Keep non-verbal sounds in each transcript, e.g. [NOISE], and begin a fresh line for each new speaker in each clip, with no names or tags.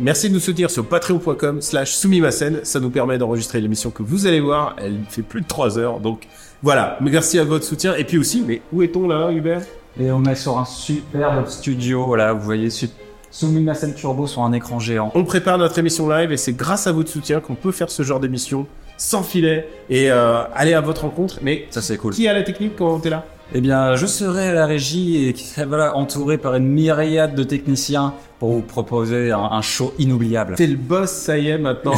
Merci de nous soutenir sur patreon.com slash soumimasen. Ça nous permet d'enregistrer l'émission que vous allez voir. Elle fait plus de 3 heures. Donc voilà. Merci à votre soutien. Et puis aussi, mais où est-on là, Hubert
Et on est sur un superbe studio. Voilà, vous voyez, su- Sumimasen Turbo sur un écran géant.
On prépare notre émission live et c'est grâce à votre soutien qu'on peut faire ce genre d'émission sans filet et euh, aller à votre rencontre. Mais
Ça, c'est cool.
qui a la technique quand t'es là
Eh bien, je serai à la régie et qui serai, voilà, entouré par une myriade de techniciens pour vous proposer un, un show inoubliable.
T'es le boss, ça y est maintenant.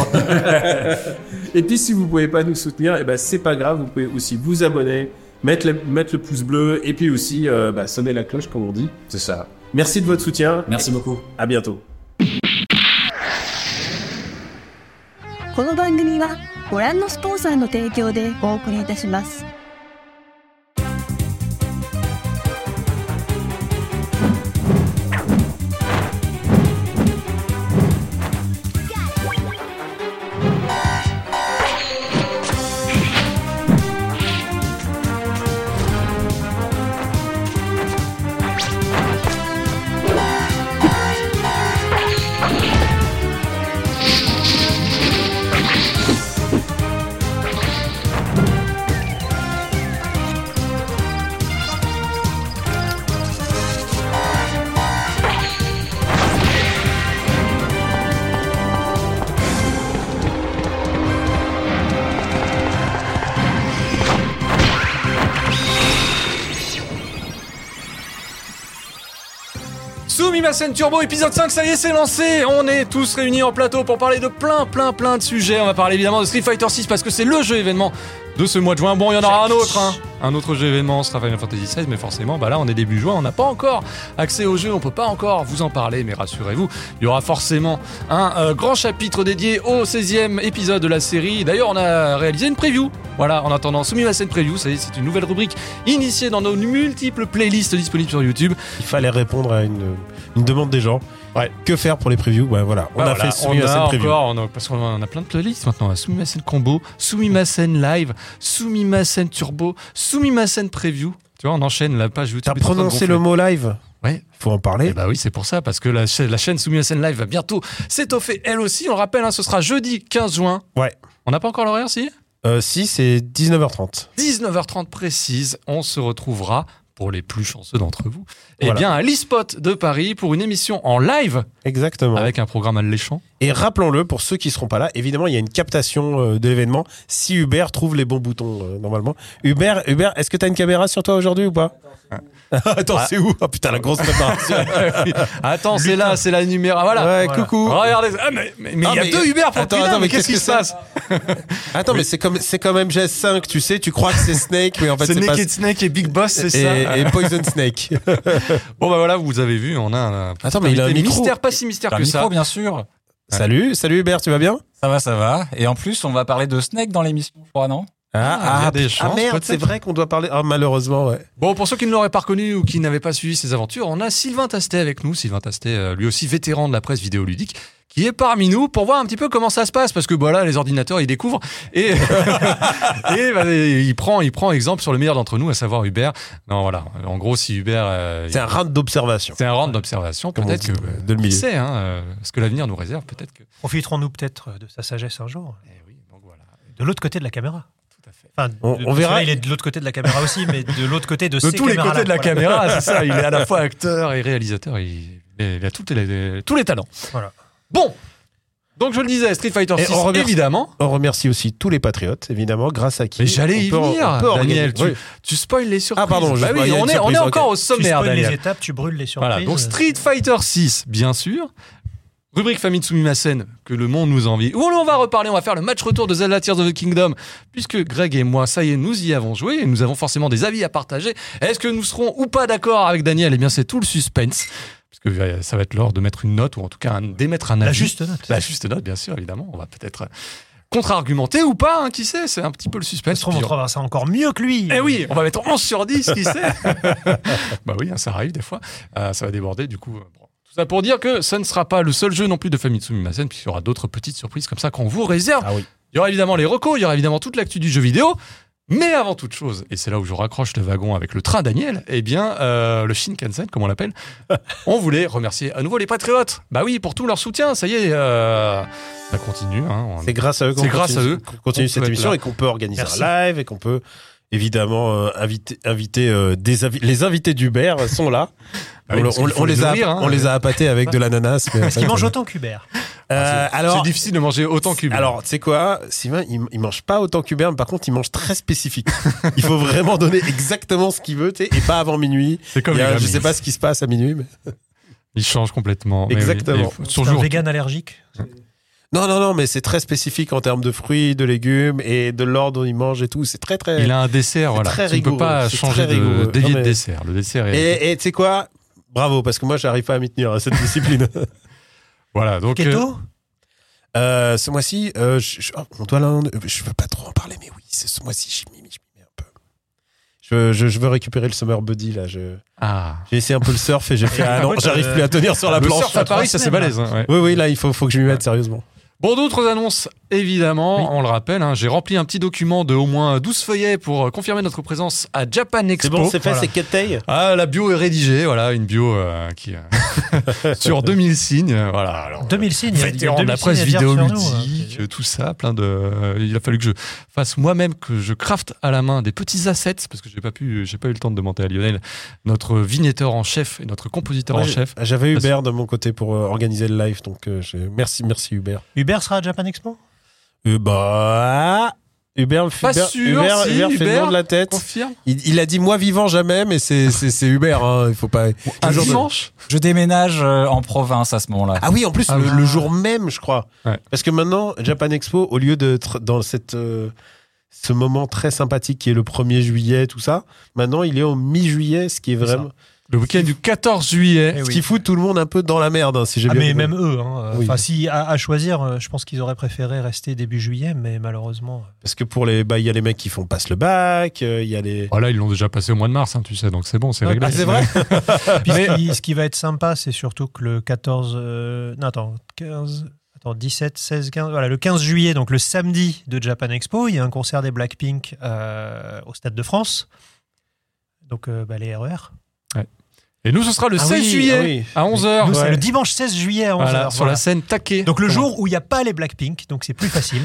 [LAUGHS] et puis si vous pouvez pas nous soutenir, et ben c'est pas grave, vous pouvez aussi vous abonner, mettre le, mettre le pouce bleu et puis aussi euh, bah, sonner la cloche comme on dit.
C'est ça.
Merci de votre soutien.
Merci beaucoup.
À bientôt.
この番組はご覧のスポンサーの提供でお送りいたします。
Soumimasen Turbo épisode 5, ça y est, c'est lancé. On est tous réunis en plateau pour parler de plein, plein, plein de sujets. On va parler évidemment de Street Fighter 6 parce que c'est le jeu événement de ce mois de juin. Bon, il y en aura un autre. hein. Un autre jeu événement sera Final Fantasy 16, mais forcément, bah là, on est début juin, on n'a pas encore accès au jeu, on peut pas encore vous en parler, mais rassurez-vous, il y aura forcément un euh, grand chapitre dédié au 16e épisode de la série. D'ailleurs, on a réalisé une preview. Voilà, en attendant, Soumimasen Preview, ça y est, c'est une nouvelle rubrique initiée dans nos multiples playlists disponibles sur YouTube.
Il fallait répondre à une, une demande des gens.
Ouais.
Que faire pour les previews Ouais, voilà. On
Bah
a
voilà,
fait celui
on
à
a
cette preview.
encore, on a- parce qu'on en a plein de playlists maintenant. hein. Soumimasen Combo, Soumimasen Live, Soumimasen Turbo, Soumimasen Preview. Tu vois, on enchaîne la page YouTube.
T'as
est en train de
prononcé le
gonfler.
mot live
Ouais.
Faut en parler.
Eh bah oui, c'est pour ça, parce que la, cha- la chaîne Soumimasen Live va bientôt s'étoffer elle aussi. On le rappelle, hein, ce sera jeudi 15 juin.
Ouais.
On n'a pas encore l'horaire, si
Euh, si, c'est 19h30.
19h30 précise, on se retrouvera pour les plus chanceux d'entre vous. Eh
Voilà.
bien, à l'eSpot de Paris pour une émission en live
Exactement.
avec un programme alléchant.
Et rappelons-le, pour ceux qui seront pas là, évidemment, il y a une captation euh, de l'événement. Si Hubert trouve les bons boutons, euh, normalement. Hubert, Hubert, est-ce que t'as une caméra sur toi aujourd'hui ou pas
Ah.
[LAUGHS] Attends, c'est où Ah putain, la
[LAUGHS]
grosse préparation.
Attends, c'est là, c'est la numéro. ah, Voilà.
Ouais,
Voilà.
coucou.
Regardez. Ah, mais mais- mais il
Ah,
y a
mais-
deux Uber pour
Attends,
putain,
attends,
mais qu'est-ce qui se
que
passe
Attends, mais c'est comme, c'est comme MGS5, tu sais, tu crois que c'est Snake, mais en fait,
C'est
c'est pas
Naked Snake et Big Boss, c'est ça
et, et Poison Snake.
Bon, bah voilà, vous avez vu, on Ah, a un.
Attends, mais il a un
invité
micro.
mystère, pas si mystère
Un
que ça.
micro, bien sûr.
Salut, salut Hubert, tu vas bien
Ça va, ça va. Et en plus, on va parler de Snake dans l'émission, je crois, non
Ah, il y a des chances,
merde,
peut-être.
c'est vrai qu'on doit parler. Ah, malheureusement, ouais.
Bon, pour ceux qui ne l'auraient pas reconnu ou qui n'avaient pas suivi ses aventures, on a Sylvain Tastet avec nous. Sylvain Tastet, euh, lui aussi vétéran de la presse vidéoludique, qui est parmi nous pour voir un petit peu comment ça se passe. Parce que voilà, les ordinateurs, ils découvrent. Et, [LAUGHS] et bah, il, prend, il prend exemple sur le meilleur d'entre nous, à savoir Hubert. Non, voilà. En gros, si Hubert. euh,
C'est un round d'observation.
C'est un round d'observation,
Comme on
peut-être
dit,
que.
euh, de le
qui
milieu.
sait, hein, euh, ce que l'avenir nous réserve, peut-être que.
Profiterons-nous peut-être de sa sagesse un jour
Eh oui, donc voilà,
De l'autre côté de la caméra.
tout à fait.
Enfin, de-
On-
de-
on
de-
verra.
Il est de l'autre côté de la caméra aussi, mais de l'autre côté de,
De
ces
tous les côtés
caméras-là,
de la
voilà.
caméra, c'est ça. Il est à la [LAUGHS] fois acteur et réalisateur. Il, il a toutes les- tous les talents.
Voilà.
Bon, donc je le disais, Street Fighter
Et
6,
on remercie-
évidemment.
On remercie aussi tous les patriotes, évidemment, grâce à qui.
Mais j'allais
on
y
peut en-
venir,
on peut organiser-
Daniel, tu-
Oui.
Tu spoil les surprises.
Ah, pardon, je-
Bah oui,
il y a une
on, est, on est
surprise,
encore
ok.
au
Tu
sommaire,
spoiles les
Daniel.
étapes, tu brûles les surprises.
Voilà, donc Street Fighter 6, bien sûr. Rubrique Famille Tsumimasen, que le monde nous envie. Où on va reparler, on va faire le match retour de Zelda Tears of the Kingdom, puisque Greg et moi, ça y est, nous y avons joué et nous avons forcément des avis à partager. Est-ce que nous serons ou pas d'accord avec Daniel Eh bien, c'est tout le suspense, puisque euh, ça va être l'heure de mettre une note, ou en tout cas un- d'émettre un avis.
La juste note.
La juste note, bien sûr, évidemment. On va peut-être euh, contre-argumenter ou pas, hein, qui sait, c'est un petit peu le
Ça
suspense.
se trouve, on
Puis on-
trouvera ça encore mieux que lui.
eh oui, on va mettre 11 sur 10, qui
[LAUGHS]
sait Bah oui, hein, ça arrive des fois. Euh, ça va déborder, du coup. euh, bon. Tout ça pour dire que ce ne sera pas le seul jeu non plus de Famitsu Mimasen, puisqu'il y aura d'autres petites surprises comme ça qu'on vous réserve.
Ah oui.
Il y aura évidemment les recos, il y aura évidemment toute l'actu du jeu vidéo. Mais avant toute chose, et c'est là où je raccroche le wagon avec le train Daniel, eh bien, euh, le Shinkansen, comme on
[LAUGHS]
l'appelle, on voulait remercier à nouveau les patriotes. Bah oui, pour tout leur soutien, ça y est, euh, ça continue. hein, on-
C'est grâce à eux qu'on
C'est grâce
continue,
à eux
qu'on continue
qu'on peut
cette
être
émission
là.
et qu'on peut organiser
Merci.
un live et qu'on peut évidemment euh, inviter, inviter euh, des invi- les invités d'Hubert sont là.
Ah oui,
on
parce
on-
qu'il faut
on
les
les, a,
nourrir, hein.
on les a appâtés avec de l'ananas.
[LAUGHS]
mais
Parce
ça,
qu'ils mangent
ça-
autant qu'Hubert.
Euh,
Ah, C'est
alors,
difficile de manger autant qu'Hubert.
alors, tu sais quoi, Sylvain, il, il mange pas autant qu'Hubert, mais par contre, il mange très spécifique. il faut vraiment donner exactement ce qu'il veut, tu sais, et pas avant minuit.
c'est comme
Il y a-
les
je sais
Grammys.
pas ce qui se passe à minuit. mais-
Ils changent complètement. mais oui,
Exactement.
et
C'est un
toujours.
vegan allergique.
Non, non, non, mais c'est très spécifique en termes de fruits, de légumes et de l'ordre dont il mange et tout. C'est très, très.
Il a un dessert, voilà.
très
Tu ne peux
rigoureux,
pas
c'est
changer
très
de-
rigoureux. Non,
d'évier de
mais-
dessert. Le dessert est.
Et et tu sais quoi Bravo, parce que moi, j'arrive pas à m'y tenir à cette
[LAUGHS]
discipline.
Voilà, donc. euh,
Keto
Euh, ce mois-ci, euh, je, je- oh, on doit l'un- Je veux pas trop en parler, mais oui, c'est ce mois-ci, j'y m'y mets, je m'y mets un peu. Je, je- je veux récupérer le summer body là. je-
Ah.
J'ai essayé un peu le surf et j'ai fait
Et
ah
[LAUGHS]
non,
ouais,
j'arrive
euh,
plus à tenir sur la
le
planche.
surf à Paris, ça c'est
semaines,
balèze. hein, ouais.
Oui, oui, là, il faut, faut que je m'y mette sérieusement.
Bon, d'autres annonces, évidemment,
Oui.
on le rappelle, hein, j'ai rempli un petit document de au moins 12 feuillets pour euh, confirmer notre présence à Japan Expo. Voilà.
Ketei.
Ah, la bio est rédigée, voilà, une bio euh, qui euh, [LAUGHS] sur 2000 signes, euh, voilà. Alors,
2000 signes. il y a- il y a
vétéran de la
2000 signes à
presse
dire
vidéo
sur nous, hein.
ludique, euh, tout ça, plein de. euh, il a fallu que je fasse moi-même, que je crafte à la main des petits assets, parce que j'ai pas pu, j'ai pas eu le temps de demander à Lionel, notre vignetteur en chef et notre compositeur en chef.
J'avais
Parce-
Hubert de mon côté pour euh, organiser le live, donc euh, j'ai- merci, merci Hubert.
Hubert sera à Japan Expo
Euh, bah, Hubert,
Pas
Hubert-
sûr,
Hubert-
si,
Hubert fait le
Hubert.
nom de la tête.
Confirme.
Il, il a dit moi vivant jamais, mais c'est c'est- c'est Hubert. hein, il faut pas.
Un
Toujours de-
dimanche.
Je déménage euh, en province à ce moment-là.
Ah oui, en plus,
Ah
le,
oui.
le jour même, je crois.
Ouais.
Parce que maintenant, Japan Expo, au lieu d'être dans cette, euh, ce moment très sympathique qui est le 1er juillet, tout ça, maintenant, il est au mi-juillet, ce qui est vraiment.
Le week-end du 14 juillet.
Ce qui fout tout le monde un peu dans la merde, hein, si j'ai
Ah,
bien
mais
compris.
même eux. hein, euh,
Oui.
Enfin, si à, à choisir, euh, je pense qu'ils auraient préféré rester début juillet, mais malheureusement.
Parce que pour les. Bah, il y a les mecs qui font passe le bac, euh, il y a les.
Voilà, Oh ils l'ont déjà passé au mois de mars, hein, tu sais, donc c'est bon, c'est réglé.
Ah,
[LAUGHS]
c'est vrai
Puis ce, qui, ce qui va être sympa, c'est surtout que le 14. euh, non, attends, 15. Attends, 17, 16, 15. Voilà, le 15 juillet, donc le samedi de Japan Expo, il y a un concert des Blackpink euh, au Stade de France. Donc, euh, bah, les RER.
Et nous, ce sera le
Ah
16
oui,
juillet
ah oui.
à 11h.
Nous, c'est le dimanche 16 juillet à 11h.
Voilà, sur la scène taquet.
Donc, le jour où il n'y a pas les Blackpink, donc c'est plus facile.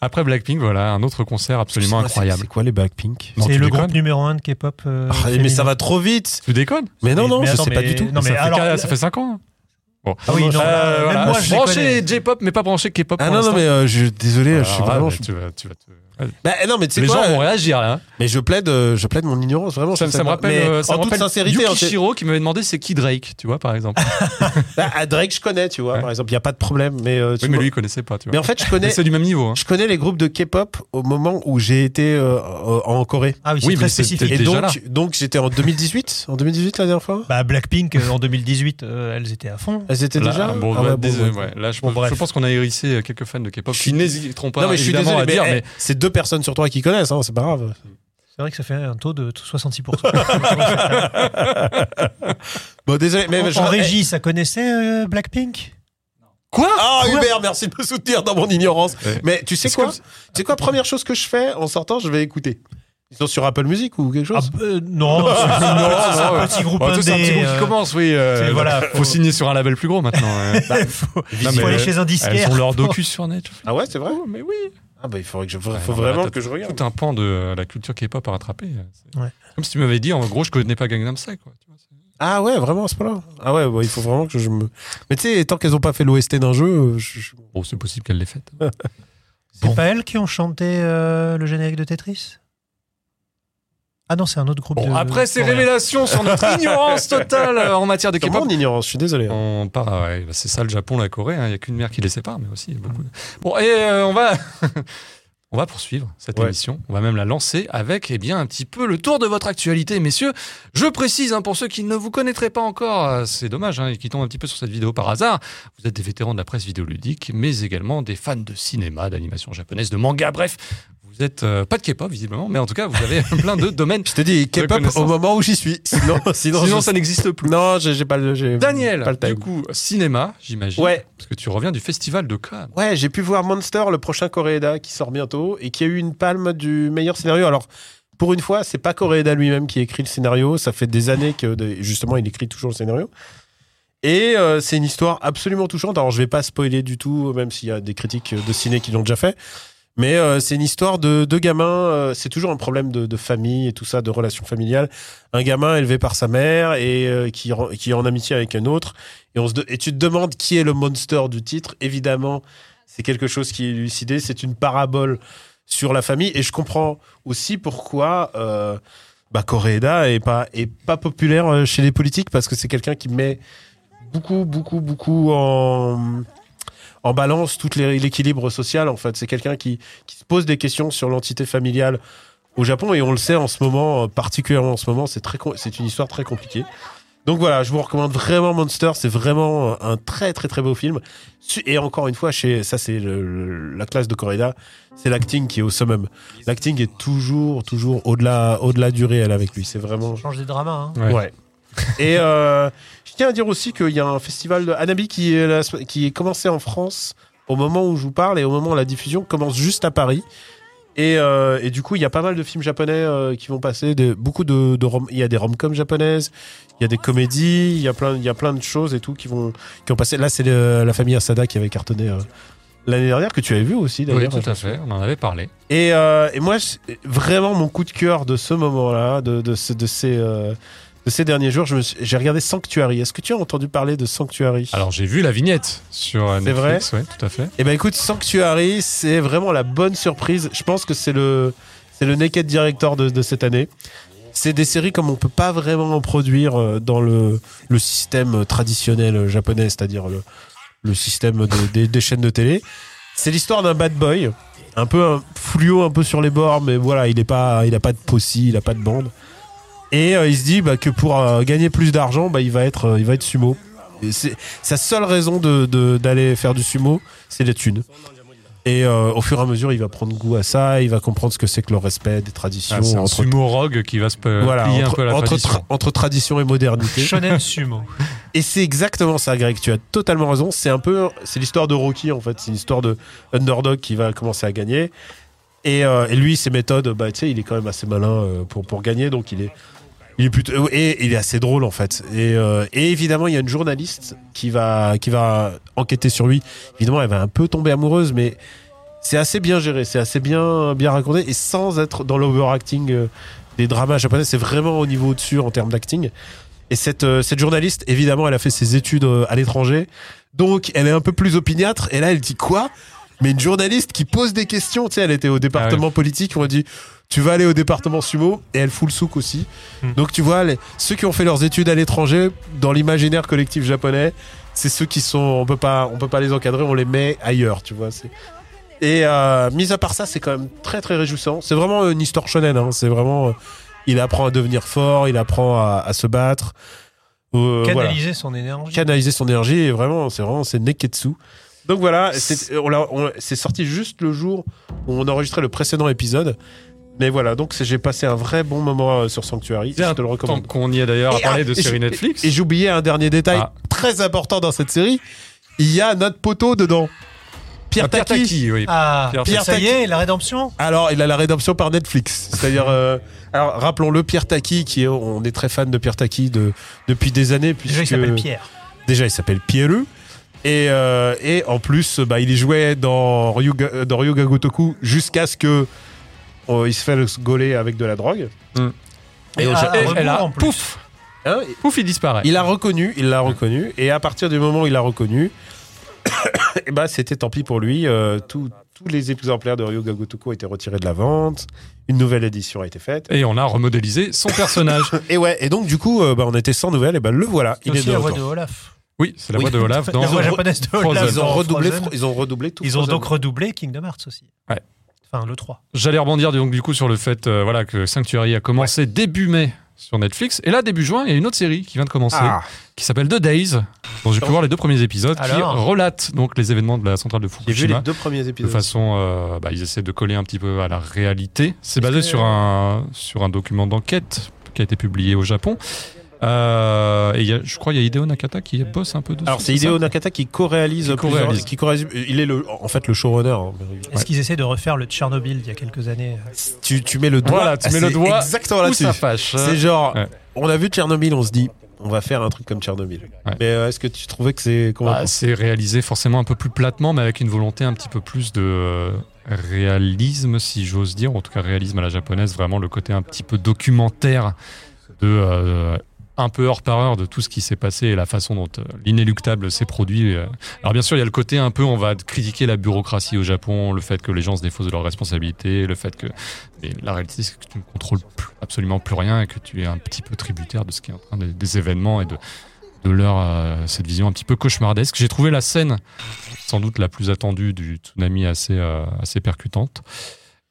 Après Blackpink, voilà, un autre concert absolument
Excuse-moi, c'est-
incroyable.
C'est quoi les Blackpink
Non,
c'est
tu
le
déconnes
groupe numéro 1 de K-pop. euh,
Ah, Mais
féminin.
ça va trop vite
Tu déconnes
Mais non,
Mais-
non,
mais
je
attends,
sais pas
mais-
du tout. Ah
Non, mais
ça,
alors.
fait, qu- ça fait 5 ans. hein.
Ah oui, non,
Euh,
même
voilà,
moi, je les
branché
connais.
J-pop, mais pas branché K-pop. pour
Ah non, non,
l'instant.
mais euh, je, désolé,
Alors
je suis
là,
vraiment.
bah,
je-
tu vas, tu vas te-
Bah, non, mais tu sais
Les
quoi
gens vont réagir là.
Mais je plaide, euh, je plaide mon ignorance, vraiment.
Ça,
je
me- ça me
sais pas.
rappelle,
Mais
euh, ça
en
me
toute
rappelle
sincérité, en fait-
Yukishiro qui m'avait demandé c'est qui Drake, tu vois, par
[LAUGHS]
exemple.
Bah, à Drake, je connais, tu vois,
Ouais.
par exemple, il n'y a pas de problème. Mais, euh, tu
oui, mais
vois-
lui, il connaissait pas, tu
mais
vois.
en fait, je connais,
Mais C'est du même niveau. hein.
je connais les groupes de K-pop au moment où j'ai été euh, euh, en Corée.
Ah oui, c'est
Oui, mais
très
c'est
spécifique.
T'es
Et
déjà
donc,
là.
donc j'étais en 2018, en 2018 la dernière fois.
Bah, Blackpink, euh, en 2018, euh, elles étaient à fond.
Elles étaient
Là,
déjà.
bon,
Ah
bah,
ouais, bon,
désolé,
bon.
ouais, là, je,
Bon,
pense-
bref.
je pense qu'on a hérissé euh, quelques fans de K-pop
Je
qui
suis-
n'hésiteront pas
Non mais je suis
évidemment,
désolé,
à
mais,
dire,
eh,
mais
c'est deux personnes sur trois qui connaissent, hein, c'est pas grave.
C'est vrai que ça fait un taux de 66%.
Bon désolé, mais
en,
je
en
eh,
régie, ça connaissait euh, Blackpink
Quoi Ah Hubert, merci de me soutenir dans mon ignorance.
Ouais.
Mais tu sais
Est-ce
quoi
que-
Tu sais quoi Première chose que je fais en sortant, je vais écouter. Ils sont sur Apple Music ou quelque chose
Ah, euh, Non, c'est c'est un petit groupe
Bah, toi, c'est un petit
indé,
groupe qui
euh,
commence, oui. euh,
c'est- voilà,
faut
faut-
signer sur un label plus gros maintenant. euh.
[LAUGHS]
Non,
Bah,
bah, Il faut
mais,
aller
euh,
chez un
Elles
disquaire.
ont leur docu sur Netflix.
Ah ouais, c'est vrai
Oh, mais oui.
Ah bah il faudrait que je faut
Ouais, non, mais
vraiment
attends,
que je regarde.
Tout un pan de euh, la culture K-pop à rattraper. euh, C'est-
Ouais.
Comme si tu m'avais dit, en gros, je connais pas Gangnam Style. Quoi. tu vois, c'est-
Ah ouais, vraiment à ce point-là. Ah ouais, bah, il faut vraiment que je me. Mais tu sais, tant qu'elles ont pas fait l'OST d'un jeu, euh, je- je-
Bon, c'est possible qu'elle l'ait faite.
C'est pas elles qui ont chanté euh, le générique de Tetris Ah non, c'est un autre groupe.
Bon,
de-
après ces
Bon, rien.
révélations sur notre ignorance totale euh, en matière de
c'est mon
K-pop.
ignorance. Je suis désolé. hein.
On part, ah ouais, bah, c'est ça le Japon, la Corée. hein. Il n'y a qu'une mer qui les sépare, mais aussi il y a beaucoup. de- Bon, et euh, on va. [LAUGHS] On va poursuivre cette
Ouais.
émission. On va même la lancer avec, eh bien, un petit peu le tour de votre actualité, messieurs. Je précise, hein, pour ceux qui ne vous connaîtraient pas encore, euh, c'est dommage, hein, et qui tombent un petit peu sur cette vidéo par hasard. Vous êtes des vétérans de la presse vidéoludique, mais également des fans de cinéma, d'animation japonaise, de manga, bref.
Vous êtes euh, pas de K-pop, visiblement, mais en tout cas, vous
[LAUGHS]
avez plein de domaines.
Je te dis, K-pop au
connaissance.
moment où j'y suis. Sinon, [LAUGHS] sinon,
Sinon,
je-
ça n'existe plus.
Non, j'ai j'ai pas le. j'ai
Daniel,
pas le time.
du coup, cinéma, j'imagine.
Ouais.
Parce que tu reviens du festival de Cannes.
Ouais, j'ai pu voir Monster, le prochain Koreeda qui sort bientôt et qui a eu une palme du meilleur scénario. Alors, pour une fois, c'est pas Koreeda lui-même qui écrit le scénario. Ça fait des années que, des- justement, il écrit toujours le scénario. Et euh, c'est une histoire absolument touchante. Alors, je vais pas spoiler du tout, même s'il y a des critiques de ciné qui l'ont déjà fait. Mais euh, c'est une histoire de deux gamins. euh, c'est toujours un problème de, de famille et tout ça, de relations familiales. Un gamin élevé par sa mère et euh, qui, ren- qui est en amitié avec un autre. Et, on se de- et tu te demandes qui est le monster du titre. Évidemment, c'est quelque chose qui est élucidé. C'est une parabole sur la famille. Et je comprends aussi pourquoi euh, bah, Koreeda est pas, est pas populaire euh, chez les politiques parce que c'est quelqu'un qui met beaucoup, beaucoup, beaucoup en, en balance tout l'équilibre social. En fait, c'est quelqu'un qui, qui se pose des questions sur l'entité familiale au Japon et on le sait en ce moment, euh, particulièrement en ce moment, c'est très, com- c'est une histoire très compliquée. Donc voilà, je vous recommande vraiment Monster. C'est vraiment euh, un très très très beau film. Su- Et encore une fois, chez ça c'est le- le- la classe de Corrida, c'est l'acting qui est au summum. L'acting est toujours toujours au-delà au-delà du réel avec lui. C'est vraiment
On change des dramas. hein.
Ouais.
Ouais. [LAUGHS] Et euh, je tiens à dire aussi qu'il y a un festival de Hanabi qui est, la sem- qui est commencé en France au moment où je vous parle et au moment où la diffusion commence juste à Paris. Et, euh, et du coup, il y a pas mal de films japonais euh, qui vont passer. des- beaucoup de, de rom- il y a des rom-coms japonaises, il y a des comédies, il y a plein, il y a plein de choses et tout qui vont qui ont passé. Là, c'est le- la famille Asada qui avait cartonné euh, l'année dernière que tu avais vu aussi d'ailleurs.
Oui, tout à fait, on en avait parlé.
Et, euh, et moi, c'est vraiment, mon coup de cœur de ce moment-là, de, de, ce- de ces, euh, de ces derniers jours, je me suis- j'ai regardé Sanctuary. Est-ce que tu as entendu parler de Sanctuary
Alors, j'ai vu la vignette sur euh,
C'est
Netflix, ouais, tout à fait.
Eh ben écoute, Sanctuary, c'est vraiment la bonne surprise. Je pense que c'est le, c'est le Naked Director de, de cette année. C'est des séries comme on peut pas vraiment en produire euh, dans le, le système traditionnel japonais, c'est-à-dire le, le système de- des, des chaînes de télé. C'est l'histoire d'un bad boy, un peu un fluo, un peu sur les bords, mais voilà, il est pas, il a pas de possi, il a pas de bande. Et euh, il se dit bah, que pour euh, gagner plus d'argent, bah, il va être, euh, il va être sumo. Et c'est sa seule raison de- de- d'aller faire du sumo, c'est les thunes. Et euh, au fur et à mesure, il va prendre goût à ça, il va comprendre ce que c'est que le respect des traditions
Ah, c'est un
entre,
sumo rogue qui va se pe-
voilà,
Euh, plier un
entre-
peu à la
entre
tradition.
tra- entre tradition et
[LAUGHS]
modernité.
Shonen Sumo.
Et c'est exactement ça, Greg. Tu as totalement raison. C'est un peu, c'est l'histoire de Rocky en fait. C'est l'histoire de underdog qui va commencer à gagner. Et, euh, et lui, ses méthodes, bah tu sais, il est quand même assez malin euh, pour pour gagner. Donc il est, il est plutôt et il est assez drôle en fait. Et, euh, et évidemment, il y a une journaliste qui va qui va enquêter sur lui. Évidemment, elle va un peu tomber amoureuse, mais c'est assez bien géré, c'est assez bien bien raconté et sans être dans l'overacting euh, des dramas japonais. C'est vraiment au niveau au-dessus en termes d'acting. Et cette, euh, cette journaliste, évidemment, elle a fait ses études euh, à l'étranger. Donc, elle est un peu plus opiniâtre. Et là, elle dit quoi Mais une journaliste qui pose des questions. Tu sais, elle était au département politique. On lui a dit Tu vas aller au département sumo. Et elle fout le souk aussi.
Hmm.
Donc, tu vois, les- ceux qui ont fait leurs études à l'étranger, dans l'imaginaire collectif japonais, c'est ceux qui sont. On peut pas, on peut pas les encadrer, on les met ailleurs, tu vois. c'est- Et euh, mis à part ça, c'est quand même très, très réjouissant. C'est vraiment une histoire shonen. hein, C'est vraiment. euh, il apprend à devenir fort, il apprend à, à se battre. Euh, voilà
Canaliser son énergie.
canaliser son énergie et vraiment c'est vraiment c'est Neketsu donc voilà c'est on l'a- on- c'est sorti juste le jour où on enregistrait le précédent épisode mais voilà donc c'est- j'ai passé un vrai bon moment euh, sur Sanctuary
Tiens,
je te le
Tant
recommande
qu'on y est d'ailleurs à
Et,
parler
ah,
de
et je-
séries Netflix.
et j'oubliais un dernier détail
Ah.
très important dans cette série il y a notre poteau dedans Pierre,
Ah, Pierre
Taki.
Taki, oui.
Ah,
Pierre
Pierre, ça
Taki.
y est, la rédemption
Alors, il a la rédemption par Netflix. C'est-à-dire, euh, alors rappelons-le, Pierre Taki, qui est, on est très fan de Pierre Taki de, depuis des années. Puisque,
Déjà, il s'appelle Pierre.
Déjà, il s'appelle Pierreux. Et, euh, et en plus, bah, il y jouait dans Ryuga, euh, dans Ryuga Gotoku jusqu'à ce que euh, il se fasse gauler avec de la drogue.
Hmm.
Et au-
Ah,
Et
rebours
elle a-
en plus.
pouf,
hein,
pouf, il disparaît.
il l'a reconnu, il l'a reconnu. Et à partir du moment où il l'a reconnu, [COUGHS] et bah, c'était tant pis pour lui. euh, tout- tous les exemplaires de Ryuga Gotoku ont été retirés de la vente. Une nouvelle édition a été faite.
Et on a remodélisé son
[LAUGHS]
personnage.
Et ouais, et donc du coup, euh, bah, on était sans nouvelles. Et bah, le voilà,
C'est
il est
aussi
de
la voix de
retour.
Olaf.
Oui, c'est la
Oui.
voix de Olaf dans
La voix
re-
japonaise de
Frozen.
Olaf.
Ils
dans
ont redoublé,
Frozen.
Fro- ils ont redoublé tout.
Ils ont
Frozen.
donc redoublé Kingdom Hearts aussi.
Ouais.
Enfin, le 3.
J'allais rebondir donc du coup sur le fait euh, voilà que Sanctuary a commencé début mai
sur Netflix. Et là, début juin, il y a une autre série qui vient de commencer,
Ah.
qui s'appelle The Days, dont j'ai pu voir les deux premiers épisodes, qui
Alors
relate donc les événements de la centrale de
J'ai vu les
Fukushima.
deux premiers
De
épisodes.
façon, euh, bah, ils essaient de coller un petit peu à la réalité. C'est basé sur un, sur un document d'enquête qui a été publié au Japon. Euh, et il y a- je crois qu'il y a Hideo Nakata qui bosse un peu dessus.
Alors c'est
ça
Hideo Nakata qui co-réalise
Qui
plusieurs-
co-réalise.
qui co-réalise- il est le en fait le showrunner. hein.
Est-ce qu'ils essaient de refaire le Tchernobyl d'il y a quelques années
Tu, tu mets le doigt
Voilà, tu mets le
Ah, c'est
doigt
exactement
Où
là-dessus.
ça fâche
C'est genre
Ouais.
on a vu Tchernobyl, on se dit on va faire un truc comme Tchernobyl.
Ouais.
Mais euh, est-ce que tu trouvais que c'est
Bah,
convaincant
c'est réalisé forcément un peu plus platement, mais avec une volonté un petit peu plus de euh, réalisme, si j'ose dire, en tout cas réalisme à la japonaise, vraiment le côté un petit peu documentaire de euh, un peu heure par heure de tout ce qui s'est passé et la façon dont euh, l'inéluctable s'est produit. euh. Alors bien sûr, il y a le côté un peu, on va critiquer la bureaucratie au Japon, le fait que les gens se défaussent de leurs responsabilités, le fait que mais la réalité c'est que tu ne contrôles plus- absolument plus rien et que tu es un petit peu tributaire de ce qui est en train de- des événements et de de leur euh, cette vision un petit peu cauchemardesque. J'ai trouvé la scène sans doute la plus attendue du tsunami assez euh, assez percutante.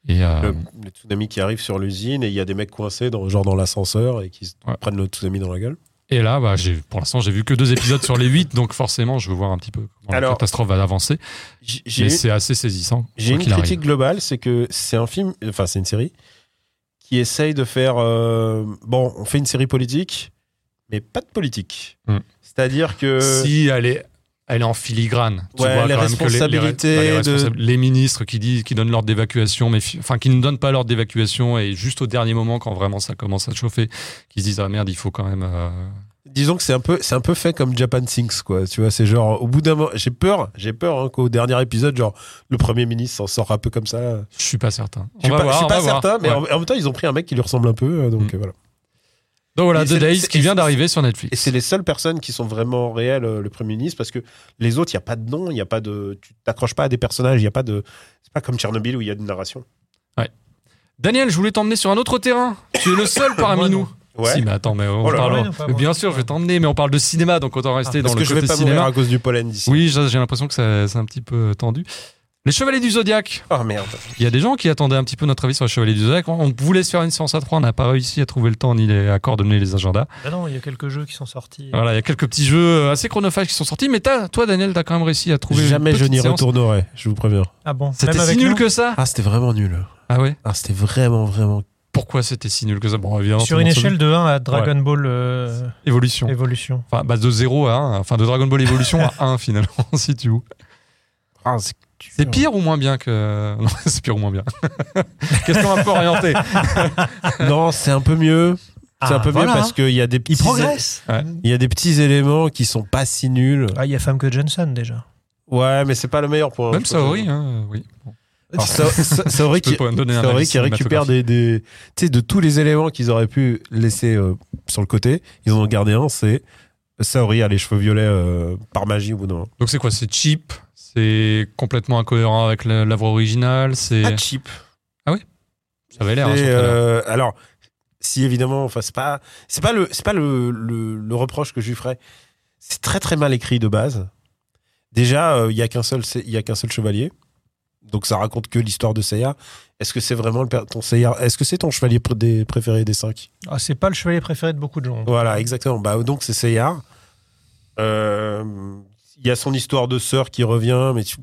Et euh,
le, le tsunami qui arrive sur l'usine et il y a des mecs coincés dans, genre dans l'ascenseur et qui se
Ouais.
prennent le tsunami dans la gueule.
Et là, bah, j'ai, pour l'instant, j'ai vu que deux épisodes sur les huit, donc forcément, je veux voir un petit peu comment la
Alors-
catastrophe va avancer.
J- J'ai
Mais
eu-
c'est assez saisissant.
J'ai
quoi
une
qu'il arrive.
critique globale, c'est que c'est un film, enfin c'est une série qui essaye de faire. euh, bon, on fait une série politique, mais pas de politique.
Hmm.
C'est-à-dire que
Si elle est, elle est en filigrane. Tu
Euh, Ouais,
vois
les
quand même que
responsabilités
les,
de-
responsables- les ministres qui disent, qui donnent l'ordre d'évacuation, mais fi- enfin qui ne donnent pas l'ordre d'évacuation et juste au dernier moment, quand vraiment ça commence à chauffer, qui se disent ah merde, il faut quand même. euh,
disons que c'est un peu, c'est un peu fait comme Japan Sinks, quoi. Tu vois, c'est genre au bout d'un moment, j'ai peur, j'ai peur hein, qu'au dernier épisode, genre le premier ministre s'en sort un peu comme ça. là.
Je suis pas certain. On
Je suis
va
pas,
voir,
je suis
on
pas
va voir.
certain, mais
Ouais.
en, en même temps, ils ont pris un mec qui lui ressemble un peu, euh, donc
Hmm.
euh, voilà.
Donc voilà,
Et
The
c'est-
Days
c'est-
qui vient d'arriver sur Netflix.
Et c'est les seules personnes qui sont vraiment réelles, euh, le Premier ministre, parce que les autres, il n'y a pas de nom, il n'y a pas de. Tu t'accroches pas à des personnages, il n'y a pas de. C'est pas comme Tchernobyl où il y a une narration.
Daniel, je voulais t'emmener sur un autre terrain. Tu es le
[LAUGHS]
seul parmi
Moi, non.
nous. Si, mais attends, mais on
Oh là
parle.
là. Ouais, non, pas
mais
moi.
bien sûr, je vais t'emmener, mais on parle de cinéma, donc autant rester
Ah,
dans
Parce
le
que je
côté
vais pas mourir
cinéma.
à cause du pollen d'ici.
Oui, j'ai j'ai l'impression que ça- c'est un petit peu tendu. Les Chevaliers du Zodiaque.
Oh merde.
Il y a des gens qui attendaient un petit peu notre avis sur les Chevaliers du Zodiaque. On voulait se faire une séance à trois, on n'a pas réussi à trouver le temps ni les, à coordonner les agendas.
Ah non, il y a quelques jeux qui sont sortis.
Voilà, il y a quelques petits jeux euh, assez chronophages qui sont sortis, mais t'as- toi, Daniel, t'as quand même réussi à trouver. une
Jamais je
petite
n'y
séance.
retournerai, je vous préviens.
Ah bon
C'était
Même
si
avec
nul
nous
que ça
Ah, c'était vraiment nul.
Ah ouais
Ah, c'était vraiment, vraiment.
Pourquoi c'était si nul que ça Bon, évidemment. tout
Sur
le
une
monde se-
échelle de 1 à Dragon Ball euh,
Évolution.
Evolution.
Enfin, bah, de 0 à 1. Enfin, de Dragon Ball Evolution à 1, [LAUGHS] finalement, si tu veux.
Ah, c'est
C'est pire ou moins bien que. [LAUGHS] Non, c'est pire ou moins bien. Question un peu
[LAUGHS]
orientée.
Non, c'est un peu mieux. C'est
Ah,
un peu
voilà.
mieux parce qu'il y a des petits.
Ouais.
Il y a des petits éléments qui sont pas si nuls.
Ah, il y a Femme que Johnson déjà.
Ouais, mais c'est pas le meilleur point.
Même
Je trouve.
Saori, hein, oui.
Alors, Sa- Sa- Saori
[LAUGHS] Je peux
qui,
pas donner un
Saori
avis
qui récupère des, des tu sais, de tous les éléments qu'ils auraient pu laisser euh, sur le côté, ils en ont gardé un, c'est Saori a les cheveux violets euh, par magie ou non.
Donc, c'est quoi C'est cheap C'est complètement incohérent avec la- l'œuvre originale C'est.
Ah,
Pas cheap.
Ça avait l'air. hein,
Et,
sur le trailer.
Ah, euh, alors, si évidemment, enfin, c'est pas, c'est pas le, c'est pas le, le, le reproche que je lui ferais. C'est très très mal écrit de base. Déjà, euh, il y a qu'un seul, il y a qu'un seul chevalier. Donc ça raconte que l'histoire de Seiya. Est-ce que c'est vraiment le, père- ton Seiya Est-ce que c'est ton chevalier pr- des- préféré des cinq
Ah, c'est pas le chevalier préféré de beaucoup de gens.
Voilà, exactement. Bah, donc, c'est Seyar. Euh, Il y a son histoire de sœur qui revient, mais tu-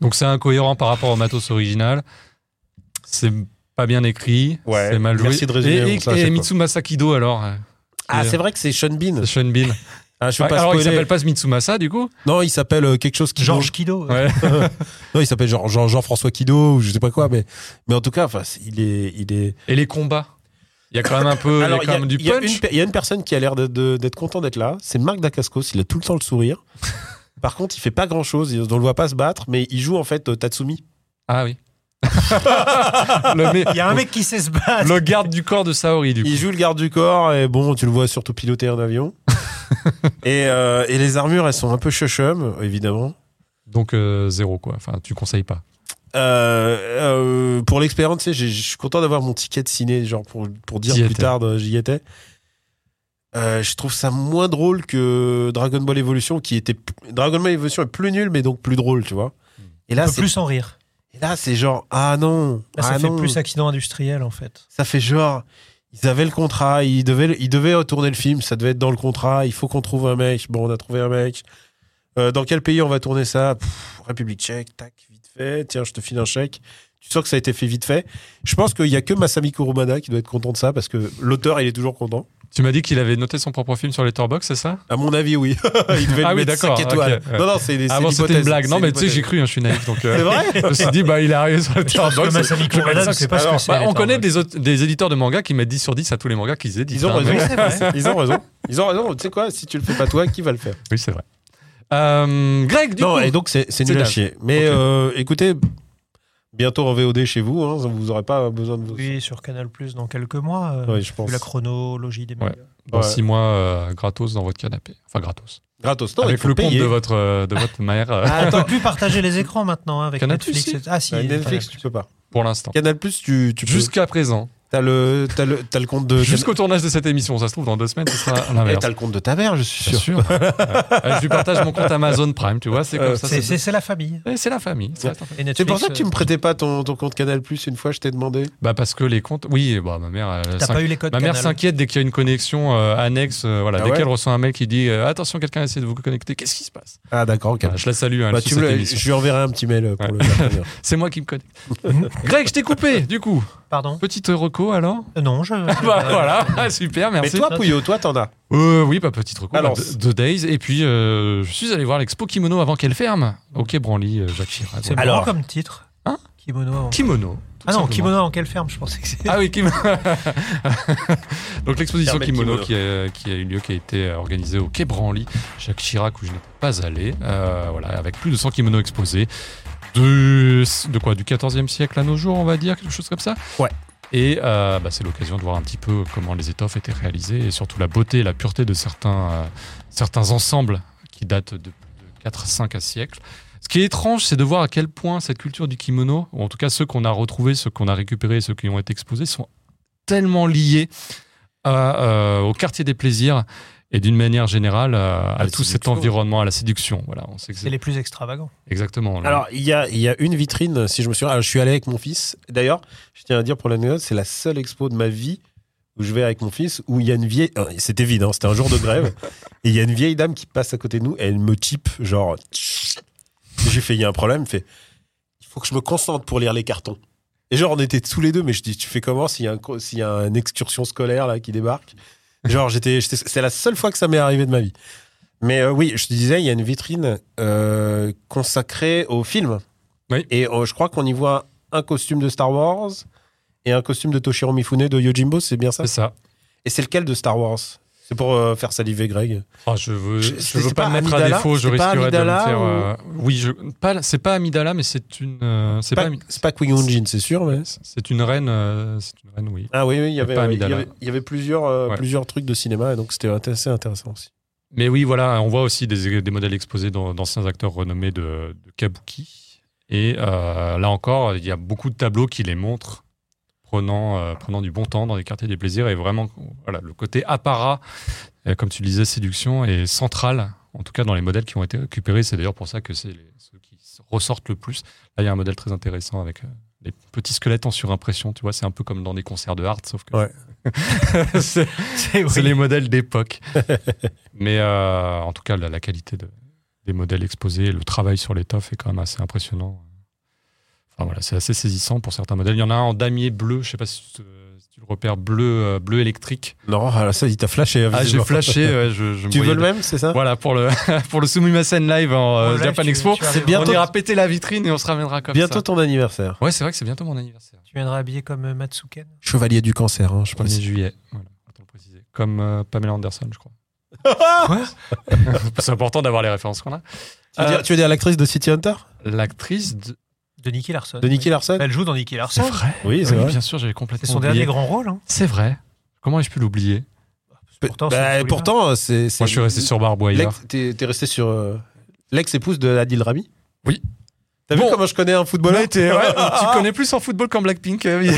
Donc, c'est incohérent par rapport au matos original. C'est pas bien écrit.
Ouais,
C'est mal joué.
merci de résumer,
Et,
bon, ça, à
et,
chaque
Mitsumasa Kido, alors euh,
Ah,
Et-
c'est vrai que c'est Sean Bean.
Sean Bean.
Ah, je veux
Ouais,
pas
alors, il
spoiler.
s'appelle pas Mitsumasa, du coup
Non, il s'appelle euh, quelque chose qui
Georges Kido.
Ouais.
[LAUGHS] Non, il s'appelle Jean- Jean- Jean-François Kido ou je sais pas quoi, mais, mais en tout cas, enfin, c'est- il est, il est.
Et les combats Il y a quand même un peu il y a quand
il y a-
même du
il y a
punch.
une per- il y, a une personne qui a l'air de- de- d'être content d'être là. C'est Marc Dacascos. Il a tout le temps le
[LAUGHS]
sourire. Par contre, il fait pas grand chose. On le voit pas se battre, mais il joue en fait euh, Tatsumi.
Ah
[LAUGHS]
oui. le, mec-
Il y a un mec qui sait se battre.
le garde du corps de Saori, du coup.
Il joue le garde du corps et bon, tu le vois surtout piloter un
[LAUGHS]
avion. et, euh, et les armures, elles sont un peu chuchum, évidemment.
Donc euh, zéro, quoi. Enfin, tu conseilles pas.
Euh, euh, pour l'expérience, tu sais, j'ai- je suis content d'avoir mon ticket de ciné, genre pour, pour dire
T'y
plus
étais.
tard, euh, j'y étais. Euh, je trouve ça moins drôle que Dragon Ball Evolution, qui était p- Dragon Ball Evolution est plus nul, mais donc plus drôle, tu vois. Et
On
là,
peut
c'est
plus en rire.
et là, c'est genre ah non,
Là, ça
ah
fait
non.
plus accident industriel en fait.
Ça fait genre, Ils avaient le contrat, ils devaient, ils devaient tourner le film, ça devait être dans le contrat, il faut qu'on trouve un mec. Bon, on a trouvé un mec. Euh, dans quel pays on va tourner ça Pff, République tchèque, tac, vite fait. Tiens, je te file un chèque. Tu sens que ça a été fait vite fait. Je pense qu'il n'y a que Masami Kurumada qui doit être content de ça parce que l'auteur, il est toujours content.
Tu m'as dit qu'il avait noté son propre film sur Letterboxd, c'est ça
À mon avis, oui. [LAUGHS] il devait
Ah
lui
oui,
mettre
d'accord,
cinq étoiles.
ok, ouais.
Non, non, c'est des- c'est
Avant c'était
l'hypothèse,
une blague. Non
c'est
mais tu sais j'ai
l'hypothèse.
cru, hein, je suis naïf donc. euh,
[LAUGHS] C'est vrai
[LAUGHS] Je me suis dit bah il est arrivé sur Letterboxd.
Masami
je vais mettre
Kurumada,
ça.
je sais pas ce que
Alors,
c'est,
bah, On
Letterboxd.
connaît des, aute- des éditeurs de mangas qui mettent 10 sur 10 à tous les mangas qu'ils éditent.
Ils ont
hein,
raison.
donc-
Ils ont raison. Ils ont raison. Tu sais quoi Si tu le fais pas toi, qui va le faire
Oui c'est vrai. Euh, Greg du
Non,
coup.
et donc c'est c'est
c'est
nul à
dingue.
chier. Mais
Ok.
euh, écoutez, bientôt en VOD chez vous, hein, vous aurez pas besoin de vous.
Oui, sur Canal Plus dans quelques mois. euh,
Ouais, je pense.
vu la chronologie des
Ouais.
médias.
Dans
Ouais.
6 mois euh, gratos dans votre canapé. Enfin gratos.
Gratos. Non, il
Avec
faut
le compte
payer.
de votre euh, de votre mère euh,
Ah, on peut plus partager les écrans maintenant hein, avec
Canal+,
Netflix.
si.
et- Ah si,
Ouais,
Canal+.
Bah, Netflix, tu peux pas.
[LAUGHS] pour l'instant.
Canal Plus, tu, tu Euh, peux.
Jusqu'à présent.
T'as le, t'as le, t'as le compte de.
Jusqu'au tournage de cette émission, ça se trouve dans deux semaines, ce sera
[LAUGHS] Eh,
l'inverse.
t'as le compte de ta mère, je suis
Bien
sûr. [LAUGHS]
sûr. Euh, je lui partage mon compte Amazon Prime, tu vois, c'est comme
Euh,
ça.
C'est-
C'est
C'est c'est la famille.
Eh, c'est la famille. ça reste la famille.
Et
C'est pour
Netflix,
ça que
euh,
tu me prêtais pas ton, ton compte Canal Plus une fois, je t'ai demandé.
Bah parce que les comptes, oui, bah ma mère, elle
T'as
s'inqui-
euh, pas eu les codes
ma mère
Canal.
s'inquiète dès qu'il y a une connexion euh, annexe. euh, voilà,
Ah
dès
ouais
qu'elle reçoit un mail qui dit euh, attention, quelqu'un essaie de vous connecter, qu'est-ce qui se passe
Ah, d'accord, ok.
Voilà, Je la salue. hein, elle
Bah,
suit
tu me
cette
le-
émission.
je lui enverrai un petit mail euh, pour
Ouais.
le faire.
C'est moi qui me connecte. Greg, je t'ai coupé. Du coup,
Pardon
petite reco
[LAUGHS]
alors.
Euh, Non, je.
Bah voilà, [LAUGHS] super, [LAUGHS]
Mais
merci.
toi, Pouillot, toi, t'en as.
Euh, oui, pas petite reco.
Alors,
bah, The The Days. Et puis, euh, je suis allé voir l'expo Kimono avant qu'elle ferme. Ok, Branly, euh, Jacques Chirac.
C'est
voilà.
marrant
Alors.
comme titre.
Hein
Kimono. en-
Kimono. tout
Ah non,
simplement.
kimono en quelle ferme Je pensais que c'était.
Ah oui, Kimono. [LAUGHS] Donc l'exposition
Fermez le
Kimono
kimono.
qui a, qui a eu lieu, qui a été euh, organisée au Quai Branly, Jacques Chirac, où je n'étais pas allé. Euh, voilà, avec plus de 100 kimonos exposés. De, de quoi Du 14e siècle à nos jours, on va dire, quelque chose comme ça
Ouais.
Et euh, bah, c'est l'occasion de voir un petit peu comment les étoffes étaient réalisées et surtout la beauté et la pureté de certains, euh, certains ensembles qui datent de, 4, 5 à siècles. Ce qui est étrange, c'est de voir à quel point cette culture du kimono, ou en tout cas ceux qu'on a retrouvés, ceux qu'on a récupérés, ceux qui ont été exposés, sont tellement liés à, euh, au quartier des plaisirs et d'une manière générale euh, à
la
tout cet
séduction.
environnement, à la séduction. Voilà, on sait que
C'est
c'est
les plus extravagants.
exactement. là.
Alors, il y a, il y a une vitrine, si je me souviens. Alors, je suis allé avec mon fils. D'ailleurs, je tiens à dire pour l'anecdote, c'est la seule expo de ma vie où je vais avec mon fils, où il y a une vieille. euh, C'était vide, hein, c'était un jour de grève. et il y a une vieille dame qui passe à côté de nous et elle me type, genre. Tch J'ai fait, il y a un problème. Elle fait, il faut que je me concentre pour lire les cartons. Et genre, on était tous les deux, mais je dis, tu fais comment s'il y a, un, co- s'il y a une excursion scolaire là qui débarque Genre, j'étais, j'étais- c'est la seule fois que ça m'est arrivé de ma vie. Mais euh, oui, je te disais, il y a une vitrine euh, consacrée au film.
Oui.
Et euh, je crois qu'on y voit un costume de Star Wars et un costume de Toshiro Mifune de Yojimbo, c'est bien ça
c'est ça.
Et c'est lequel de Star Wars C'est pour euh, faire saliver Greg.
Ah, je veux,
Je-
je,
c'était
veux pas,
pas
me mettre
Amidala
à défaut, je
C'était pas
risquerais de me
Amidala
faire.
ou-
euh, Oui, je, pas, c'est pas Amidala, mais c'est une, euh, c'est
Pas-
pas Ami-
C'est pas Qui-Gon Jinn, c'est sûr, mais...
c'est une reine, euh, c'est une reine, oui.
Ah oui, oui, il y avait,
pas
il y
Amidala.
avait, il y avait plusieurs, euh,
Ouais.
plusieurs trucs de cinéma, et donc c'était assez intéressant aussi.
Mais oui, voilà, on voit aussi des, des modèles exposés d'an- d'anciens acteurs renommés de, de Kabuki. Et euh, là encore, il y a beaucoup de tableaux qui les montrent, prenant, euh, prenant du bon temps dans les quartiers des plaisirs. Et vraiment, voilà, le côté apparat, euh, comme tu le disais, séduction, est central, en tout cas dans les modèles qui ont été récupérés. C'est d'ailleurs pour ça que c'est les- ceux qui s- ressortent le plus. Là, il y a un modèle très intéressant avec euh, des petits squelettes en surimpression. Tu vois, c'est un peu comme dans des concerts de hard, sauf que [LAUGHS] c'est-
C'est
c'est les modèles d'époque. Mais euh, en tout cas, la, la qualité de- des modèles exposés, le travail sur l'étoffe est quand même assez impressionnant. Enfin voilà, c'est assez saisissant pour certains modèles. Il y en a un en damier bleu, je sais pas si tu, si tu le repères, bleu, euh, bleu électrique.
Non, ah, ça, il t'a flashé.
Ah, j'ai
visiblement.
flashé. ouais, je, je me
Tu veux
voyais
le
de-
même, c'est ça
Voilà pour le [LAUGHS] pour le Sumimasen live en euh,
Bon, là,
Japan
tu-
Expo.
tu arriveras-
bien-
On
Bientôt-
ira péter la vitrine et on se ramènera comme
Bientôt
ça.
ton anniversaire.
Ouais, c'est vrai que c'est bientôt mon anniversaire.
Tu viendras habillé comme euh, Matsuken.
Chevalier du cancer, hein, je
1er
précise.
juillet. Voilà, autant le préciser. Comme euh, Pamela Anderson, [LAUGHS] je crois.
Quoi
[LAUGHS] c'est important d'avoir les références qu'on a.
Tu veux dire- tu veux dire l'actrice de City Hunter
L'actrice de...
De Nicky Larson.
De Nicky Larson
Elle joue dans Nicky Larson.
vrai.
Oui, c'est
Ah Oui,
vrai.
Bien sûr, j'avais complètement
C'est son
oublié.
dernier grand rôle. hein.
C'est vrai. Comment ai-je pu l'oublier
Pourtant,
Bah,
c'est-
pourtant, c'est. c'est-
Moi, je suis resté sur Barbe Wire.
L'ex- T'es t'es resté sur euh, l'ex-épouse de Adil Rami
Oui.
T'as
Bon.
vu comment je connais un footballeur
Mais t'es- ouais,
[LAUGHS]
Ah, tu connais plus en football qu'en Blackpink. euh, oui.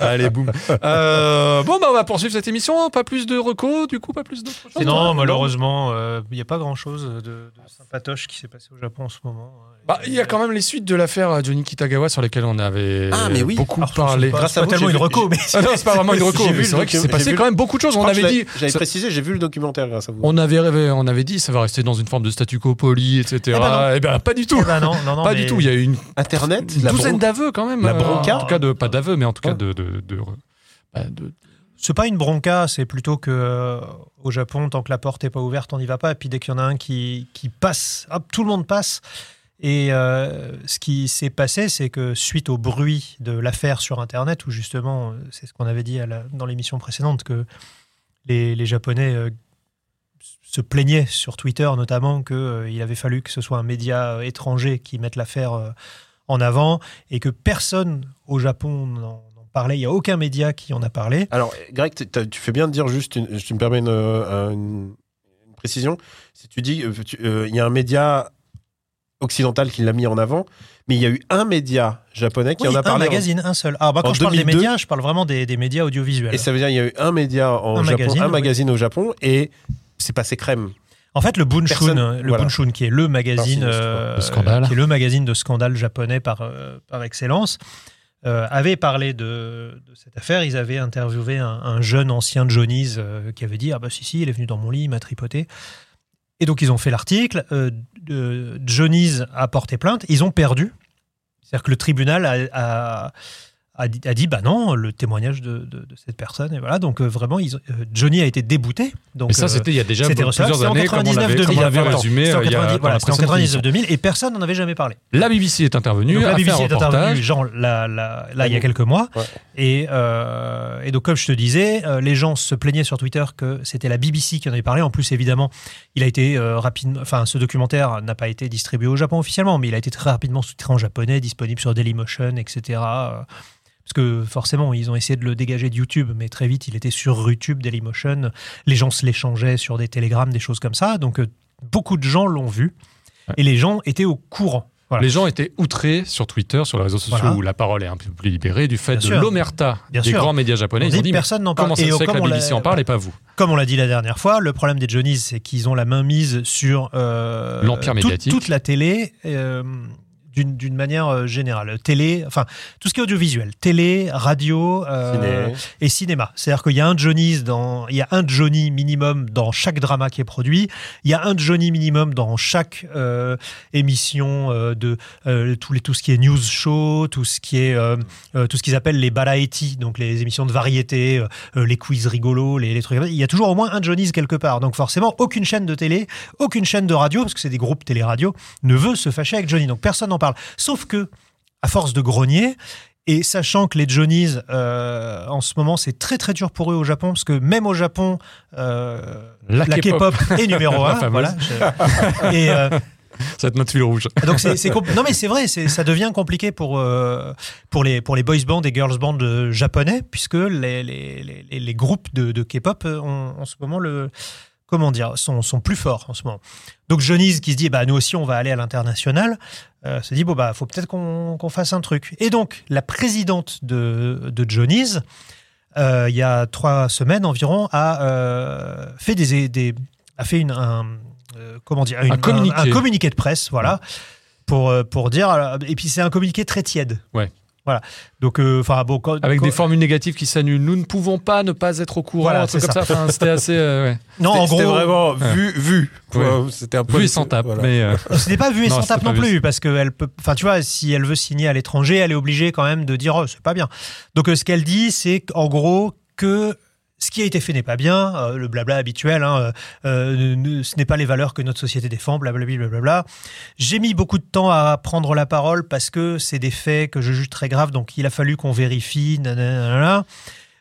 Allez, boum.
Euh, bon, bah, on va poursuivre cette émission. Pas plus de recos, du coup, pas plus d'autres choses.
Sinon, malheureusement, euh, il n'y a pas grand-chose de, de sympatoche qui s'est passé au Japon en ce moment. hein.
Bah, il y a quand même les suites de l'affaire euh, Johnny Kitagawa sur lesquelles on avait euh,
Ah, mais oui.
beaucoup
Alors,
parlé.
c'est pas-
Grâce
c'est
à
pas
vous,
tellement
j'ai
une
vu-
reco, mais
Ah non, c'est pas vraiment une reco,
[LAUGHS] J'ai
mais
vu
c'est
le
vrai qu'il
document-
s'est passé
j'ai vu
quand même beaucoup de choses.
Je
On
crois que
avait
je l'ai-
dit,
J'avais
ça-
précisé, j'ai vu le documentaire grâce à vous.
on avait rêvé, on avait dit, ça va rester dans une forme de statu quo poli, etc. Eh
Eh
Ah,
ben non.
ben, pas du tout.
Ah non, non, non,
Pas
mais-
du tout. Il y a eu une,
Internet,
une
la
douzaine
bronca.
d'aveux quand même.
La
euh,
bronca.
En tout cas, de, pas d'aveux, mais en tout cas
Ouais.
de. de, de- bah, de-
C'est pas une bronca, c'est plutôt que euh, au Japon, tant que la porte est pas ouverte, on n'y va pas. Et puis dès qu'il y en a un qui, qui passe, hop, tout le monde passe. Et euh, ce qui s'est passé, c'est que suite au bruit de l'affaire sur Internet, où justement, euh, c'est ce qu'on avait dit à la- dans l'émission précédente, que les, les Japonais euh, se plaignaient sur Twitter notamment qu'il avait fallu que ce soit un média euh, étranger qui mette l'affaire euh, en avant et que personne au Japon n'en n'en parlait. Il n'y a aucun média qui en a parlé.
Alors, Greg, t'es- t'as- tu fais bien de dire juste, une- tu me permets une, euh, une- une précision. Si tu dis, euh, tu- euh, il y a un média occidental qui l'a mis en avant, mais il y a eu un média japonais qui
Oui,
en a
un
parlé. en-
magazine, un seul. Ah, bah, quand
en
je parle des
2002.
médias, je parle vraiment des, des médias audiovisuels.
Et ça veut dire il y a eu un média en
Un
Japon,
magazine,
un
oui.
magazine au Japon, et c'est passé crème.
En fait, le Bunshun,
Personne-
le
voilà.
Bunshun, qui est le magazine,
Alors, c'est-
euh,
de scandale.
qui est le magazine de scandale japonais par, euh, par excellence, euh, avait parlé de, de cette affaire. Ils avaient interviewé un, un jeune ancien Johnny's euh, qui avait dit ah bah si si, il est venu dans mon lit, il m'a tripoté. Et donc ils ont fait l'article. euh, de- Johnny's a porté plainte. Ils ont perdu. C'est-à-dire que le tribunal a, a- a dit, a dit, bah non, le témoignage de, de- de cette personne. Et voilà, donc euh, vraiment, ils ont- euh, Johnny a été débouté. Donc,
Mais ça,
euh,
c'était il y a déjà
c'était
plusieurs années, comme on l'avait comme on
2000,
l'avait
voilà.
résumé.
C'était en
euh, il y a-
90,
dans
voilà,
la
c'était en
précédente
99 2000 et personne n'en avait jamais parlé.
émission. La BBC est intervenue,
Donc,
a
la
fait un
BBC est
reportage.
intervenue genre là, là, là, il y a
Ouais.
quelques mois
Ouais.
et, euh, et donc comme je te disais, euh, les gens se plaignaient sur Twitter que c'était la BBC qui en avait parlé. En plus évidemment, il a été euh, rapide. Enfin, ce documentaire n'a pas été distribué au Japon officiellement, mais il a été très rapidement sous-titré en japonais, disponible sur Dailymotion, etc. euh, Parce que forcément, ils ont essayé de le dégager de YouTube, mais très vite, il était sur YouTube, Dailymotion. Les gens se l'échangeaient sur des télégrammes, des choses comme ça. Donc, euh, beaucoup de gens l'ont vu. Et les gens étaient au courant. Voilà.
Les gens étaient outrés sur Twitter, sur les réseaux sociaux
Voilà.
où la parole est un peu plus libérée du fait
Bien
de
sûr.
l'omerta des
Bien sûr.
grands médias japonais.
On
Ils
dit
ont dit, mais
personne n'en parle.
comment ça
Et
se fait que
comme
la
on l'a-
BBC en parle et pas vous
Comme on l'a dit la dernière fois, le problème des Johnnies, c'est qu'ils ont la main mise sur euh,
L'empire
toute-
médiatique.
toute la télé euh, d'une d'une manière euh, générale. Télé, enfin, tout ce qui est audiovisuel. Télé, radio euh,
Ciné.
et cinéma. C'est-à-dire qu'il y a un Johnny's dans, il y a un Johnny minimum dans chaque drama qui est produit. Il y a un Johnny minimum dans chaque euh, émission euh, de euh, tout, les, tout ce qui est news show, tout ce qui est euh, euh, tout ce qu'ils appellent les variety, donc les émissions de variété, euh, euh, les quiz rigolos, les, les trucs. comme ça. Il y a toujours au moins un Johnny's quelque part. Donc forcément, aucune chaîne de télé, aucune chaîne de radio, parce que c'est des groupes télé-radio, ne veut se fâcher avec Johnny. Donc personne n'en parle. Sauf que, à force de grogner. Et sachant que les Johnnies, euh, en ce moment, c'est très très dur pour eux au Japon, parce que même au Japon, euh,
La K-pop.
est numéro
La
un. voilà. Je- Et, euh,
Cette note fil rouge.
Ah, donc c'est c'est compl- non mais c'est vrai, c'est- ça devient compliqué pour euh, pour les pour les boys bands et girls bands euh, japonais puisque les les, les- les- les groupes de, de K-pop euh, ont en ce moment le comment dire sont, sont plus forts en ce moment. Donc Johnny's qui se dit bah nous aussi on va aller à l'international euh, se dit bon bah faut peut-être qu'on qu'on fasse un truc. Et donc la présidente de de Johnny's euh, il y a trois semaines environ a euh, fait des, des a fait une un, euh, comment dire une-
communiqué.
un communiqué de presse voilà pour, euh, pour dire. euh, Et puis c'est un communiqué très tiède.
Ouais.
Voilà. Donc, euh, enfin bon. quand-
Avec
quand-
des formules négatives qui s'annulent. Nous ne pouvons pas ne pas être au courant.
Voilà,
un truc
c'est
comme ça. Enfin, c'était assez. euh, ouais.
Non, en
C'était
gros, euh,
vraiment vu, vu.
Ouais.
Quoi, C'était un peu.
Vu et sans tape.
Voilà.
Mais euh,
c'était pas vu et
Non,
sans
c'était
tape
pas
non
vu.
plus, parce que elle peut. Enfin, tu vois, si elle veut signer à l'étranger, elle est obligée quand même de dire, oh, c'est pas bien. Donc, euh, ce qu'elle dit, c'est en gros que. Ce qui a été fait n'est pas bien, euh, le blabla habituel, hein, euh, euh, ne- ne- ce n'est pas les valeurs que notre société défend, blablabla. blablabla. J'ai mis beaucoup de temps à prendre la parole parce que c'est des faits que je juge très graves, donc il a fallu qu'on vérifie, nanana.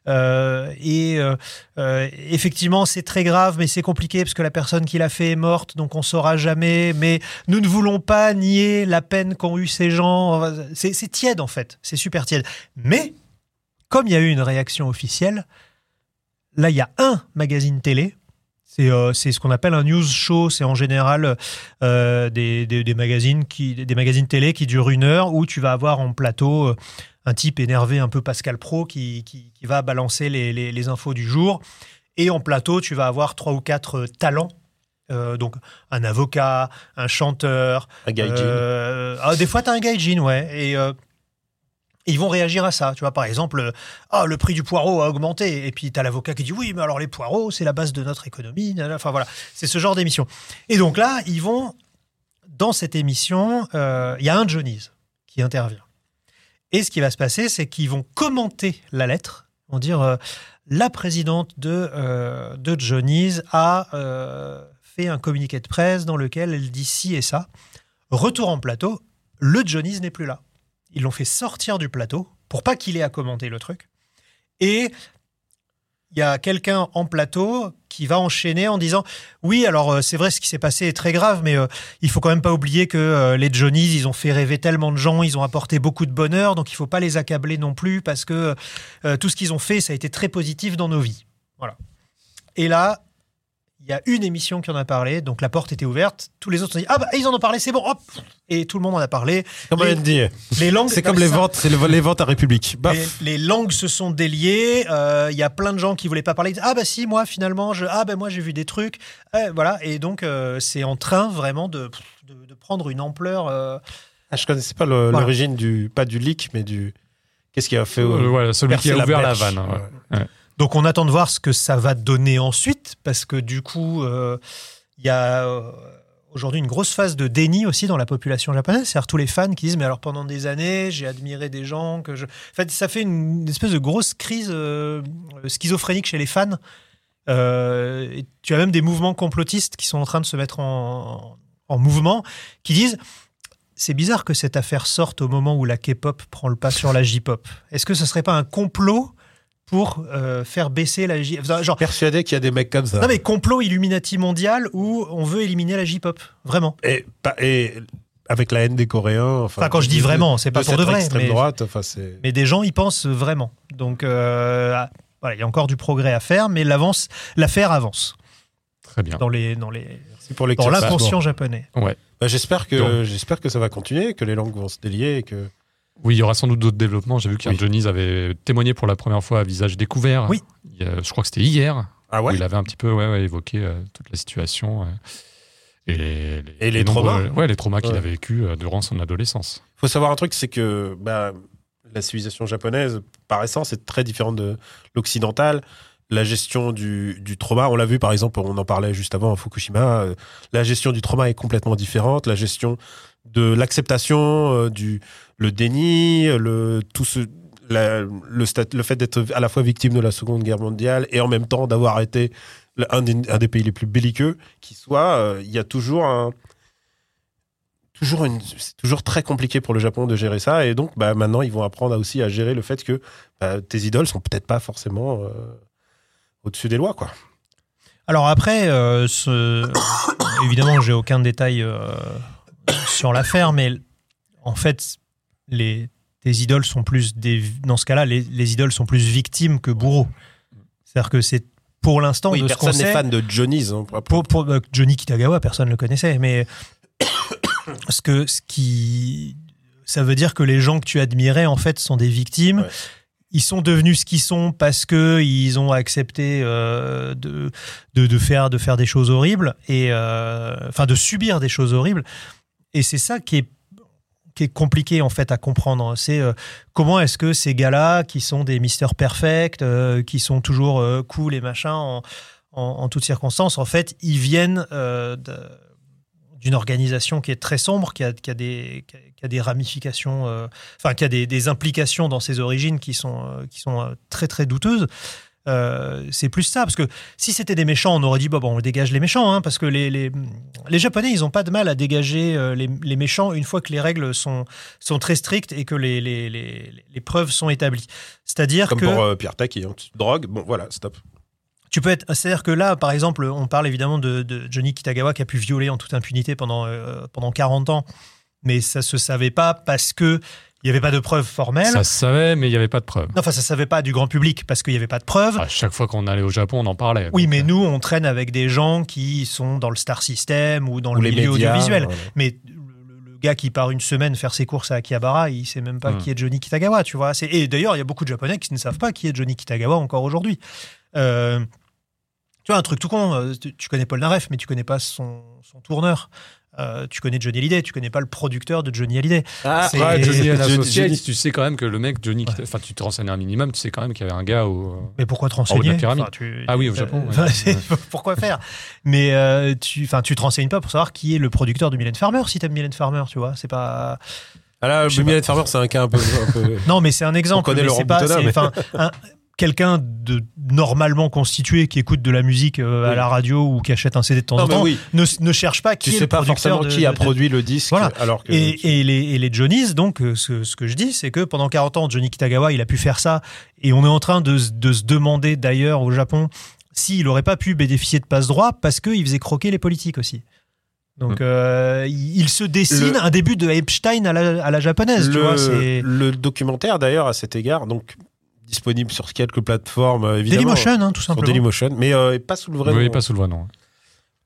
Euh, et euh, euh, effectivement, c'est très grave, mais c'est compliqué parce que la personne qui l'a fait est morte, donc on saura jamais. Mais nous ne voulons pas nier la peine qu'ont eu ces gens. C'est c'est tiède en fait, c'est super tiède. Mais comme il y a eu une réaction officielle, là il y a un magazine télé C'est euh, c'est ce qu'on appelle un news show. C'est en général euh, des, des- des magazines qui, des magazines télé qui durent une heure où tu vas avoir en plateau euh, un type énervé, un peu Pascal Pro, qui, qui- qui va balancer les, les- les infos du jour. Et en plateau, tu vas avoir trois ou quatre euh, talents. Euh, donc un avocat, un chanteur,
Un gaijin.
euh, ah, des fois, tu as un gaijin, ouais. Et euh, ils vont réagir à ça. Tu vois, par exemple, euh, ah, le prix du poireau a augmenté. Et puis, tu as l'avocat qui dit oui, mais alors les poireaux, c'est la base de notre économie. nanana. Enfin, voilà, c'est ce genre d'émission. Et donc là, ils vont, dans cette émission, euh, il y a un Johnny's qui intervient. Et ce qui va se passer, c'est qu'ils vont commenter la lettre, ils vont dire euh, la présidente de, euh, de Johnny's a euh, fait un communiqué de presse dans lequel elle dit ci et ça. Retour en plateau, le Johnny's n'est plus là. Ils l'ont fait sortir du plateau pour pas qu'il ait à commenter le truc. Et il y a quelqu'un en plateau qui va enchaîner en disant oui alors euh, c'est vrai ce qui s'est passé est très grave mais euh, il faut quand même pas oublier que euh, les Johnnies ils ont fait rêver tellement de gens ils ont apporté beaucoup de bonheur donc il faut pas les accabler non plus parce que euh, tout ce qu'ils ont fait ça a été très positif dans nos vies voilà et là il y a une émission qui en a parlé donc la porte était ouverte tous les autres ont dit ah bah ils en ont parlé c'est bon hop et tout le monde en a parlé
Comment
les-
elle dit
les langues
C'est
non,
comme
mais
les
ça-
ventes, c'est le- les ventes à République. Baf.
les, les langues se sont déliées. euh, Il y a plein de gens qui voulaient pas parler. Ils disent, Ah bah si, moi finalement, je, ah bah moi j'ai vu des trucs. Eh, voilà. Et donc euh, c'est en train vraiment de, de, de prendre une ampleur. euh,
Ah, je connaissais pas le-
Voilà.
l'origine du pas du leak, mais du qu'est-ce qui a fait euh,
Euh, voilà, celui qui
percer
a ouvert la,
brèche.
vanne. hein.
hein,
ouais.
Donc on attend de voir ce que ça va donner ensuite, parce que du coup, euh, il y a euh, aujourd'hui une grosse phase de déni aussi dans la population japonaise. C'est-à-dire tous les fans qui disent, mais alors pendant des années, j'ai admiré des gens que je... En fait, ça fait une espèce de grosse crise euh, schizophrénique chez les fans. Euh, et tu as même des mouvements complotistes qui sont en train de se mettre en, en mouvement, qui disent... C'est bizarre que cette affaire sorte au moment où la K-pop prend le pas sur la J-pop. Est-ce que ce serait pas un complot pour euh, faire baisser la J. Genre,
Persuadé qu'il y a des mecs comme ça.
non mais complot Illuminati mondial où on veut éliminer la J-pop, vraiment.
Et, pas- et avec la haine des Coréens. Enfin,
Enfin, quand je dis vraiment, c'est pas
de
pour de
cette
vrai,
Extrême
mais,
droite, enfin c'est.
mais des gens y pensent vraiment. Donc euh, ah, voilà, il y a encore du progrès à faire, mais l'avance, l'affaire avance
Très bien.
dans les dans les
C'est pour les
dans
Kids.
l'inconscient
Bon.
japonais.
Bah, j'espère que
Donc.
j'espère que ça va continuer, que les langues vont se délier, et que
Oui, il y aura sans doute d'autres développements. J'ai vu qu'un
Oui.
Johnny's avait témoigné pour la première fois à visage découvert.
Oui.
Il y a- je crois que c'était hier.
ah
où il avait un petit peu ouais, ouais, évoqué euh, toute la situation euh, et les,
Et les traumas.
nombreux- ouais, les traumas qu'il
Ouais.
a vécu euh, durant son adolescence.
faut savoir un truc, c'est que bah, la civilisation japonaise, par essence, est très différente de l'occidentale. La gestion du, du trauma, on l'a vu par exemple, on en parlait juste avant à Fukushima, euh, la gestion du trauma est complètement différente. La gestion de l'acceptation, euh, du le déni, euh, le tout ce la- le, stat- le fait d'être à la fois victime de la Seconde Guerre mondiale et en même temps d'avoir été le- un des, un des pays les plus belliqueux qui soit, euh, il y a toujours un toujours une c'est toujours très compliqué pour le Japon de gérer ça et donc bah maintenant ils vont apprendre à aussi à gérer le fait que bah, tes idoles sont peut-être pas forcément euh, au-dessus des lois quoi.
Alors après, euh, ce... [COUGHS] évidemment, j'ai aucun détail euh, sur l'affaire, mais en fait, les, les idoles sont plus des. Dans ce cas-là, les, les idoles sont plus victimes que bourreaux. C'est-à-dire que c'est pour l'instant de ce qu'on
personne n'est
sait.
fan de Johnny's. hein, pour-
Pour, pour- euh, Johnny Kitagawa, personne ne le connaissait, mais [COUGHS] ce que ce qui ça veut dire que les gens que tu admirais en fait sont des victimes.
Ouais.
Ils sont devenus ce qu'ils sont parce que ils ont accepté euh, de, de de faire de faire des choses horribles et euh, enfin de subir des choses horribles. Et c'est ça qui est qui est compliqué en fait à comprendre. C'est euh, comment est-ce que ces gars-là, qui sont des Mister Perfect, euh, qui sont toujours euh, cool et machin en, en, en toutes circonstances, en fait, ils viennent euh, de- d'une organisation qui est très sombre, qui a, qui a, des, qui a, qui a des ramifications, euh, enfin, qui a des, des implications dans ses origines qui sont, euh, qui sont euh, très très douteuses. Euh, c'est plus ça, parce que si c'était des méchants, on aurait dit, bon, bon, on dégage les méchants, hein, parce que les, les, les Japonais, ils n'ont pas de mal à dégager euh, les, les méchants une fois que les règles sont, sont très strictes et que les, les, les, les preuves sont établies. C'est-à-dire
Comme
que...
pour euh, Pierre Taki, hein, tu te drogues, bon voilà, stop.
Tu peux être, c'est-à-dire que là, par exemple, on parle évidemment de, de Johnny Kitagawa qui a pu violer en toute impunité pendant euh, pendant 40 ans, mais ça se savait pas parce que Il n'y avait pas de preuves formelles.
Ça se savait, mais il n'y avait pas de preuves.
Non, Enfin, ça ne savait pas du grand public parce qu'il n'y avait pas de preuves.
Ah.
À chaque fois qu'on allait au Japon, on en parlait.
Oui,
Donc,
mais
euh,
nous, on traîne avec des gens qui sont dans le star system ou dans
Ou
le
les
milieu
médias,
audiovisuel.
voilà.
Mais le, le gars qui part une semaine faire ses courses à Akihabara, il sait même pas
Hmm.
qui est Johnny Kitagawa, tu vois. C'est- Et d'ailleurs, il y a beaucoup de Japonais qui ne savent pas qui est Johnny Kitagawa encore aujourd'hui. Euh, tu vois, un truc tout con, euh, tu, tu connais Paul Naref, mais tu connais pas son, son tourneur. Euh, tu connais Johnny Hallyday, tu connais pas le producteur de Johnny Hallyday.
Ah,
C'est-
Ouais, euh, Johnny and
Johnny-
Associates,
Johnny-
tu sais quand même que le mec, Johnny,
Ouais.
enfin, tu te renseignes un minimum, tu sais quand même qu'il y avait un gars au.
Mais pourquoi te
haut Ah de la
renseigner
pyramide.
tu-
Ah oui, au
euh,
Japon, ouais.
enfin, c'est- [LAUGHS] pourquoi faire Mais euh, tu, enfin, tu te renseignes pas pour savoir qui est le producteur de Mylène Farmer si t'aimes Mylène Farmer, tu vois. C'est pas.
Ah là,
Je sais
le Millet Farmer, c'est un cas un peu. un
[LAUGHS]
peu-
Non, mais c'est un exemple.
connaît
mais
Laurent
c'est pas-
Boutonnat,
c'est-
mais-
enfin, un- quelqu'un de normalement constitué qui écoute de la musique euh, à la radio ou qui achète un CD de temps
Non,
en
mais
temps
oui,
ne, ne cherche pas qui
tu
est
sais
le
pas
producteur
forcément
de-
qui a
de-
produit euh, le disque.
Voilà.
Alors que.
Et, et les, et les Johnnies, donc, euh, ce, ce que je dis, c'est que pendant 40 ans, Johnny Kitagawa, il a pu faire ça. Et on est en train de, se- de se demander d'ailleurs au Japon s'il n'aurait pas pu bénéficier de passe-droit parce qu'il faisait croquer les politiques aussi. Donc, euh, il il se dessine
Hmm. Le-
un début de Epstein à la, à la japonaise, tu
le,
vois. C'est
le documentaire, d'ailleurs, à cet égard, donc disponible sur quelques plateformes, euh, évidemment.
Dailymotion, hein, tout
Sur
simplement.
Dailymotion, mais euh, pas sous le vrai
Oui,
nom.
pas sous le vrai nom.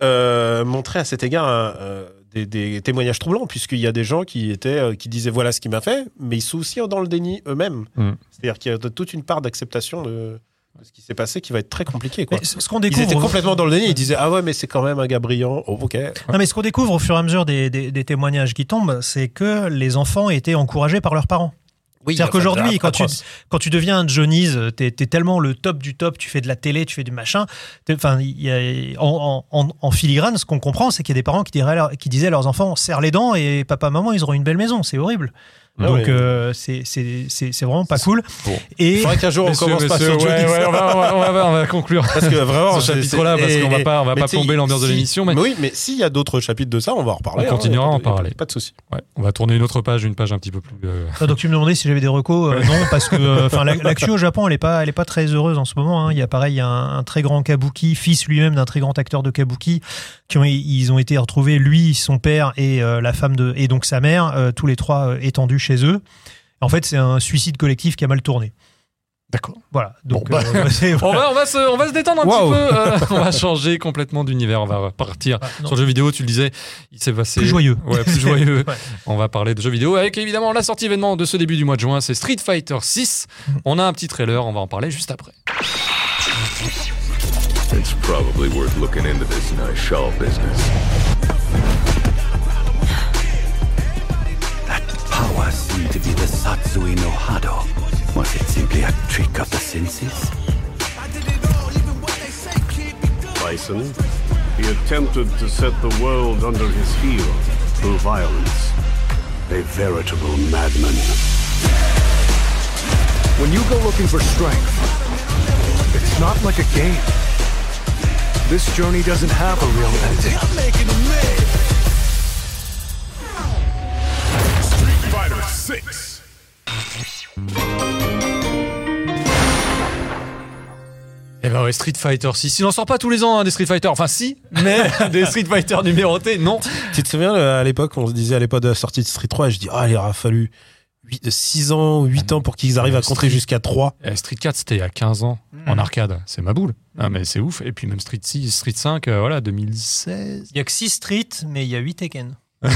euh, montrer à cet égard un, euh, des, des témoignages troublants, puisqu'il y a des gens qui, étaient, euh, qui disaient voilà ce qui m'a fait, mais ils sont aussi dans le déni eux-mêmes.
Mm.
C'est-à-dire qu'il y a toute une part d'acceptation de, de ce qui s'est passé qui va être très compliqué. Quoi.
Mais ce ce qu'on
Ils
découvre.
étaient complètement dans le déni, ils disaient ah ouais, mais c'est quand même un gars brillant, Oh, ok.
Non, mais ce qu'on découvre au fur et à mesure des, des- des témoignages qui tombent, c'est que les enfants étaient encouragés par leurs parents. C'est-à-dire qu'aujourd'hui, quand tu, quand tu deviens un Johnny's, euh, t'es es tellement le top du top, tu fais de la télé, tu fais du machin. T'es- Enfin, il y a- en, en- en- en filigrane, ce qu'on comprend, c'est qu'il y a des parents qui, diraient à leur- qui disaient à leurs enfants serre les dents et papa, maman, ils auront une belle maison. C'est horrible.
Ah
Donc,
ouais.
euh, c'est- c'est c'est- c'est vraiment pas cool.
Bon. Il
Et
faudrait qu'un jour on
Messieurs,
commence pas
messieurs,
sur
ouais,
Johnny.
ouais, on, va, on va- on va- on va conclure
hein. Parce que vraiment,
ce
c'est-
chapitre-là, parce
c'est-
qu'on va pas, on va
Mais
pas
tu sais,
tomber l'ambiance de
si-
l'émission, mais
Oui, mais s'il y a d'autres chapitres de ça, on va en reparler. hein.
On continuera à en
Y a pas- y a
parler.
Pas de souci.
ouais, on va tourner une autre page, une page un petit peu plus. euh,
Ah, donc tu me demandais si j'avais des recos euh, Non, parce que euh, enfin la- l'actu au Japon, elle est pas, elle est pas très heureuse en ce moment. hein. Il y a pareil, il y a un, un très grand kabuki, fils lui-même d'un très grand acteur de kabuki, qui ont, ils ont été retrouvés lui, son père et euh, la femme de et donc sa mère, euh, tous les trois euh, étendus chez eux. En fait, c'est un suicide collectif qui a mal tourné.
D'accord.
Voilà. Donc
Bon, bah,
euh, c'est-
[LAUGHS] [LAUGHS] On va, on va se, on va se détendre un petit
Wow.
peu. [LAUGHS] euh, on va changer complètement d'univers. On va partir
Ah, non.
sur le jeu vidéo. Tu le disais, il s'est passé.
plus joyeux.
[LAUGHS] Ouais, plus joyeux.
Ouais.
On va parler de jeux vidéo avec évidemment la sortie événement de ce début du mois de juin, c'est Street Fighter 6. On a un petit trailer, on va en parler juste après.
It's probably worth looking into this nice shawl business. That power seemed to be the Satsui no Hado. Was it simply a trick of the senses?
Bison. He attempted to set the world under his heel through violence. A veritable madman.
When you go looking for strength, it's not like a game. This journey doesn't have a real ending.
Fighter 6.
Eh ben ouais, Street Fighter 6. Il n'en sort pas tous les ans hein, des Street Fighter. Enfin, si, mais [LAUGHS] des Street Fighter numérotés, non.
Tu te souviens, le- à l'époque, on se disait à l'époque de la sortie de Street 3, je dis, ah, il aura fallu 6 ans, 8 ans pour qu'ils arrivent à compter jusqu'à 3.
Eh, Street 4, c'était à 15 ans en arcade. C'est ma boule. Ah, mais c'est ouf. Et puis même Street 6, Street 5, euh, voilà, 2016.
Il y a que 6 streets, mais il y a
[LAUGHS]
8 Tekken.
Je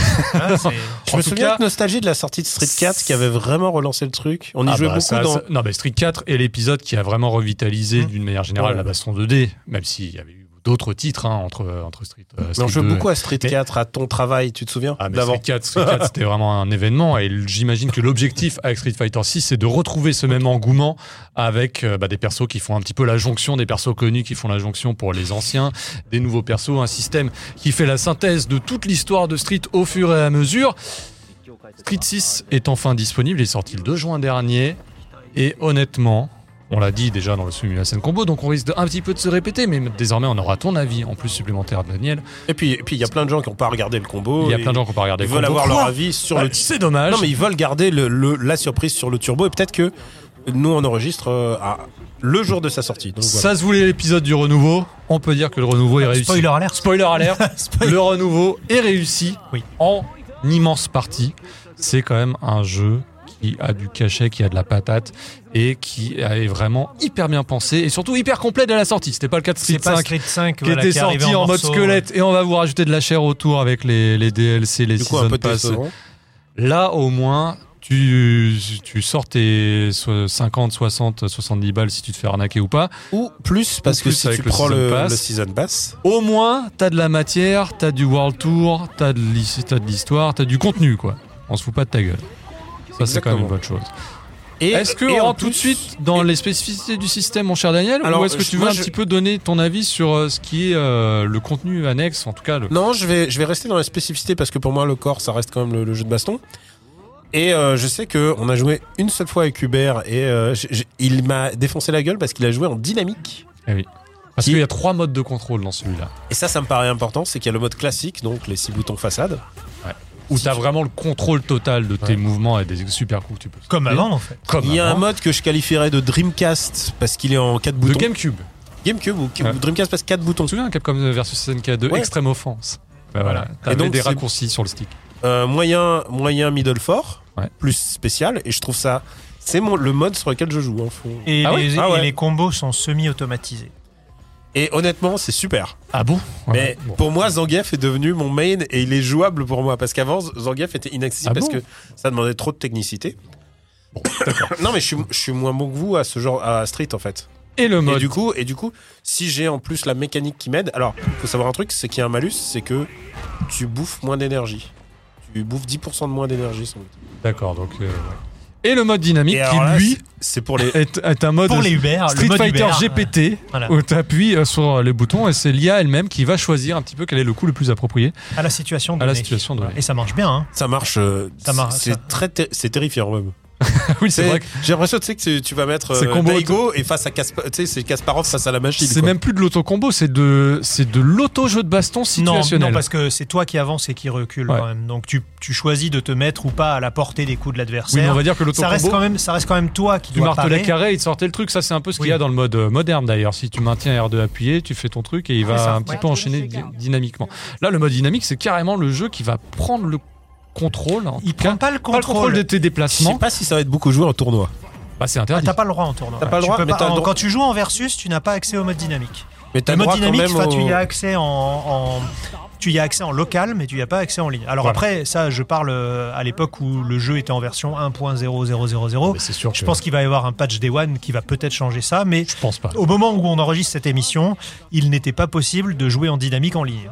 En
me
tout
souviens
cas-
avec nostalgie de la sortie de Street 4 qui avait vraiment relancé le truc. On y
Ah
jouait
bah,
beaucoup
ça,
dans.
ça- Non, mais Street 4 est l'épisode qui a vraiment revitalisé
Mm.
d'une manière générale
Ouais.
la baston 2D, même s'il y avait eu d'autres titres hein, entre, entre Street, euh,
Mais on
Street
jouait
2.
beaucoup à Street
Mais-
4, à ton travail, tu te souviens
Ah, mais
D'avant.
Street 4, Street 4, c'était vraiment un événement et l- j'imagine que l'objectif avec Street Fighter 6 c'est de retrouver ce même engouement avec euh, bah, des persos qui font un petit peu la jonction, des persos connus qui font la jonction pour les anciens, des nouveaux persos, un système qui fait la synthèse de toute l'histoire de Street au fur et à mesure. Street 6 est enfin disponible, il est sorti le 2 juin dernier et honnêtement, on l'a dit déjà dans le Simulation Combo, donc on risque de- un petit peu de se répéter, mais désormais on aura ton avis en plus supplémentaire, Daniel.
Et puis, et puis, il y a plein de gens qui n'ont pas regardé le combo.
Il y a
Oh, et
plein de gens qui ont pas regardé.
Ils veulent
Combo
avoir leur
3.
avis sur
Bah,
Ah, le.
C'est dommage.
Non, mais ils veulent garder le, le- la surprise sur le turbo et peut-être que nous, on enregistre euh, à- le jour de sa sortie. Donc, voilà.
Ça se voulait l'épisode du renouveau. On peut dire que le renouveau est réussi.
Spoiler alert.
Spoiler alert.
[LAUGHS] Spoiler.
Le renouveau est réussi
Oui.
en immense partie. C'est quand même un jeu qui qui a du cachet, qui a de la patate et qui est vraiment hyper bien pensé et surtout hyper complet dès la sortie. C'était pas le cas de Street
C'est pas
5
Street 5
qui
voilà,
était
est arrivé
sorti en, mode
morceaux, euh,
squelette et on va vous rajouter de la chair autour avec les, les DLC, les
Du coup,
season
un peu
pass.
décevant.
Là, au moins, tu, tu sors tes so- 50, 60, 70 balles si tu te fais arnaquer ou pas.
Ou plus,
Ou
parce que
plus
si
avec
tu
le
prends
season
le,
pass.
le Season Pass,
Au moins, t'as de la matière, t'as du World Tour, t'as de l'hi- t'as de l'histoire, t'as du contenu, quoi. On se fout pas de ta gueule. Ça, c'est quand même
Exactement.
une bonne chose.
Et-
Est-ce que
et
on
en
rentre tout de
plus-
suite dans les spécificités du système, mon cher Daniel,
Alors,
ou est-ce que
je-
tu veux
moi,
un
je-
petit peu donner ton avis sur euh, ce qui est euh, le contenu annexe, en tout cas le...
Non, je vais, je vais rester dans la spécificité parce que pour moi, le corps, ça reste quand même le, le jeu de baston. Et euh, je sais que on a joué une seule fois avec Hubert et euh, j- j- il m'a défoncé la gueule parce qu'il a joué en dynamique.
Parce
Qui-
qu'il y a trois modes de contrôle dans celui-là.
Et ça, ça me paraît important, c'est qu'il y a le mode classique, donc les six boutons façade.
Où t'as vraiment le contrôle total de tes mouvements et des super coups que tu peux.
Comme
sauter.
avant, en fait.
Comme
Il y a un
avant.
mode que je qualifierais de Dreamcast parce qu'il est en quatre
de
boutons.
GameCube.
GameCube ou,
Ouais.
ou Dreamcast parce quatre boutons.
Tu te souviens Capcom versus SNK 2
Ouais.
Extrême Offense. Bah voilà,
Et
t'avais
donc,
des
c'est-
raccourcis sur le stick.
Euh, moyen, moyen middle fort,
Ouais.
plus spécial. Et je trouve ça, c'est mon- le mode sur lequel je joue. hein, faut-
Et,
Ah ouais
les,
Ah
et
ouais.
les combos sont semi-automatisés.
Et honnêtement, c'est super.
Ah bon
Mais pour moi, Zangief est devenu mon main et il est jouable pour moi. Parce qu'avant, Zangief était inaccessible
Ah
parce
bon
que ça demandait trop de technicité. [COUGHS] non, mais je suis, je suis moins bon que vous à ce genre, à Street en fait.
Et le
Et
mode.
du coup, et du coup, si j'ai en plus la mécanique qui m'aide, alors faut savoir un truc, c'est qu'il y a un malus, c'est que tu bouffes moins d'énergie. Tu bouffes 10% de moins d'énergie. sans doute.
D'accord, donc. euh, ouais. Et le mode dynamique
Et
qui,
alors là,
lui,
c'est c'est pour les.
est, est un mode
Pour les Uber,
Street
le mode
Fighter
Uber, euh,
GPT
Voilà.
où t'appuies euh, sur les boutons et c'est l'IA elle-même qui va choisir un petit peu quel est le coup le plus approprié.
euh, à la situation
À
donnée.
la situation donnée.
Et ça marche bien. Hein.
Ça marche.
[COUGHS]
euh,
Ça marche,
C'est
ça.
très, ter- c'est terrifiant même.
oui, c'est
C'est-
vrai que
J'ai l'impression tu sais, que tu- tu vas mettre
C'est
euh,
combo
Daigo et face à Kaspa- tu sais, c'est Kasparov face à la machine.
c'est
quoi.
même plus de l'auto-combo, c'est de, c'est de l'auto-jeu de baston
Non,
situationnel.
non, parce que c'est toi qui avances et qui recule
Ouais.
quand même. Donc tu, tu choisis de te mettre ou pas à la portée des coups de
oui, mais
l'adversaire.
on va dire que
ça, reste
l'auto-combo,
quand même, ça reste quand même toi qui
tu
dois
martelais
parler.
carré, il te sortait le truc. Ça, c'est un peu ce qu'il y a
Oui.
dans le mode euh, moderne d'ailleurs. Si tu maintiens R2 appuyé, tu fais ton truc et il va
ça,
un petit peu enchaîner di- dynamiquement. Là, le mode dynamique, c'est carrément le jeu qui va prendre le contrôle. En
Il
tout cas,
prend pas le
pas le contrôle de
contrôle.
tes
Je sais
déplacements.
pas si ça va être beaucoup joué en tournoi.
Bah, c'est
Ah,
interdit.
T'as pas le droit en tournoi.
T'as pas le
Tu
droit,
peux
mais t'as le
en-
droit-
quand tu joues en versus, tu n'as pas accès au mode dynamique.
Mais t'as le
Le mode
droit quand
dynamique,
même.
enfin, tu y
au-
as accès en, en- tu y as accès en local, mais tu y as pas accès en ligne. Alors
Voilà.
après, ça, je parle euh, à l'époque où le jeu était en version 1.0000.
Mais c'est sûr.
Je
que-
pense qu'il va y avoir un patch Day One qui va peut-être changer ça, mais
Je pense pas.
au moment où on enregistre cette émission, il n'était pas possible de jouer en dynamique en ligne.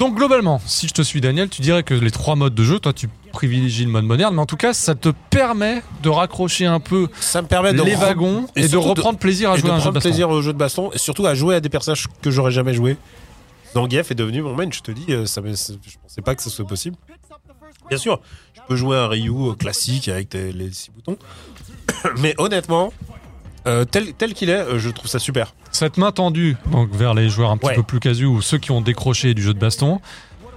Donc globalement, si je te suis Daniel, tu dirais que les trois modes de jeu, toi tu privilégies le mode moderne, mais en tout cas ça te permet de raccrocher un peu
Ça me permet de
les
re-
wagons
et
et, de
surtout de-
reprendre plaisir à
et de
jouer à un jeu de
prendre
baston.
plaisir au jeu de baston et surtout à jouer à des personnages que j'aurais jamais joué. Zangief est devenu mon main, je te dis, euh, ça, me- c'est- je pensais pas que ce soit possible. Bien sûr, je peux jouer à un Ryu euh, classique avec des- les six boutons, [COUGHS] mais honnêtement, euh, tel, tel qu'il est, euh, je trouve ça super.
Cette main tendue donc vers les joueurs un petit
Ouais.
peu plus casus ou ceux qui ont décroché du jeu de baston,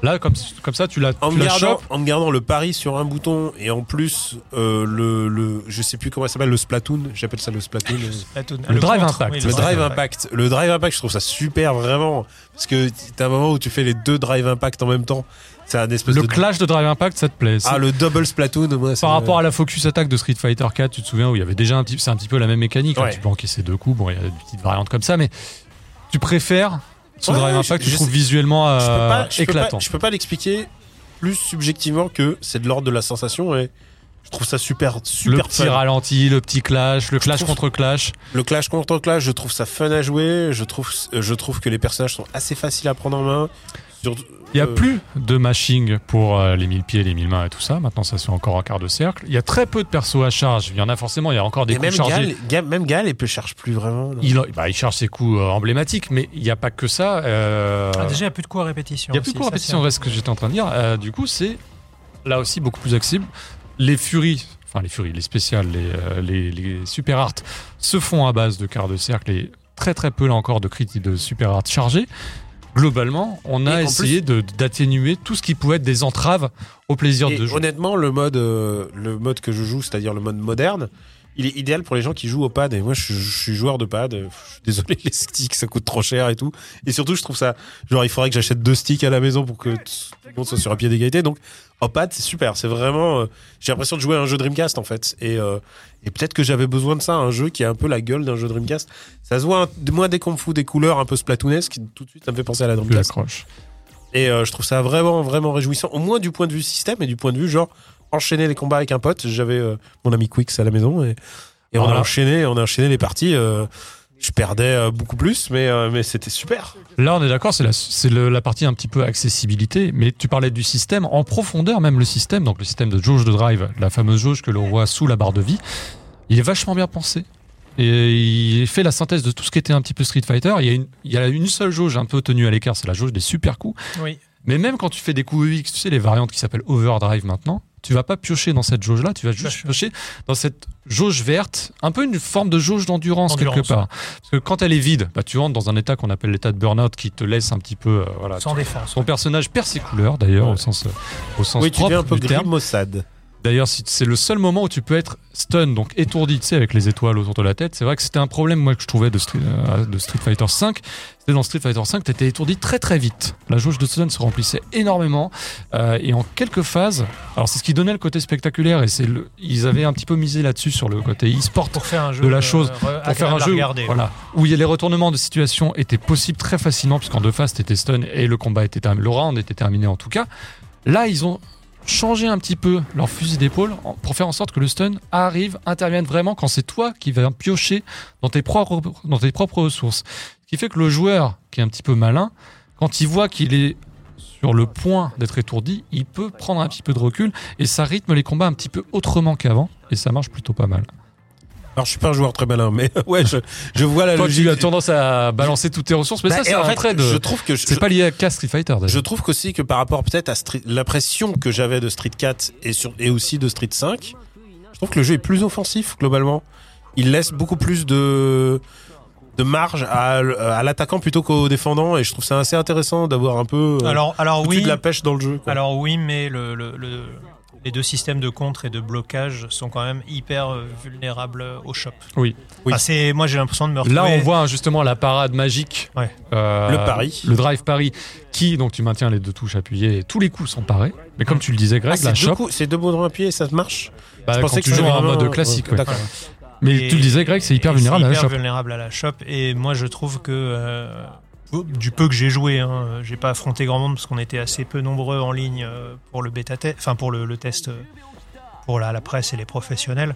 là comme, comme ça tu la,
En
tu
me,
la
gardant,
chopes.
en me gardant le pari sur un bouton et en plus euh, le, le je sais plus comment ça s'appelle le Splatoon j'appelle ça le Splatoon euh,
Le,
drive
contre,
impact.
oui,
le drive impact le drive impact je trouve ça super vraiment parce que t'as un moment où tu fais les deux drive impact en même temps c'est un espèce
Le
de
clash de Drive Impact, ça te plaît
ah le double Splatoon moi
Par rapport à la focus attack de Street Fighter 4, tu te souviens où il y avait déjà un petit, c'est un petit peu la même mécanique. hein,
Ouais.
tu peux encaisser deux coups. Bon, il y a des petites variantes comme ça, mais tu préfères ce
Ouais,
drive
je-
impact que
je
tu trouves
sais-
visuellement euh,
je peux pas je peux pas,
éclatant.
je peux pas l'expliquer plus subjectivement que c'est de l'ordre de la sensation et je trouve ça super super
le petit
fun.
ralenti, le petit clash, le clash
trouve-
contre clash.
Le clash contre clash, je trouve ça fun à jouer. Je trouve, je trouve que les personnages sont assez faciles à prendre en main. Sur-
Il y a
euh,
plus de mashing pour euh, les mille pieds, les mille mains et tout ça. Maintenant, ça se fait encore en quart de cercle. Il y a très peu de persos à charge. Il y en a forcément. Il y a encore des
Et
coups
même
chargés.
Gal, Gal- même Gal, il peut charge plus vraiment. non.
Il, bah, il charge ses coups euh, emblématiques, mais il n'y a pas que ça. euh,
Ah, déjà, il n'y a plus de coups à répétition.
Il n'y a plus de
aussi,
cours à
ça,
répétition,
c'est-
ouais, ce que j'étais en train de dire. Euh, du coup, c'est là aussi beaucoup plus accessible. Les furies, enfin les furies, les spéciales, les, euh, les, les super arts se font à base de quarts de cercle et très très peu là encore de critiques de super arts chargés. Globalement, on
Et en
a
plus-
essayé de- d'atténuer tout ce qui pouvait être des entraves au plaisir
Et
de jouer.
honnêtement, le mode, euh, le mode que je joue, c'est-à-dire le mode moderne, Il est idéal pour les gens qui jouent au pad. Et moi, je, je suis joueur de pad. Euh, Je suis désolé, [LAUGHS] les sticks, ça coûte trop cher et tout. Et surtout, je trouve ça. Genre, il faudrait que j'achète deux sticks à la maison pour que tout le monde soit sur un pied d'égalité. Donc, au pad, c'est super. C'est vraiment. euh, J'ai l'impression de jouer à un jeu Dreamcast, en fait. Et, euh, et peut-être que j'avais besoin de ça, un jeu qui a un peu la gueule d'un jeu Dreamcast. Ça se voit, un- moi, dès qu'on me fout des couleurs un peu splatoonesques, tout de suite, ça me fait penser à la
Tu
Dreamcast.
l'accroches.
Et euh, je trouve ça vraiment, vraiment réjouissant, au moins du point de vue système et du point de vue genre enchaîner les combats avec un pote. J'avais euh, mon ami Quicks à la maison et, et on, a
Voilà.
enchaîné, on a enchaîné les parties. euh, je perdais euh, beaucoup plus, mais, euh, mais c'était super.
Là, on est d'accord, c'est la, c'est le- la partie un petit peu accessibilité, mais tu parlais du système, en profondeur même le système, donc le système de jauge de drive, la fameuse jauge que l'on voit sous la barre de vie, il est vachement bien pensé. Et il fait la synthèse de tout ce qui était un petit peu Street Fighter. Il y a une, il y a une seule jauge un peu tenue à l'écart, c'est la jauge des super coups.
Oui.
Mais même quand tu fais des coups UX, tu sais, les variantes qui s'appellent Overdrive maintenant, tu vas pas piocher dans cette jauge-là, tu vas juste piocher dans cette jauge verte, un peu une forme de jauge d'endurance quelque
Endurance,
part. Parce que quand elle est vide, bah, tu entres dans un état qu'on appelle l'état de burn-out qui te laisse un petit peu. euh, voilà,
Sans défense.
Son personnage perd ses couleurs d'ailleurs, au sens, euh, au sens
Oui, tu
propre
deviens un peu
du terme.
grim Mossad.
D'ailleurs, si- c'est le seul moment où tu peux être stun, donc étourdi, tu sais, avec les étoiles autour de la tête. C'est vrai que c'était un problème, moi, que je trouvais de, Street- euh, de Street Fighter V. C'était dans Street Fighter V, t'étais étourdi très très vite. La jauge de stun se remplissait énormément. euh, et en quelques phases, alors c'est ce qui donnait le côté spectaculaire, et c'est le, ils avaient un petit peu misé là-dessus sur le côté e-sport
Pour faire un jeu.
de la chose,
euh, re-
pour
agréable
faire un
à
jeu
regarder.
où, voilà, où il y a les retournements de situation étaient possibles très facilement, puisqu'en deux phases, t'étais stun et le combat était terminé, le round était terminé en tout cas. Là, ils ont changé un petit peu leur fusil d'épaule en- pour faire en sorte que le stun arrive, intervienne vraiment quand c'est toi qui vas piocher dans tes propres, dans tes propres ressources. Ce qui fait que le joueur, qui est un petit peu malin, quand il voit qu'il est sur le point d'être étourdi, il peut prendre un petit peu de recul et ça rythme les combats un petit peu autrement qu'avant et ça marche plutôt pas mal.
Alors, je suis pas un joueur très malin, mais [LAUGHS] ouais, je, je vois la
Toi,
logique.
tu as tendance à balancer toutes tes ressources, mais
Bah,
ça,
et
c'est
en
un
fait,
trait de.
Je trouve que je-
C'est pas lié à K Street Fighter. d'ailleurs.
Je trouve qu'aussi que par rapport peut-être à Street- l'impression que j'avais de Street 4 et, sur, et aussi de Street 5, je trouve que le jeu est plus offensif globalement. Il laisse beaucoup plus de, de marge à, l- à l'attaquant plutôt qu'au défendant et je trouve ça assez intéressant d'avoir un peu euh,
Alors, alors
foutu
oui.
de la pêche dans le jeu. quoi.
Alors oui, mais le, le- le- les deux systèmes de contre et de blocage sont quand même hyper euh, vulnérables au shop.
Oui.
Oui.
Enfin, c'est- moi j'ai l'impression de me retrouver.
Là, on voit hein, justement la parade magique.
Ouais.
Euh,
Le pari.
Le drive pari. Qui, donc, tu maintiens les deux touches appuyées et tous les coups sont parés. Mais comme tu le disais, Greg,
Ah, c'est
la
deux,
shop,
coups- c'est deux bons à pied et ça marche
bah,
Je
quand
pensais que
tu
ça
joues
avait
en mode
vraiment-
classique.
ouais,
ouais.
d'accord.
Mais
Et-
tu le disais, Greg, c'est hyper
et
vulnérable à la
hyper
shop.
vulnérable à la shop. Et moi, je trouve que euh, du peu que j'ai joué, hein, euh, j'ai pas affronté grand monde parce qu'on était assez peu nombreux en ligne euh, pour le bêta test, enfin pour le, le test euh, pour la, la presse et les professionnels.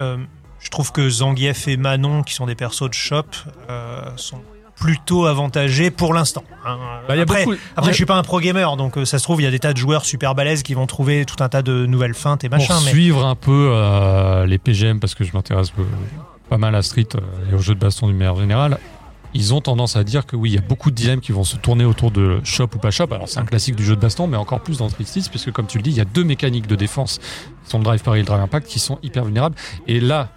Euh, je trouve que Zangief et Manon, qui sont des persos de shop, euh, sont plutôt avantagés pour l'instant. hein.
Bah, il y a
après,
beaucoup-
après
il y a-
je suis pas un pro gamer, donc euh, ça se trouve, il y a des tas de joueurs super balèzes qui vont trouver tout un tas de nouvelles feintes et machin.
pour
mais-
suivre un peu euh, les PGM parce que je m'intéresse euh, pas mal à Street euh, et aux jeux de baston d'une manière générale. Ils ont tendance à dire que oui, il y a beaucoup de dilemmes qui vont se tourner autour de shop ou pas shop. Alors c'est un classique du jeu de baston, mais encore plus dans Street 6, puisque comme tu le dis, il y a deux mécaniques de défense, qui sont le drive parry et le drive impact, qui sont hyper vulnérables. Et là,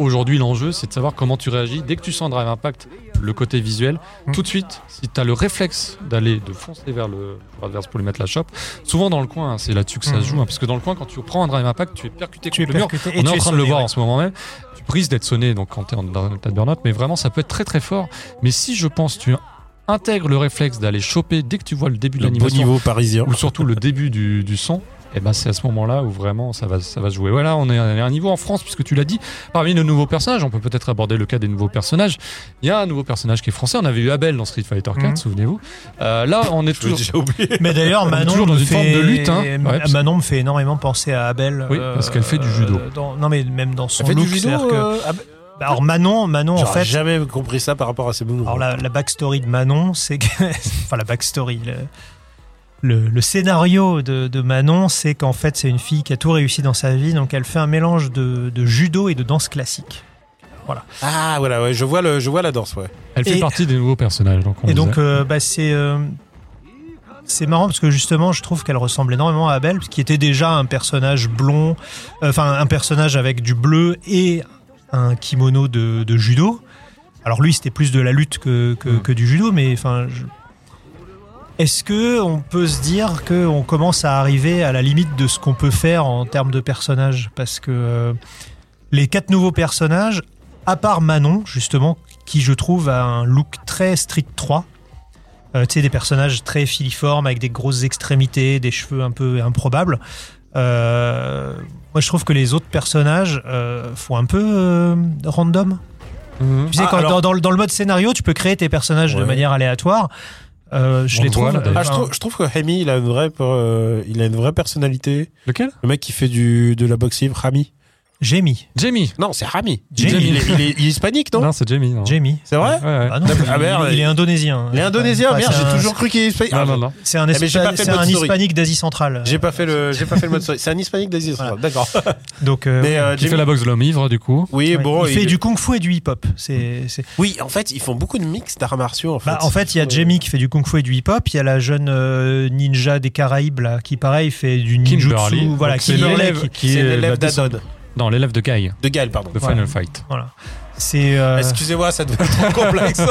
aujourd'hui, l'enjeu, c'est de savoir comment tu réagis. Dès que tu sens un drive impact, le côté visuel,
Hmm.
tout de suite, si tu as le réflexe d'aller, de foncer vers le joueur adverse pour lui mettre la chope, souvent dans le coin, hein, c'est là-dessus que ça se joue, hein, parce que dans le coin, quand tu prends un drive impact, tu es percuté
Hmm. Tu es
contre le mur.
percuté et
On
tu
est en
es
train de le
sonné,
voir
ouais.
en ce moment même. Tu prises d'être sonné, donc quand tu es en dans l'état de burn-out, mais vraiment, ça peut être très très fort. Mais si je pense, tu intègres le réflexe d'aller choper dès que tu vois le début de
le beau
l'animation,
niveau parisien.
ou surtout
[LAUGHS]
le début du, du son, et ben c'est à ce moment-là où vraiment ça va, ça va se jouer. Voilà, on est à un niveau en France, puisque tu l'as dit, parmi nos nouveaux personnages, on peut peut-être aborder le cas des nouveaux personnages. Il y a un nouveau personnage qui est français, on avait eu Abel dans Street Fighter 4,
Mhm.
souvenez-vous. Euh, là, on est
Je l'ai
toujours.
déjà oublié.
Mais d'ailleurs,
On est
Manon
toujours dans
me
une
fait-
forme de lutte, hein. Ouais, parce-
Manon me fait énormément penser à Abel. euh,
Oui, parce qu'elle fait du judo.
dans- non, mais même dans son
Elle fait
look.
du judo.
c'est-à-dire que-
euh, ah,
Bah, Alors Manon, Manon en
J'aurais
fait.
jamais compris ça par rapport à ces mouvements.
Alors la, la backstory de Manon, c'est que, [LAUGHS] enfin la backstory, le, le, le scénario de, de Manon, c'est qu'en fait c'est une fille qui a tout réussi dans sa vie, donc elle fait un mélange de, de judo et de danse classique.
Ah voilà, ouais, je vois le, je vois la danse, ouais.
Elle fait
Et-
partie des nouveaux personnages. Donc on
Et
disait.
donc, euh, bah, c'est. euh, c'est marrant parce que justement, je trouve qu'elle ressemble énormément à Abel, qui était déjà un personnage blond, euh, enfin un personnage avec du bleu et un kimono de, de judo. Alors lui, c'était plus de la lutte que, que, que du judo, mais enfin. je- Est-ce que on peut se dire que on commence à arriver à la limite de ce qu'on peut faire en termes de personnage Parce que euh, les quatre nouveaux personnages, à part Manon, justement, qui je trouve a un look très Street 3. Euh, tu sais, des personnages très filiformes, avec des grosses extrémités, des cheveux un peu improbables. Euh, moi, je trouve que les autres personnages euh, font un peu euh, random. Tu sais,
Ah,
quand,
alors-
dans, dans le- dans le mode scénario, tu peux créer tes personnages de
Ouais.
manière aléatoire. Euh, je les trouve.
Ah, je, trouve, je trouve que Hami, il a une vraie, euh, il a une vraie personnalité.
Lequel
Le mec qui fait du, de la boxe libre, Hami.
Jamie.
Jamie.
Non, c'est Hami.
Jamie.
Il, est, il est- il est hispanique, non,
Non, c'est Jamie. non.
Jamie.
C'est vrai
Ouais, ouais.
Ah non,
Ah,
il,
merde,
il est
il-
indonésien.
Les Indonésiens,
Ouais,
merde,
c'est
j'ai
un-
toujours cru qu'il est hispanique.
Non, non, non.
C'est un,
Eh, mais j'ai pas fait
espa- c'est
le mode
un
story.
hispanique d'Asie centrale.
J'ai pas fait le, j'ai pas fait le mode story. C'est un hispanique d'Asie,
Voilà.
d'accord.
Donc, euh,
Mais euh,
Qui fait
Jamie-
la boxe de l'homme ivre, du coup.
oui,
ouais,
bon,
il fait du kung fu et du hip hop. C'est, c'est-
Oui, en fait, ils font beaucoup de mix d'arts martiaux. En fait,
Bah, en fait, il y a Jamie qui fait du kung fu et du hip hop. Il y a la jeune euh, ninja des Caraïbes là, qui pareil fait du ninjutsu.
Kimberly.
Voilà,
Donc, c'est
Kimberly,
l'élève
qui-
qui
c'est
est
l'élève
la descend-
d'Adon,
Non, l'élève de Guy,
de Gal, pardon.
de Final Fight.
Voilà. C'est. euh,
Excusez-moi, ça devient trop complexe.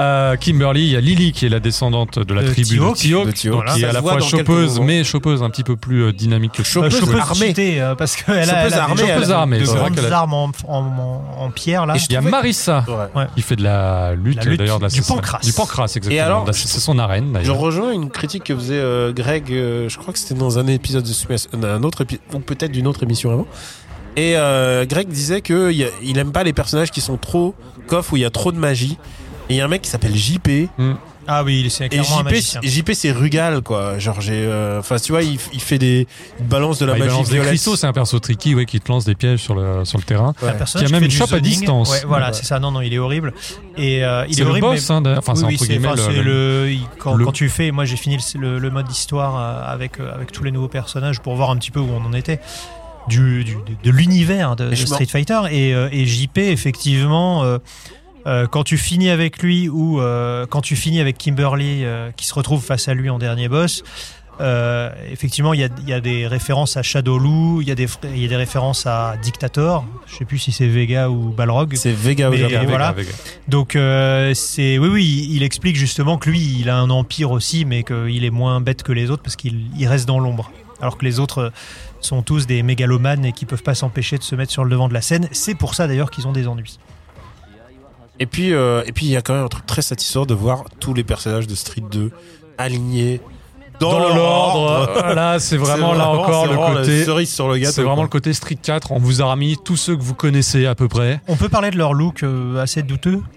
Euh, Kimberly, il y a Lily qui est la descendante de la
De
tribu
Tihok.
de Tihok,
De Tihok.
qui est
Ça
à
se
la
voit
fois
dans quelques
chopeuse,
moments.
mais chopeuse un petit peu plus euh, dynamique que
euh,
Chopeuse
je peux
armée.
chuter, euh, parce qu'elle a, elle
Chopeuse
a
armée,
des
Chopeuse
elle a-
armée,
de
c'est vrai
grandes
qu'elle a-
armes en, en- en- en pierre là.
Il y a Marissa
Ouais.
qui fait de la lutte,
La lutte,
d'ailleurs. de la-
du pancrace.
Du pancrace, exactement.
Et alors,
Là, c'est c'est son arène,
Je
d'ailleurs.
rejoins une critique que faisait euh, Greg, euh, je crois que c'était dans un épisode de Smash- euh, un autre épisode, ou peut-être d'une autre émission avant. Et euh, Greg disait que il y a- il aime pas les personnages qui sont trop coffres, où il y a trop de magie. Et il y a un mec qui s'appelle JP.
Ah oui, c'est
Et
clairement un
JP,
magicien.
JP c'est Rugal, quoi. Genre, j'ai. euh, Enfin, tu vois, il, il fait des. Il balance de la
Bah, il
magie
balance des
violette.
cristaux, c'est un perso tricky ouais, qui te lance des pièges sur le, sur le terrain.
Ouais.
Un personnage
Qui a même
fait
une
du
chope à
zoning.
distance.
Ouais, voilà,
Ouais.
c'est ça. Non, non, il est horrible. Et euh, il
C'est
est
le
horrible.
boss,
mais-
hein, d'ailleurs. enfin, c'est
Oui, oui,
entre guillemets
enfin,
le-
c'est
le-
le- il- quand,
le-
quand tu fais, moi j'ai fini le, le- le mode histoire euh, avec, euh, avec tous les nouveaux personnages pour voir un petit peu où on en était du, du- de, de l'univers de,
Et je
de
me-
Street Fighter. Et, euh, et JP, effectivement, euh, euh, quand tu finis avec lui ou euh, quand tu finis avec Kimberly euh, qui se retrouve face à lui en dernier boss, euh, effectivement, il y a, il y a des références à Shadow Lou, il y, a des fr- il y a des références à Dictator, je sais plus si c'est Vega ou Balrog.
C'est Vega au
Mais,
Japon.
euh, voilà.
Vega.
Donc euh, c'est oui oui, il explique justement que lui, il a un empire aussi, mais qu'il est moins bête que les autres parce qu'il il reste dans l'ombre, alors que les autres euh, sont tous des mégalomanes et qui peuvent pas s'empêcher de se mettre sur le devant de la scène. C'est pour ça d'ailleurs qu'ils ont des ennuis.
Et puis, euh, et puis, il y a quand même un truc très satisfaisant de voir tous les personnages de Street 2 alignés dans,
Dans
leur
l'ordre,
ordre.
[LAUGHS]
[LAUGHS]
voilà, c'est vraiment
C'est
là encore
c'est vraiment
le
la
côté.
cerise sur le gâteau.
C'est vraiment
quoi.
le côté Street 4. On vous a remis tous ceux que vous connaissez à peu près.
On peut parler de leur look euh, assez douteux. Enfin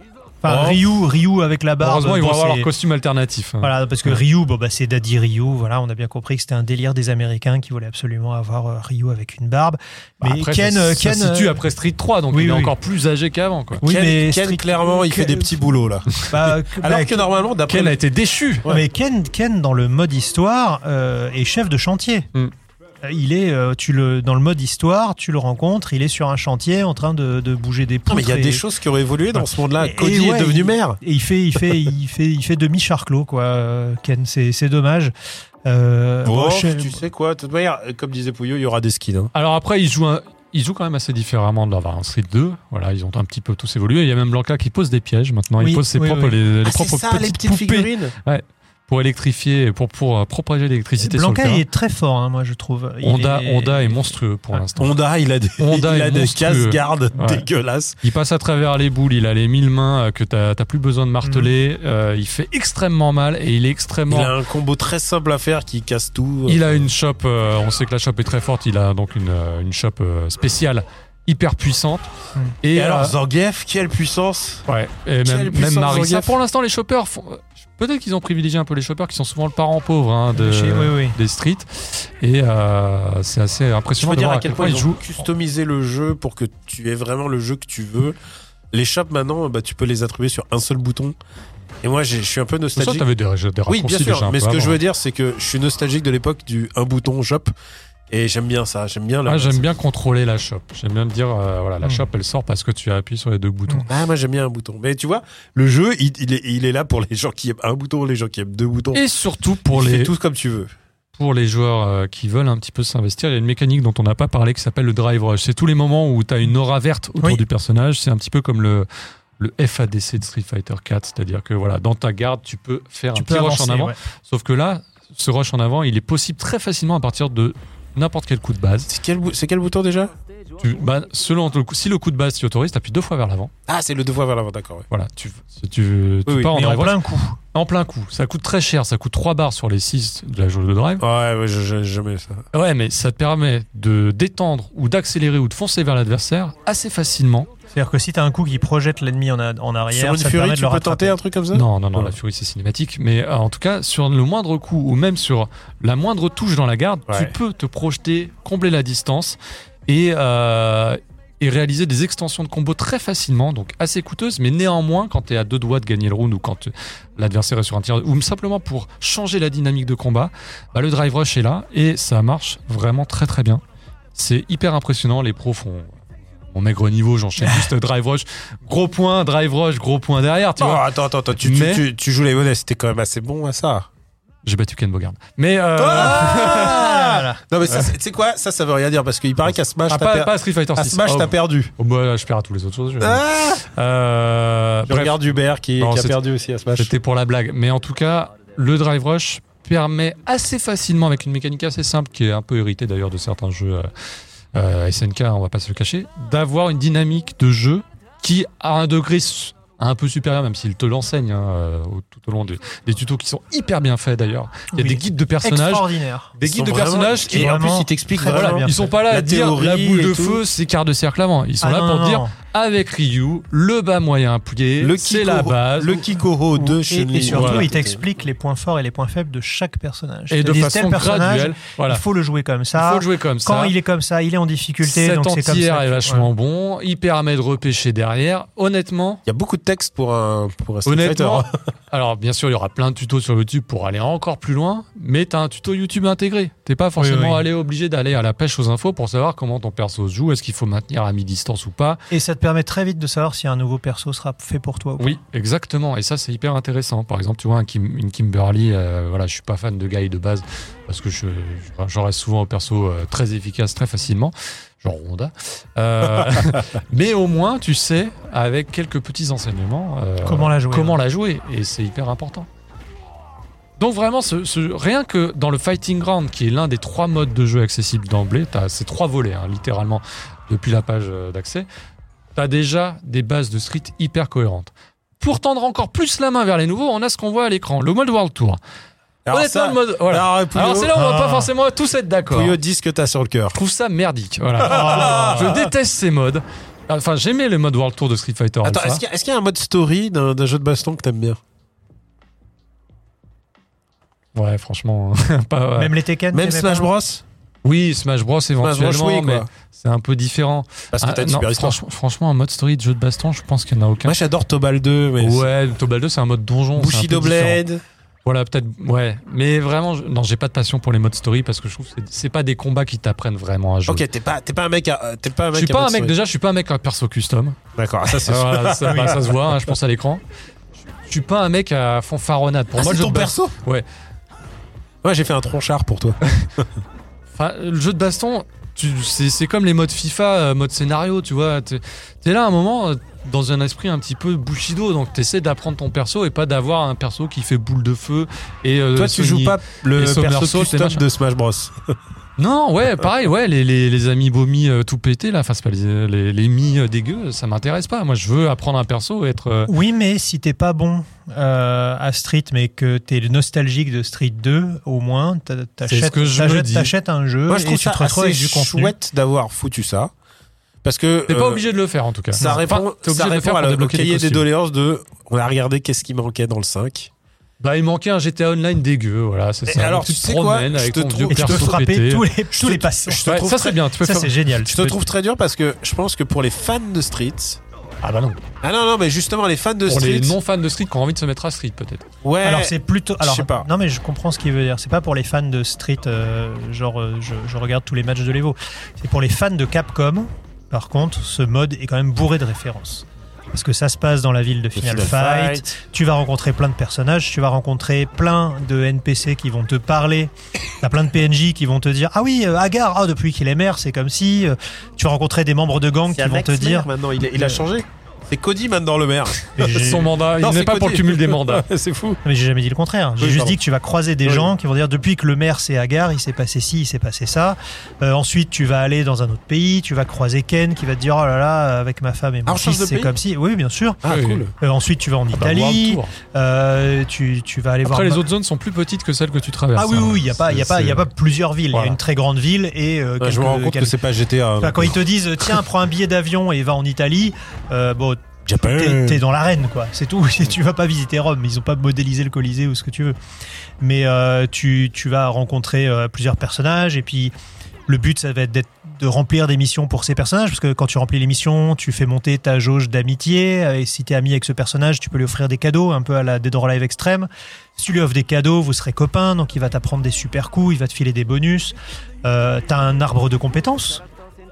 Oh.
Ryu, Ryu avec la barbe.
Heureusement, ils
bon,
vont avoir
c'est-
leur costume alternatif. hein.
Voilà, parce que Ryu, bon, bah, c'est Daddy Ryu. Voilà, on a bien compris que c'était un délire des Américains qui voulaient absolument avoir euh, Ryu avec une barbe.
Bah,
Mais
après,
Ken,
ça,
euh,
ça
Ken,
se situe
euh,
après Street 3, donc
oui,
il est
oui.
encore plus âgé qu'avant. quoi.
oui,
Ken,
mais
Ken,
Street-
clairement, il fait des petits boulots là.
bah,
[LAUGHS]
bah,
Alors que normalement, d'après
Ken a été déchu.
Mais Ken, Ken dans le mode histoire euh, est chef de chantier.
Mm.
Euh, Il est, euh, tu le, dans le mode histoire, tu le rencontres, il est sur un chantier en train de, de bouger des poutres.
Non, mais il y a
et-
des choses qui auraient évolué
Bah,
dans ce monde-là.
eh
Et-
Cody
et ouais,
est devenu
il-
maire.
Et il fait,
[LAUGHS]
il fait, il fait, il fait demi charclos quoi. euh, Ken, c'est, c'est dommage. Euh,
Bon,
moi, je-
tu sais quoi, de toute manière, comme disait Pouillot, il y aura des skins. hein.
Alors après, il joue, un- il joue quand même assez différemment de leur enfin, en Street 2. Voilà, ils ont un petit peu tous évolué. Il y a même Blanca qui pose des pièges maintenant.
Oui,
il pose ses
oui,
propres,
oui.
les, les
Ah,
propres
c'est ça, les
petites
petites
poupées
figurines.
pour électrifier, pour, pour euh, propager l'électricité sur le
Blanca
terrain.
il est très fort, hein, moi je trouve. Il
Honda,
est-
Honda est Ah. monstrueux pour l'instant.
Honda, il a des,
Honda
il
est
a des
monstrueux.
casse-gardes
Ouais.
dégueulasses.
Il passe à travers les boules, il a les mille mains euh, que t'as t'as plus besoin de marteler. Euh, il fait extrêmement mal et il est
Il
extrêmement.
a un combo très simple à faire qui casse tout.
Il a une chope, euh, on sait que la chope est très forte, il a donc une, euh, une chope euh, spéciale hyper puissante.
Mm.
Et,
Hmm. Et alors,
euh,
Zangief, quelle puissance
ouais, et
quelle
même, même
puissance
Marissa.
Zangief.
Pour l'instant, les choppers, font- euh, peut-être qu'ils ont privilégié un peu les choppers qui sont souvent le parent pauvre hein, de-
Chez- oui, oui.
des streets. Et euh, c'est assez
Je
impressionnant
veux
de
dire
voir
à quel point ils ont
jouent.
customisé le jeu pour que tu aies vraiment le jeu que tu veux. Les shops maintenant, bah, tu peux les attribuer sur un seul bouton. Et moi, j'ai- je suis un peu
Ça,
nostalgique.
t'avais des, des
Oui,
raccourcis
bien sûr.
déjà un
Mais
peu
ce que je
avant.
veux dire, c'est que je suis nostalgique de l'époque du un bouton shop. Et j'aime bien ça. J'aime bien la.
Ah, j'aime bien contrôler la chope. J'aime bien me dire, euh, voilà, la
Mm.
Hmm.
chope, elle sort parce que tu as appuyé sur les deux boutons.
Ah, moi j'aime bien un bouton. Mais tu vois, le jeu, il, il est, il est là pour les gens qui aiment un bouton, les gens qui aiment deux boutons.
Et surtout pour
Il fait
les,
tout comme tu veux.
pour les joueurs euh, qui veulent un petit peu s'investir, il y a une mécanique dont on n'a pas parlé qui s'appelle le drive rush. C'est tous les moments où tu as une aura verte autour
Oui.
du personnage. C'est un petit peu comme le, le FADC de Street Fighter 4, c'est-à-dire que voilà, dans ta garde, tu peux faire un
Tu
petit
peux
rush
avancer.
en avant.
ouais.
Sauf que là, ce rush en avant, il est possible très facilement à partir de n'importe quel coup de base.
C'est quel, bou- c'est quel bouton déjà
Tu- bah, selon le coup- si le coup de base t'y autorise, t'appuies deux fois vers l'avant.
Ah, c'est le deux fois vers l'avant, d'accord. ouais.
Voilà, tu, si tu, tu
Oui, oui,
pars en
mais en
drive.
plein coup.
En plein coup. Ça coûte très cher, ça coûte 3 barres sur les 6 de la jauge de drive.
Ouais, ouais, je, je, je mets ça.
Ouais, mais ça te permet de détendre ou d'accélérer ou de foncer vers l'adversaire assez facilement.
C'est-à-dire que si t'as un coup qui projette l'ennemi en, a- en arrière,
Sur une
ça te
furie,
permet de
tu
le
peux
rattraper.
tenter un truc comme ça
Non, non, non,
Ouais.
la furie c'est cinématique. Mais euh, en tout cas, sur le moindre coup ou même sur la moindre touche dans la garde,
Ouais.
tu peux te projeter, combler la distance et, euh, et réaliser des extensions de combos très facilement, donc assez coûteuses, mais néanmoins, quand tu es à deux doigts de gagner le round ou quand euh, l'adversaire est sur un tir, ou simplement pour changer la dynamique de combat, bah, le drive rush est là et ça marche vraiment très très bien. C'est hyper impressionnant, les pros font. Mon maigre niveau,
[LAUGHS]
j'enchaîne juste drive rush, gros point, drive rush, gros point derrière, tu
Non,
vois.
Oh, attends, attends, attends, tu, tu-
Mais-
tu, tu joues les modestes, t'es quand même assez bon à ça.
J'ai battu Ken Bogard. Mais euh,
Ah non, mais ça, c'est- tu sais quoi Ça, ça veut rien dire parce qu'il paraît qu'à Smash,
ah,
t'as
pas, Oh,
per-
pas à Street Fighter
à
6.
Smash, t'as perdu.
bah, je perds à tous les autres choses. je-
Ah
Euh,
Je
bref,
regarde Hubert qui,
bah, Non,
qui a
c'est-
perdu aussi à Smash.
c'était pour la blague. Mais en tout cas, le Drive Rush permet assez facilement, avec une mécanique assez simple, qui est un peu héritée d'ailleurs de certains jeux euh, euh, SNK, on va pas se le cacher, d'avoir une dynamique de jeu qui, à un degré s- un peu supérieur, même s'il te l'enseigne hein, euh, au- tout au long des, des tutos qui sont hyper bien faits d'ailleurs. Il y a
Oui.
des guides de personnages.
Extraordinaire.
Des guides de personnages qui
Et en plus,
vraiment
il t'explique
très
vraiment.
bien.
Ils sont pas là
La
à dire
théorie
la boule
et
de
tout.
feu, c'est quart de cercle avant. Ils sont
Ah
là
non,
pour
non,
dire
non.
avec Ryu, le bas moyen plié,
Le
c'est
Kiko-
la base.
Le Kikoro de
Et,
chez
et surtout,
Voilà.
il t'explique les points forts et les points faibles de chaque personnage.
et de
C'est-à-dire,
façon
tel personnage,
graduelle. Voilà.
il faut le jouer comme
Il
ça.
faut le jouer comme ça.
Quand il est comme ça, il est en difficulté.
Cet
donc c'est comme
entière
ça.
est
que-
vachement bon. Il permet de repêcher derrière. Honnêtement,
Il y a beaucoup de textes pour un, pour un Street
honnêtement.
Fighter.
[LAUGHS] alors, bien sûr, il y aura plein de tutos sur YouTube pour aller encore plus loin, mais t'as un tuto YouTube intégré. T'es pas forcément
oui.
allé obligé d'aller à la pêche aux infos pour savoir comment ton perso se joue, est-ce qu'il faut maintenir à mi-distance ou pas.
Et ça te permet très vite de savoir si un nouveau perso sera fait pour toi. ou pas.
Oui, exactement. Et ça, c'est hyper intéressant. Par exemple, tu vois, un Kim- une Kimberly, euh, voilà, je suis pas fan de Guy de base parce que je, je- j'en reste souvent au perso euh, très efficace, très facilement, genre Ronda. Euh, [LAUGHS] mais au moins, tu sais, avec quelques petits enseignements, euh,
Comment la jouer
hein.
comment la jouer. Et c'est hyper important. Donc vraiment, ce, ce- rien que dans le Fighting Ground, qui est l'un des trois modes de jeu accessibles d'emblée, t'as ces trois volets, hein, littéralement, depuis la page euh, d'accès, t'as déjà des bases de street hyper cohérentes. Pour tendre encore plus la main vers les nouveaux, on a ce qu'on voit à l'écran, le mode World Tour.
hein. Alors,
Honnêtement,
ça-
le mode... Voilà.
alors, euh, Puyo,
Alors c'est là où on va
Ah.
pas forcément tous être d'accord.
Puyo Ah.
Je
dis ce que t'as sur le cœur.
trouve ça merdique. Voilà. Je déteste ces modes. Enfin, j'aimais le mode World Tour de Street Fighter.
Attends,
Alpha.
est-ce qu'il y, a- est-ce qu'il y a un mode story d'un d'un jeu de baston que t'aimes bien
Ouais, franchement, [LAUGHS] pas. euh, ouais.
Même les Tekken.
Même
t'aimais
Smash
pas
Bros
Oui, Smash Bros éventuellement,
Bros, oui, quoi.
mais c'est un peu différent.
Parce que
Ah,
t'as une
non,
super histoire.
franchement, franchement, un mode story de jeu de baston, je pense qu'il n'y en a aucun.
Moi, j'adore Tobal 2, mais.
Hein. ouais, Tobal 2, c'est un mode donjon. c'est un
Bushido
peu différent.
Blade.
Voilà, peut-être. Ouais, mais vraiment, je- non, j'ai pas de passion pour les modes story parce que je trouve que c'est- c'est pas des combats qui t'apprennent vraiment à jouer.
Ok, t'es pas, t'es pas un mec à. euh, T'es pas un
Je
mec
suis
à
pas
mode
un mec
story.
déjà, je suis pas un mec à perso custom.
D'accord, ça [LAUGHS] c'est.
Ah, voilà,
[LAUGHS]
ça, bah, ça se voit, hein, je pense à l'écran. Je suis pas un mec à fanfaronnade. Pour
Ah,
moi,
c'est
le jeu
ton
de baston-
perso
Ouais.
Ouais, j'ai fait un tronchard pour toi.
Enfin, le jeu de baston, tu- c'est c'est comme les modes FIFA, euh, mode scénario, tu vois. T'es t'es là à un moment euh, dans un esprit un petit peu bushido, donc t'essaies d'apprendre ton perso et pas d'avoir un perso qui fait boule de feu et. euh,
Toi, tu
Sony-
joues pas le
et Somersault,
perso
les
custom
machins.
de Smash Bros.
Non,
[LAUGHS]
ouais, pareil, ouais, les, les, les amis bomis euh, tout pétés, là, enfin, c'est pas les, les, les mi euh, dégueux, ça m'intéresse pas. Moi, je veux apprendre un perso et être. euh,
Oui, mais si t'es pas bon euh, à Street, mais que t'es nostalgique de Street 2, au moins, t'a-
C'est ce
t'achètes
que je me
t'achètes-
dis.
t'achètes un jeu
Moi, je
et
trouve
tu
ça
te retrouves
assez
avec du contenu.
chouette d'avoir foutu ça. Parce que.
T'es pas
euh,
obligé de le faire en tout cas.
Ça
Enfin,
répond,
t'es obligé
ça
de le
répond
faire
à
pour
la- au
débloquer des
cahier des
costumes.
doléances de. On a regardé qu'est-ce qui manquait dans le 5.
Bah, il manquait un GTA Online dégueu, voilà, c'est
Et
ça.
alors,
Donc, tu
tu
te
sais quoi
promènes
Je
avec
te
ton
trouve-
vieux
Et tu peux
perso
frapper
pété.
tous les, tous les passants.
je te
Ouais,
trouve
ça
très-
c'est bien, tu peux
Ça,
faire-
c'est génial.
Je
Tu
te
peux-
trouve très dur parce que je pense que pour les fans de Street.
Ah bah non.
Ah non, non, mais justement, les fans de
Pour
Street.
les non fans de Street qui ont envie de se mettre à Street peut-être.
ouais.
Alors c'est plutôt. Alors,
sais pas.
Non mais Eh, je comprends ce qu'il veut dire. C'est pas pour les fans de Street, euh, genre euh, je, je regarde tous les matchs de l'Evo. C'est pour les fans de Capcom. Par contre, ce mode est quand même bourré de références. Parce que ça se passe dans la ville de Final,
Final
Fight. Tu vas rencontrer plein de personnages, tu vas rencontrer plein de NPC qui vont te parler. T'as plein de PNJ qui vont te dire ah oui euh, Agar ah depuis qu'il est maire c'est comme si. euh, Tu vas rencontrer des membres de gang qui vont te dire
maintenant, il, a- il a changé. C'est Cody maintenant le maire.
[LAUGHS]
Mais j'ai-
Son mandat,
Non,
Ah, il n'est
c'est
pas pour le
Cody.
cumul des mandats.
[LAUGHS] c'est fou.
Mais j'ai jamais dit le contraire. J'ai
Oui,
juste
pardon.
dit que tu vas croiser des
Oui.
gens qui vont dire depuis que le maire c'est Agar, il s'est passé ci, il s'est passé ça. Euh, ensuite, tu vas aller dans un autre pays, tu vas croiser Ken qui va te dire oh là là, avec ma femme et
Ah,
mon
on change
fils,
de
c'est
pays
comme si. Oui, bien sûr.
Ah,
Oui.
cool.
Euh, ensuite, tu vas
Ah,
en
Bah, World
Italie.
Tour.
Euh, tu, tu vas aller
Après,
voir.
les autres zones sont plus petites que celles que tu traverses.
ah oui,
hein.
oui, oui, il n'y a, pas- il y a, pas- il y a pas plusieurs villes. Il y
Voilà.
a une très grande ville et euh,
Ouais,
quelques-
je me rends compte que
quelques-
c'est pas GTA.
Enfin, Bah, quand ils te disent tiens, prends un billet d'avion et va en Italie, euh, bon,
Japan.
t'es t'es dans l'arène, quoi. C'est tout. [LAUGHS] tu vas pas visiter Rome. Ils ont pas modélisé le Colisée ou ce que tu veux. Mais euh, tu, tu vas rencontrer euh, plusieurs personnages et puis le but, ça va être d'être- de remplir des missions pour ces personnages parce que quand tu remplis les missions, tu fais monter ta jauge d'amitié euh, et si t'es ami avec ce personnage, tu peux lui offrir des cadeaux, un peu à la Dead or Alive Extreme. Si tu lui offres des cadeaux, vous serez copains, donc il va t'apprendre des super coups, il va te filer des bonus. Euh, T'as un arbre de compétences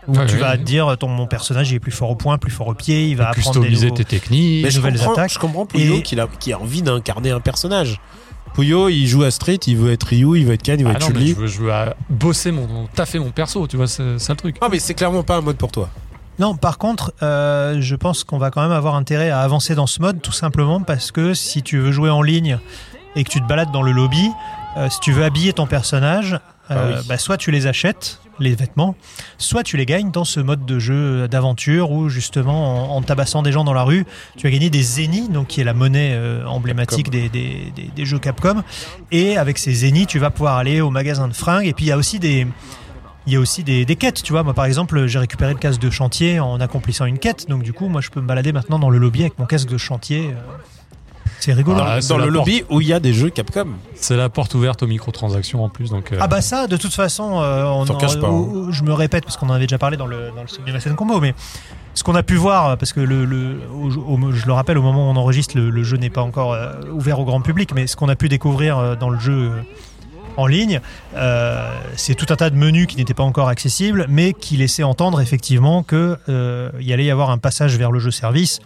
où
Ouais,
tu
ouais.
vas te dire ton mon personnage il est plus fort au point, plus fort au pied, il
Bah,
va apprendre des
Customiser
nouveaux...
tes techniques.
Mais je
nouvelles
comprends,
attaques.
je comprends Puyo
Et-
qu'il a, qui a envie d'incarner un personnage. Puyo, il joue à Street, il veut être Ryu, il veut être Ken, il veut
Ah
être
non, mais
Chun-Li.
je veux, je veux euh, bosser mon, mon- taffer mon perso, tu vois, c'est ça le truc.
Ah, mais c'est clairement pas un mode pour toi.
Non, par contre, euh, je pense qu'on va quand même avoir intérêt à avancer dans ce mode, tout simplement parce que si tu veux jouer en ligne et que tu te balades dans le lobby, euh, si tu veux habiller ton personnage, euh, bah, soit tu les achètes, les vêtements, soit tu les gagnes dans ce mode de jeu d'aventure où justement en, en tabassant des gens dans la rue, tu as gagné des zéniths, donc qui est la monnaie euh, emblématique des, des- des- des jeux Capcom. Et avec ces zéniths, tu vas pouvoir aller au magasin de fringues. Et puis il y a aussi des, il y a aussi des, des quêtes, tu vois. Moi, par exemple, j'ai récupéré le casque de chantier en accomplissant une quête. Donc, du coup, moi, je peux me balader maintenant dans le lobby avec mon casque de chantier. euh. C'est rigolo.
Ah,
Ah,
c'est
Dans
la
le lobby où il y a des jeux Capcom.
C'est la porte ouverte aux microtransactions en plus, donc. euh,
bah ça, de toute façon, euh, on
T'en
en-
caches pas, hein.
oh, oh, je me répète parce qu'on en avait déjà parlé dans le dans le Sony Massen Combo, mais ce qu'on a pu voir, parce que le, le- au- au- je le rappelle, au moment où on enregistre, le, le jeu n'est pas encore euh, ouvert au grand public, mais ce qu'on a pu découvrir euh, dans le jeu euh, en ligne, euh, c'est tout un tas de menus qui n'étaient pas encore accessibles, mais qui laissaient entendre effectivement que euh, il y allait y avoir un passage vers le jeu service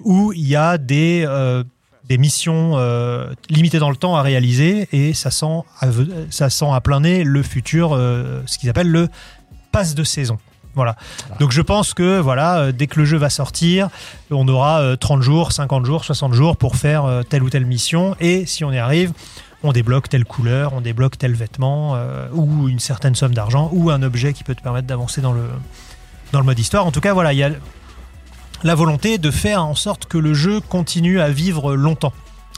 où il y a des euh, des missions euh, limitées dans le temps à réaliser et ça sent à, ve- ça sent à plein nez le futur, euh, ce qu'ils appellent le passe de saison. Voilà. Donc je pense que voilà, euh, dès que le jeu va sortir, on aura euh, 30 jours, 50 jours, 60 jours pour faire euh, telle ou telle mission. Et si on y arrive, on débloque telle couleur, on débloque tel vêtement, euh, ou une certaine somme d'argent, ou un objet qui peut te permettre d'avancer dans le, dans le mode histoire. En tout cas, voilà, il y a la volonté de faire en sorte que le jeu continue à vivre longtemps.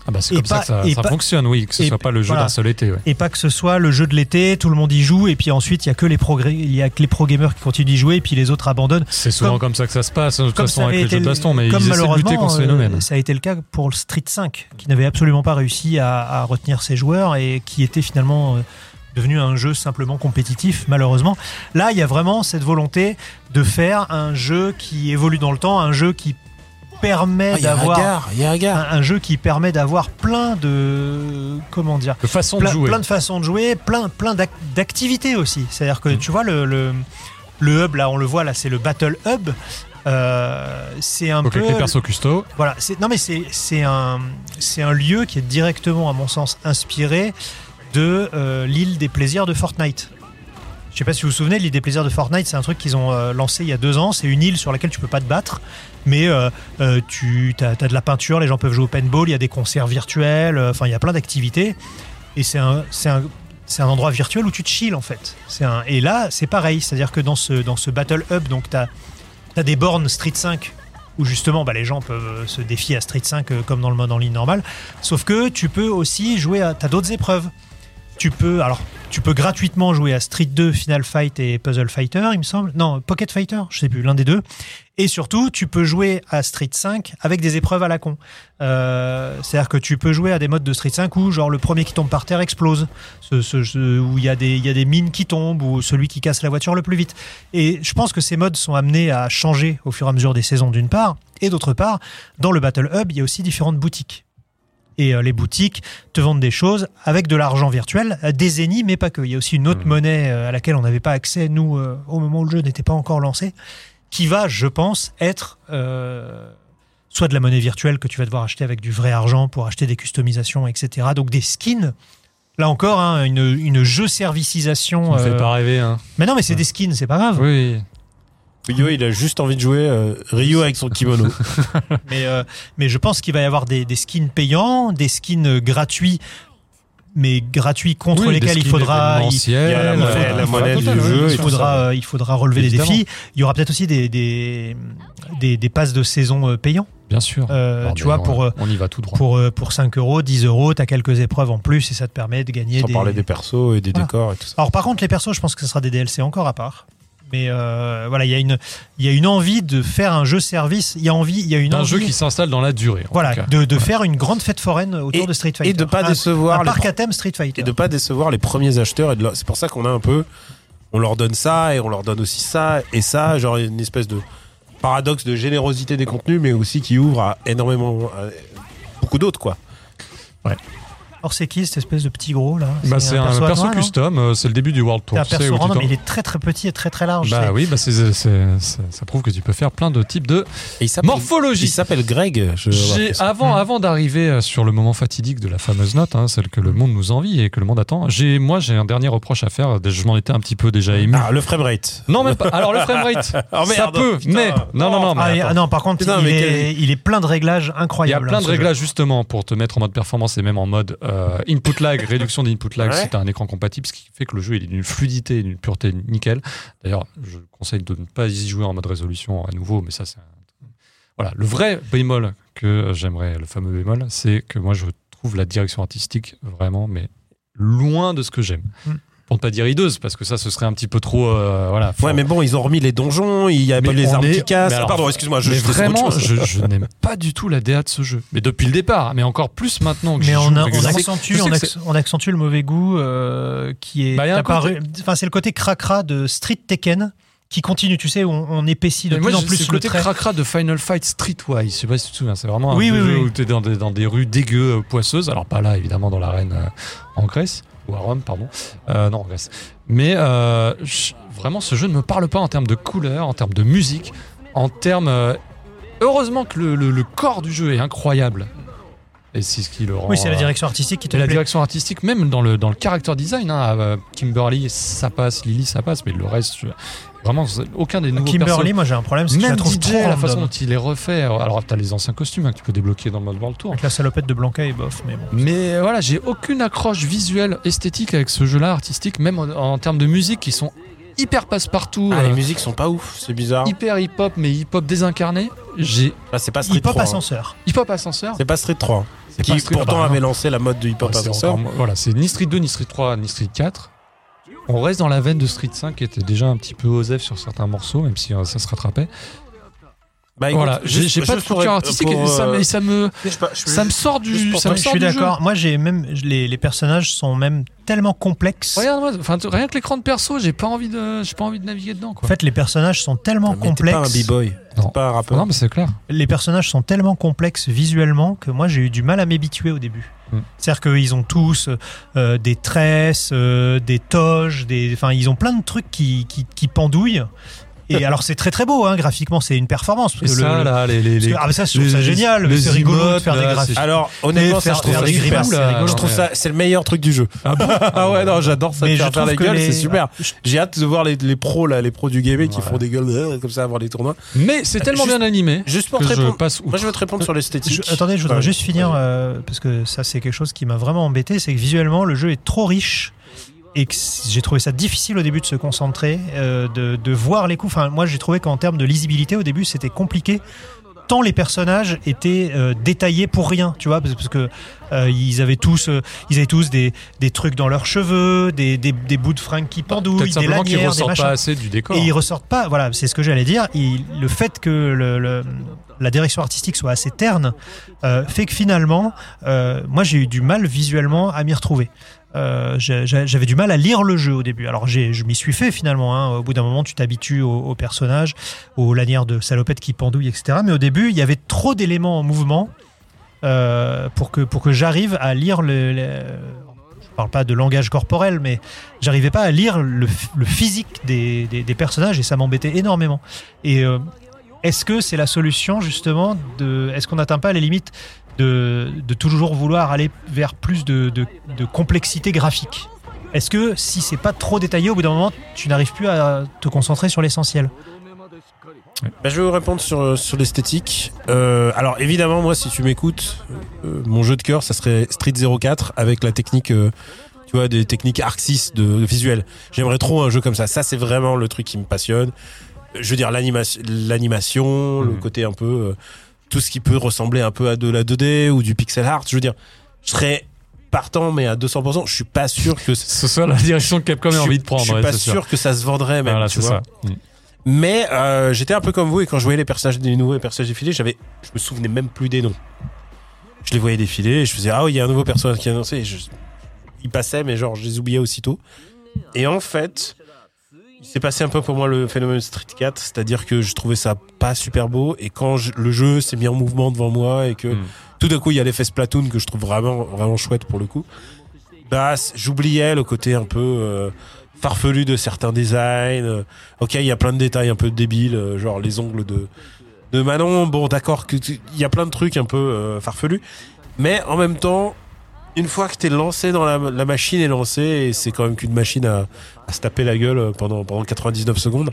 ah bah c'est
et
comme ça
pas-
que ça,
et
ça
pas-
fonctionne, oui, que ce
et-
soit pas le jeu
voilà.
d'un seul été. ouais.
Et pas que ce soit le jeu de l'été, tout le monde y joue, et puis ensuite, il y a que les progrès, il y a que les pro-gamers qui continuent d'y jouer, et puis les autres abandonnent.
C'est souvent comme,
Comme-
ça que ça se passe, hein, de toute
Comme
façon,
ça
avec
avait
les jeux
été
de
le-
baston, mais ils
comme
essaient de lutter contre ce
euh,
phénomène.
ça a été le cas pour le Street 5, qui n'avait absolument pas réussi à, à retenir ses joueurs et qui était finalement euh, devenu un jeu simplement compétitif, malheureusement. Là, il y a vraiment cette volonté de faire un jeu qui évolue dans le temps, un jeu qui permet
Ah, il y a un
d'avoir
gars, il y a un
un,
gars.
un jeu qui permet d'avoir plein de comment dire
De façon
plein,
de jouer.
plein de façons de jouer, plein, plein d'ac- d'activités aussi. C'est-à-dire que tu vois, le, le, le hub, là, on le voit, là, c'est le Battle Hub. Euh, c'est un
Donc
peu.
avec les persos custo,
Voilà, c'est non mais c'est c'est un c'est un lieu qui est directement à mon sens inspiré de euh, l'île des plaisirs de Fortnite. Je sais pas si vous vous souvenez, l'île des plaisirs de Fortnite, c'est un truc qu'ils ont euh, lancé il y a deux ans. C'est une île sur laquelle tu peux pas te battre, mais euh, euh, tu as, de la peinture, les gens peuvent jouer au paintball, il y a des concerts virtuels, euh, enfin il y a plein d'activités. Et c'est un c'est un c'est un endroit virtuel où tu te chilles en fait. C'est un et là c'est pareil, c'est-à-dire que dans ce dans ce battle hub, donc t'as as des bornes Street 5 où justement bah, les gens peuvent se défier à Street 5 euh, comme dans le mode en ligne normal. Sauf que tu peux aussi jouer à. T'as d'autres épreuves. Tu peux, alors, tu peux gratuitement jouer à Street 2, Final Fight et Puzzle Fighter, il me semble. Non, Pocket Fighter, je sais plus, l'un des deux. Et surtout, tu peux jouer à Street 5 avec des épreuves à la con. Euh, C'est-à-dire que tu peux jouer à des modes de Street 5 où, genre, le premier qui tombe par terre explose. Ce- ce- ce- où il y, a des- il y a des mines qui tombent, ou celui qui casse la voiture le plus vite. Et je pense que ces modes sont amenés à changer au fur et à mesure des saisons, d'une part. Et d'autre part, dans le Battle Hub, il y a aussi différentes boutiques. Et euh, les boutiques te vendent des choses avec de l'argent virtuel, euh, des zéniths, mais pas que. Il y a aussi une
Mmh.
autre monnaie euh, à laquelle on n'avait pas accès, nous, euh, au moment où le jeu n'était pas encore lancé, qui va, je pense, être euh, soit de la monnaie virtuelle que tu vas devoir acheter avec du vrai argent pour acheter des customisations, etc. Donc des skins. Là encore, hein, une, une jeu-servicisation.
on ne fait
euh,
pas rêver. Hein.
Mais non, mais c'est des skins, c'est pas grave.
Oui.
Ryo, il a juste envie de jouer euh, Ryo avec son kimono.
mais, euh, mais je pense qu'il va y avoir des, des skins payants, des skins euh, gratuits, mais gratuits contre
Oui, des
lesquels il
skins
faudra. il-
événementiels, euh,
il y a la
il
monnaie-
faudra-
euh, la
il faudra-
monnaie
il
du jeu et
Il
tout
faudra,
ça.
euh, il faudra relever
Évidemment.
les défis. Il y aura peut-être aussi des, des, des, des passes de saison euh, payants.
Bien sûr.
Euh,
Ah,
Bordel,
tu vois,
on-
pour, euh,
on y va tout droit.
pour, euh, pour 5 euros, 10 euros, t'as quelques épreuves en plus et ça te permet de gagner
Sans
des... Ah.
parler des persos et des
Voilà.
décors et tout ça.
Alors par contre, les persos, je pense que ce sera des DLC encore à part. Mais euh, voilà, il y, a une- il y a une envie de faire un jeu service. Il y a envie, il y a une
Un
envie,
jeu qui s'installe dans la durée. en tout
voilà,
cas.
de, de faire une grande fête foraine autour
Et-
de Street Fighter.
et de pas
Un-
décevoir
un
les
parc
pro-
Ah, à thème Street Fighter.
et de pas décevoir les premiers acheteurs et de leur- c'est pour ça qu'on a un peu on leur donne ça et on leur donne aussi ça et ça genre une espèce de paradoxe de générosité des contenus mais aussi qui ouvre à énormément à beaucoup d'autres quoi
Or c'est qui cette espèce de petit gros là
Bah, c'est un perso,
noir, non
custom, euh, c'est le début du World Tour.
hein. C'est un
tu sais,
perso
où tu
random,
t'en-
mais il est très très petit et très très large.
bah
c'est-
oui, bah c'est- c'est- c'est- c'est- ça prouve que tu peux faire plein de types de
et il s'appelle il
morphologie.
s'appelle Greg je
J'ai avant avant d'arriver euh, sur le moment fatidique de la fameuse note, hein, celle que le monde nous envie et que le monde attend. J'ai moi j'ai un dernier reproche à faire. Je m'en étais un petit peu déjà ému.
ah, le framerate
Non même pas. Alors le
[LAUGHS]
framerate,
Oh,
ça
merde,
peut,
putain.
mais non non non. mais
Ah, et-
attends.
ah non, par contre,
Putain,
il,
mais
est, il est plein de réglages
Il y a
incroyables. hein,
plein de
ce jeu.
réglages justement pour te mettre en mode performance et même en mode euh, input
[LAUGHS]
lag, réduction d'input lag
Ouais.
si tu as un écran compatible, ce qui fait que le jeu il est d'une fluidité, d'une pureté nickel. D'ailleurs, je conseille de ne pas y jouer en mode résolution à nouveau, mais ça c'est un... Voilà, le vrai bémol que j'aimerais, le fameux bémol, c'est que moi je trouve la direction artistique vraiment, mais loin de ce que j'aime.
Mm.
Pour ne pas dire hideuse, parce que ça ce serait un petit peu trop... euh, voilà, faut-
ouais mais bon ils ont remis les donjons il y a
mais
les
on
armes
est-
qui cassent
mais alors,
Ah, pardon excuse-moi je
mais
je-
vraiment,
autre chose.
je, je
[LAUGHS]
n'aime pas du tout la DA de ce jeu. Mais depuis le départ, mais encore plus maintenant que
Mais
je
on,
joue
a- on
régulièrement.
accentue,
Je sais
on,
que
acc- on accentue le mauvais goût euh, qui est
Bah, y a un
apparu- Enfin, c'est le côté cracra de Street Tekken qui continue. Tu sais, on, on épaissit de
Mais
plus
moi,
en
j'ai-
plus
c'est le
le
côté
trait.
cracra de Final Fight Streetwise. Je sais pas si tu te souviens, c'est vraiment
Oui,
un
oui,
jeu
oui.
où t'es dans des, dans des rues dégueu, euh, poisseuses. Alors pas là, évidemment, dans l'arène euh, en Grèce ou à Rome, pardon. Euh, non, en Grèce. Mais euh, je- vraiment, ce jeu ne me parle pas en termes de couleur, en termes de musique, en termes. euh, heureusement que le, le- le corps du jeu est incroyable. Et c'est ce qui le rend.
Oui, c'est la
euh,
direction artistique qui te
Et la
plaît.
direction artistique, même dans le, dans le character design, hein, euh, Kimberly, ça passe, Lily, ça passe, mais le reste, je- vraiment, c'est- aucun des nouveaux
Kimberly, moi j'ai un problème, c'est
persos,
que je la
même
trouve
DJ,
trop
la
random.
façon dont il est refait. euh, Alors, t'as les anciens costumes hein, que tu peux débloquer dans le mode World Tour.
Avec la salopette de Blanca et bof, mais bon.
Mais euh, voilà, j'ai aucune accroche visuelle, esthétique avec ce jeu-là, artistique, même en, en termes de musique qui sont hyper passe-partout,
Ah,
euh,
les musiques sont pas ouf c'est bizarre
hyper hip-hop, mais hip-hop désincarné. J'ai
là c'est pas street
Hip-hop
3 hein.
ascenseur.
hip-hop ascenseur.
c'est pas street 3
C'est
qui
pas Street-
pourtant
bah, non.
avait lancé la mode du hip
Ouais,
hop
c'est
ascenseur
encore- voilà, c'est ni Street 2, ni Street 3, ni Street 4. On reste dans la veine de Street 5 qui était déjà un petit peu osef sur certains morceaux, même si euh, ça se rattrapait.
Bah, Ah, écoute,
voilà, j'ai
juste-
j'ai pas de
juste
structure
pour-
artistique
pour,
et ça, me-
euh,
et ça me,
je sais pas, je-
ça me sort
juste
du,
pour
ça me
Ouais, je
sort
suis
du jeu.
d'accord. Moi, j'ai même les, les personnages sont même tellement complexes.
Regarde, enfin, t- rien que l'écran de perso, j'ai pas envie de, j'ai pas envie de naviguer dedans
En
quoi.
fait, les personnages sont tellement
Mais t'es
complexes.
pas un b-boy,
Non.
t'es pas un rappeur.
non, mais c'est clair.
les personnages sont tellement complexes visuellement que moi j'ai eu du mal à m'habituer au début.
Hmm.
Mm.
C'est-à-dire qu'ils ont tous euh, des tresses, euh, des toges, des, enfin ils ont plein de trucs qui, qui, qui pendouillent.
[LAUGHS]
Et alors c'est très très beau, hein, graphiquement c'est une performance.
Et
parce que le-
ça,
le-
là, les, les,
parce que-
les-
ah, mais ça, je trouve ça
les-
génial,
les
c'est rigolo de
emotes,
faire des
là,
graphismes.
c'est-
Alors, Ah, honnêtement, ça,
faire-
je trouve
faire
ça
des euh,
super.
grimaces, c'est rigolo.
Je trouve ça, c'est le meilleur truc du jeu. [LAUGHS] Ah, ouais, non, j'adore ça.
Mais
de
je
faire faire
trouve
la
que
gueule,
les- Ah,
c'est super. J'ai hâte de voir les, les pros, là, les pros du gaming qui
Voilà.
font des gueules euh, comme ça avant les tournois.
Mais c'est tellement
ah, Juste-
bien animé
Juste pour
que
te
je
répondre.
passe.
Moi,
outre.
je veux te répondre sur l'esthétique.
Euh, Je- attendez, je voudrais
Enfin,
juste finir
vas-y.
euh, parce que ça c'est quelque chose qui m'a vraiment embêté, c'est que visuellement le jeu est trop riche et que c- j'ai trouvé ça difficile au début de se concentrer, euh, de, de voir les coups. Enfin, moi j'ai trouvé qu'en termes de lisibilité au début c'était compliqué. Tant les personnages étaient euh, détaillés pour rien, tu vois, parce, parce que euh, ils avaient tous, euh, ils avaient tous des, des trucs dans leurs cheveux, des, des, des bouts de fringues qui pendouillent,
Peut-être
des
simplement qu'ils
lanières, des
ressortent
machins.
pas assez du décor.
Et ils ressortent pas, voilà, c'est ce que j'allais dire. Il- le fait que le- le- la direction artistique soit assez terne euh, fait que finalement, euh, moi j'ai eu du mal visuellement à m'y retrouver. Euh, j'ai- j'ai- J'avais du mal à lire le jeu au début. Alors j'ai- je m'y suis fait finalement. hein. Au bout d'un moment, tu t'habitues au, au personnage, aux lanières de salopette qui pendouille, etc. Mais au début, il y avait trop d'éléments en mouvement euh, pour que, pour que j'arrive à lire le, le- Je parle pas de langage corporel, mais j'arrivais pas à lire le, f- le physique des, des- des personnages et ça m'embêtait énormément. Et euh, est-ce que c'est la solution justement de Est-ce qu'on n'atteint pas les limites de, de toujours vouloir aller vers plus de, de- de complexité graphique Est-ce que si c'est pas trop détaillé, au bout d'un moment, tu n'arrives plus à te concentrer sur l'essentiel
Bah, je vais vous répondre sur, sur l'esthétique. Euh, alors évidemment, moi, si tu m'écoutes, euh, mon jeu de cœur, ça serait Street 04 avec la technique, euh, tu vois, des techniques Arxis de, de visuel. J'aimerais trop un jeu comme ça. Ça, c'est vraiment le truc qui me passionne. Euh, Je veux dire, l'animation,
Hmm.
l'animation, le côté un peu, euh, tout ce qui peut ressembler un peu à de la 2D ou du pixel art. Je veux dire, je serais partant, mais à 200%. Je suis pas sûr que
Ce soit la direction que Capcom a envie de prendre.
je suis
ouais,
pas
c'est
sûr. que ça se vendrait même.
Voilà,
tu
c'est
vois.
ça.
Mais euh, j'étais un peu comme vous et quand je voyais les personnages des nouveaux personnages défiler, j'avais, je me souvenais même plus des noms. Je les voyais défiler, et je faisais ah oui il y a un nouveau personnage qui est annoncé. Et je, ils passaient mais genre je les oubliais aussitôt. Et en fait, il s'est passé un peu pour moi le phénomène Street Cat, c'est-à-dire que je trouvais ça pas super beau et quand je- le jeu s'est mis en mouvement devant moi et que tout d'un coup il y a l'effet Splatoon que je trouve vraiment vraiment chouette pour le coup. Bah, c- j'oubliais le côté un peu euh, farfelu de certains designs. Euh, Ok, il y a plein de détails un peu débiles, euh, genre les ongles de de Manon. Bon, d'accord, que tu- il y a plein de trucs un peu euh, farfelus, mais en même temps, une fois que t'es lancé dans la, la machine est lancée et c'est quand même qu'une machine à, à se taper la gueule euh, pendant pendant 99 secondes,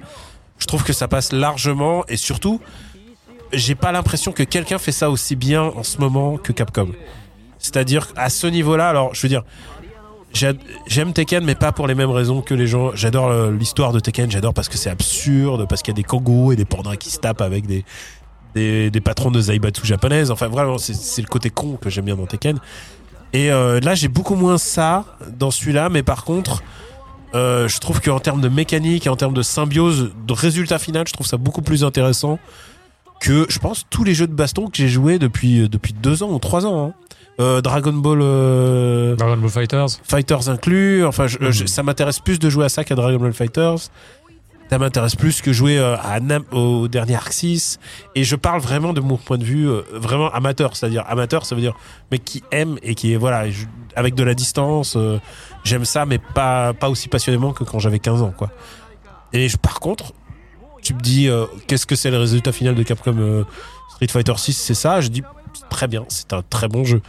je trouve que ça passe largement et surtout, j'ai pas l'impression que quelqu'un fait ça aussi bien en ce moment que Capcom. C'est-à-dire à ce niveau-là, alors je veux dire, j'a- j'aime Tekken, mais pas pour les mêmes raisons que les gens. J'adore euh, l'histoire de Tekken, j'adore parce que c'est absurde, parce qu'il y a des kangourous et des pandas qui se tapent avec des, des, des patrons de Zaibatsu japonaises. Enfin, vraiment, c'est- c'est le côté con que j'aime bien dans Tekken. Et euh, là, j'ai beaucoup moins ça dans celui-là, mais par contre, euh, je trouve qu'en termes de mécanique et en termes de symbiose, de résultat final, je trouve ça beaucoup plus intéressant que je pense tous les jeux de baston que j'ai joué depuis, euh, depuis deux ans ou trois ans. hein. Euh, Dragon Ball. euh,
Dragon Ball Fighters.
Fighters inclus. Enfin, je- euh, je- ça m'intéresse plus de jouer à ça qu'à Dragon Ball Fighters. Ça m'intéresse plus que jouer euh, à Nam- au dernier Arxis. Et je parle vraiment de mon point de vue euh, vraiment amateur. C'est-à-dire amateur, ça veut dire mec qui aime et qui est voilà je- avec de la distance. euh, J'aime ça, mais pas pas aussi passionnément que quand j'avais 15 ans, quoi. Et je- par contre, tu me dis euh, qu'est-ce que c'est le résultat final de Capcom euh, Street Fighter 6 C'est ça. Je dis très bien, c'est un très bon jeu.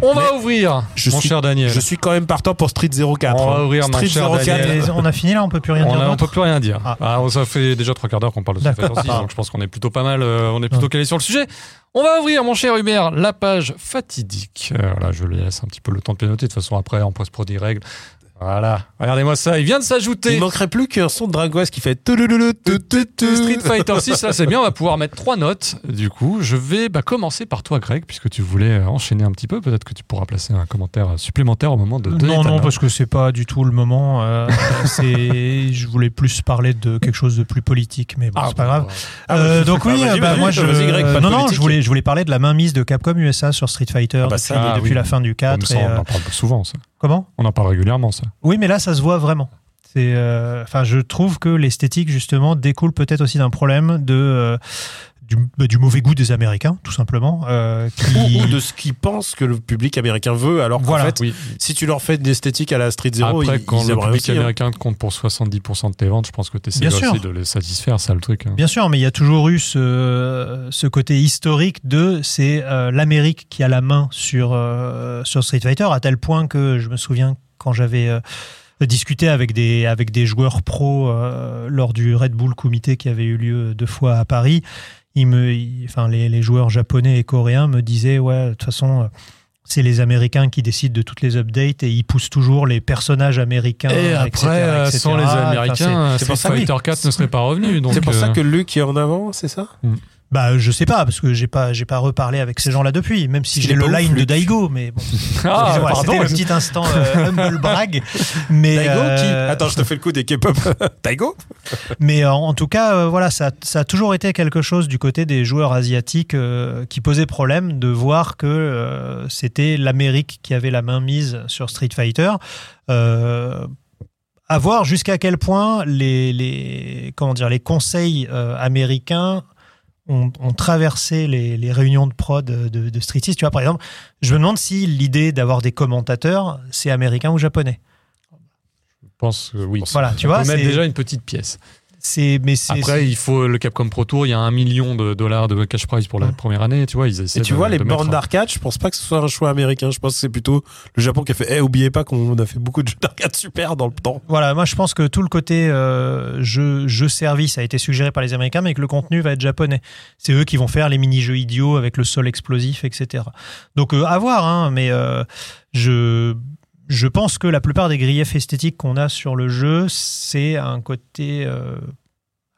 On va ouvrir,
Je
mon
suis-
cher Daniel.
Je suis quand même partant pour Street 04.
On va
hein.
ouvrir, mon
Street
cher
04.
Daniel.
Et On a fini là, on peut plus rien
Euh, On,
dire.
a- on
d'autre
peut plus rien dire.
Ah.
Ah, on- ça fait déjà trois quarts d'heure qu'on parle de Street Fighter
D'accord.
6, donc je pense qu'on est plutôt pas mal, euh, on est plutôt calé sur le sujet. On va ouvrir, mon cher Hubert, la page fatidique. Euh, voilà, je lui laisse un petit peu le temps de pianoter. De toute façon, après, on post-pro des règles. Voilà. Regardez-moi ça. Il vient de s'ajouter.
Il manquerait plus qu'un son de Dragoise qui fait touloulou, tout, tout, tout.
Street [LAUGHS] Fighter 6, là c'est bien, on va pouvoir mettre trois notes. Du coup, je vais bah, commencer par toi, Greg, puisque tu voulais euh, enchaîner un petit peu. Peut-être que tu pourras placer un commentaire supplémentaire au moment de. hein. donner
Non,
ta
non,
note.
parce que c'est pas du tout le moment.
[LAUGHS]
euh, c'est, je voulais plus parler de quelque chose de plus politique, mais bon,
Ah,
c'est pas
bon,
grave.
bah,
Euh,
vas-y,
donc
vas-y,
oui,
vas-y,
bah,
vas-y,
moi
vas-y,
je,
vas-y, Greg, pas de
non, non,
politique.
je voulais, je voulais parler de la mainmise de Capcom USA sur Street Fighter
Ah bah
depuis,
ça,
ah
depuis
oui.
la fin du
Comme
4.
ça,
et,
on
euh,
en parle souvent, ça.
comment
On en parle régulièrement, ça.
Oui, mais là, ça se voit vraiment. C'est, euh, enfin, je trouve que l'esthétique justement découle peut-être aussi d'un problème de euh, du, bah, du mauvais goût des Américains, tout simplement. euh, qui...
Ou, ou de ce qu'ils pensent que le public américain veut, alors qu'en
Voilà.
fait,
Oui.
si tu leur fais une esthétique à la Street Zero,
Après,
ils,
quand
ils
le
aimeraient
public
aussi, hein.
américain te compte pour 70% de tes ventes, je pense que tu essaies
Bien
aussi
sûr.
de les satisfaire, ça le truc. hein.
Bien sûr, mais il y a toujours eu ce, ce côté historique de c'est euh, l'Amérique qui a la main sur, euh, sur Street Fighter, à tel point que je me souviens quand j'avais euh, discuté avec des, avec des joueurs pro euh, lors du Red Bull Comité qui avait eu lieu deux fois à Paris, ils me, ils- enfin, les, les joueurs japonais et coréens me disaient Ouais, de toute façon. euh, c'est les Américains qui décident de toutes les updates et ils poussent toujours les personnages américains.
Et après,
etc.,
euh,
etc.
sans les
Enfin, c'est-
Américains,
c'est pour
Street
ça, oui.
Fighter 4 ne serait pas revenu. donc,
C'est pour ça
euh,
que Luke est en avant, c'est ça
Bah, je sais pas, parce que j'ai pas, j'ai pas reparlé avec ces gens-là depuis, même si
Parce
j'ai
qu'il est
le
pas ouf,
line de
Luc.
Daigo,
[LAUGHS]
mais bon.
Ah,
Voilà,
pardon,
c'était le petit instant euh, humble brag. Mais,
Daigo qui
euh,
Attends, je te fais le coup des K-pop. [LAUGHS] Daigo
mais euh, en tout cas, euh, voilà, ça, ça a toujours été quelque chose du côté des joueurs asiatiques euh, qui posait problème de voir que euh, c'était l'Amérique qui avait la main mise sur Street Fighter. Euh, à voir jusqu'à quel point les, les, comment dire, les conseils euh, américains ont, ont traversé les, les réunions de prod de, de Street 6. Tu vois, par exemple, je me demande si l'idée d'avoir des commentateurs, c'est américain ou japonais.
Je pense que oui.
Voilà, tu vois,
On met
c'est-
déjà une petite pièce.
C'est, mais c'est.
Après, il faut le Capcom Pro Tour. Il y a un million de dollars de cash prize pour la première année. Tu vois, ils essaient
Et tu
de-
vois, les
de mettre
bornes
un-
d'arcade, je pense pas que ce soit un choix américain. Je pense que c'est plutôt le Japon qui a fait Eh, oubliez pas qu'on a fait beaucoup de jeux d'arcade super dans le temps.
Voilà, moi je pense que tout le côté euh, jeu, jeu service a été suggéré par les Américains, mais que le contenu va être japonais. C'est eux qui vont faire les mini-jeux idiots avec le sol explosif, etc. Donc euh, à voir, hein, mais euh, je, je pense que la plupart des griefs esthétiques qu'on a sur le jeu, c'est un côté euh,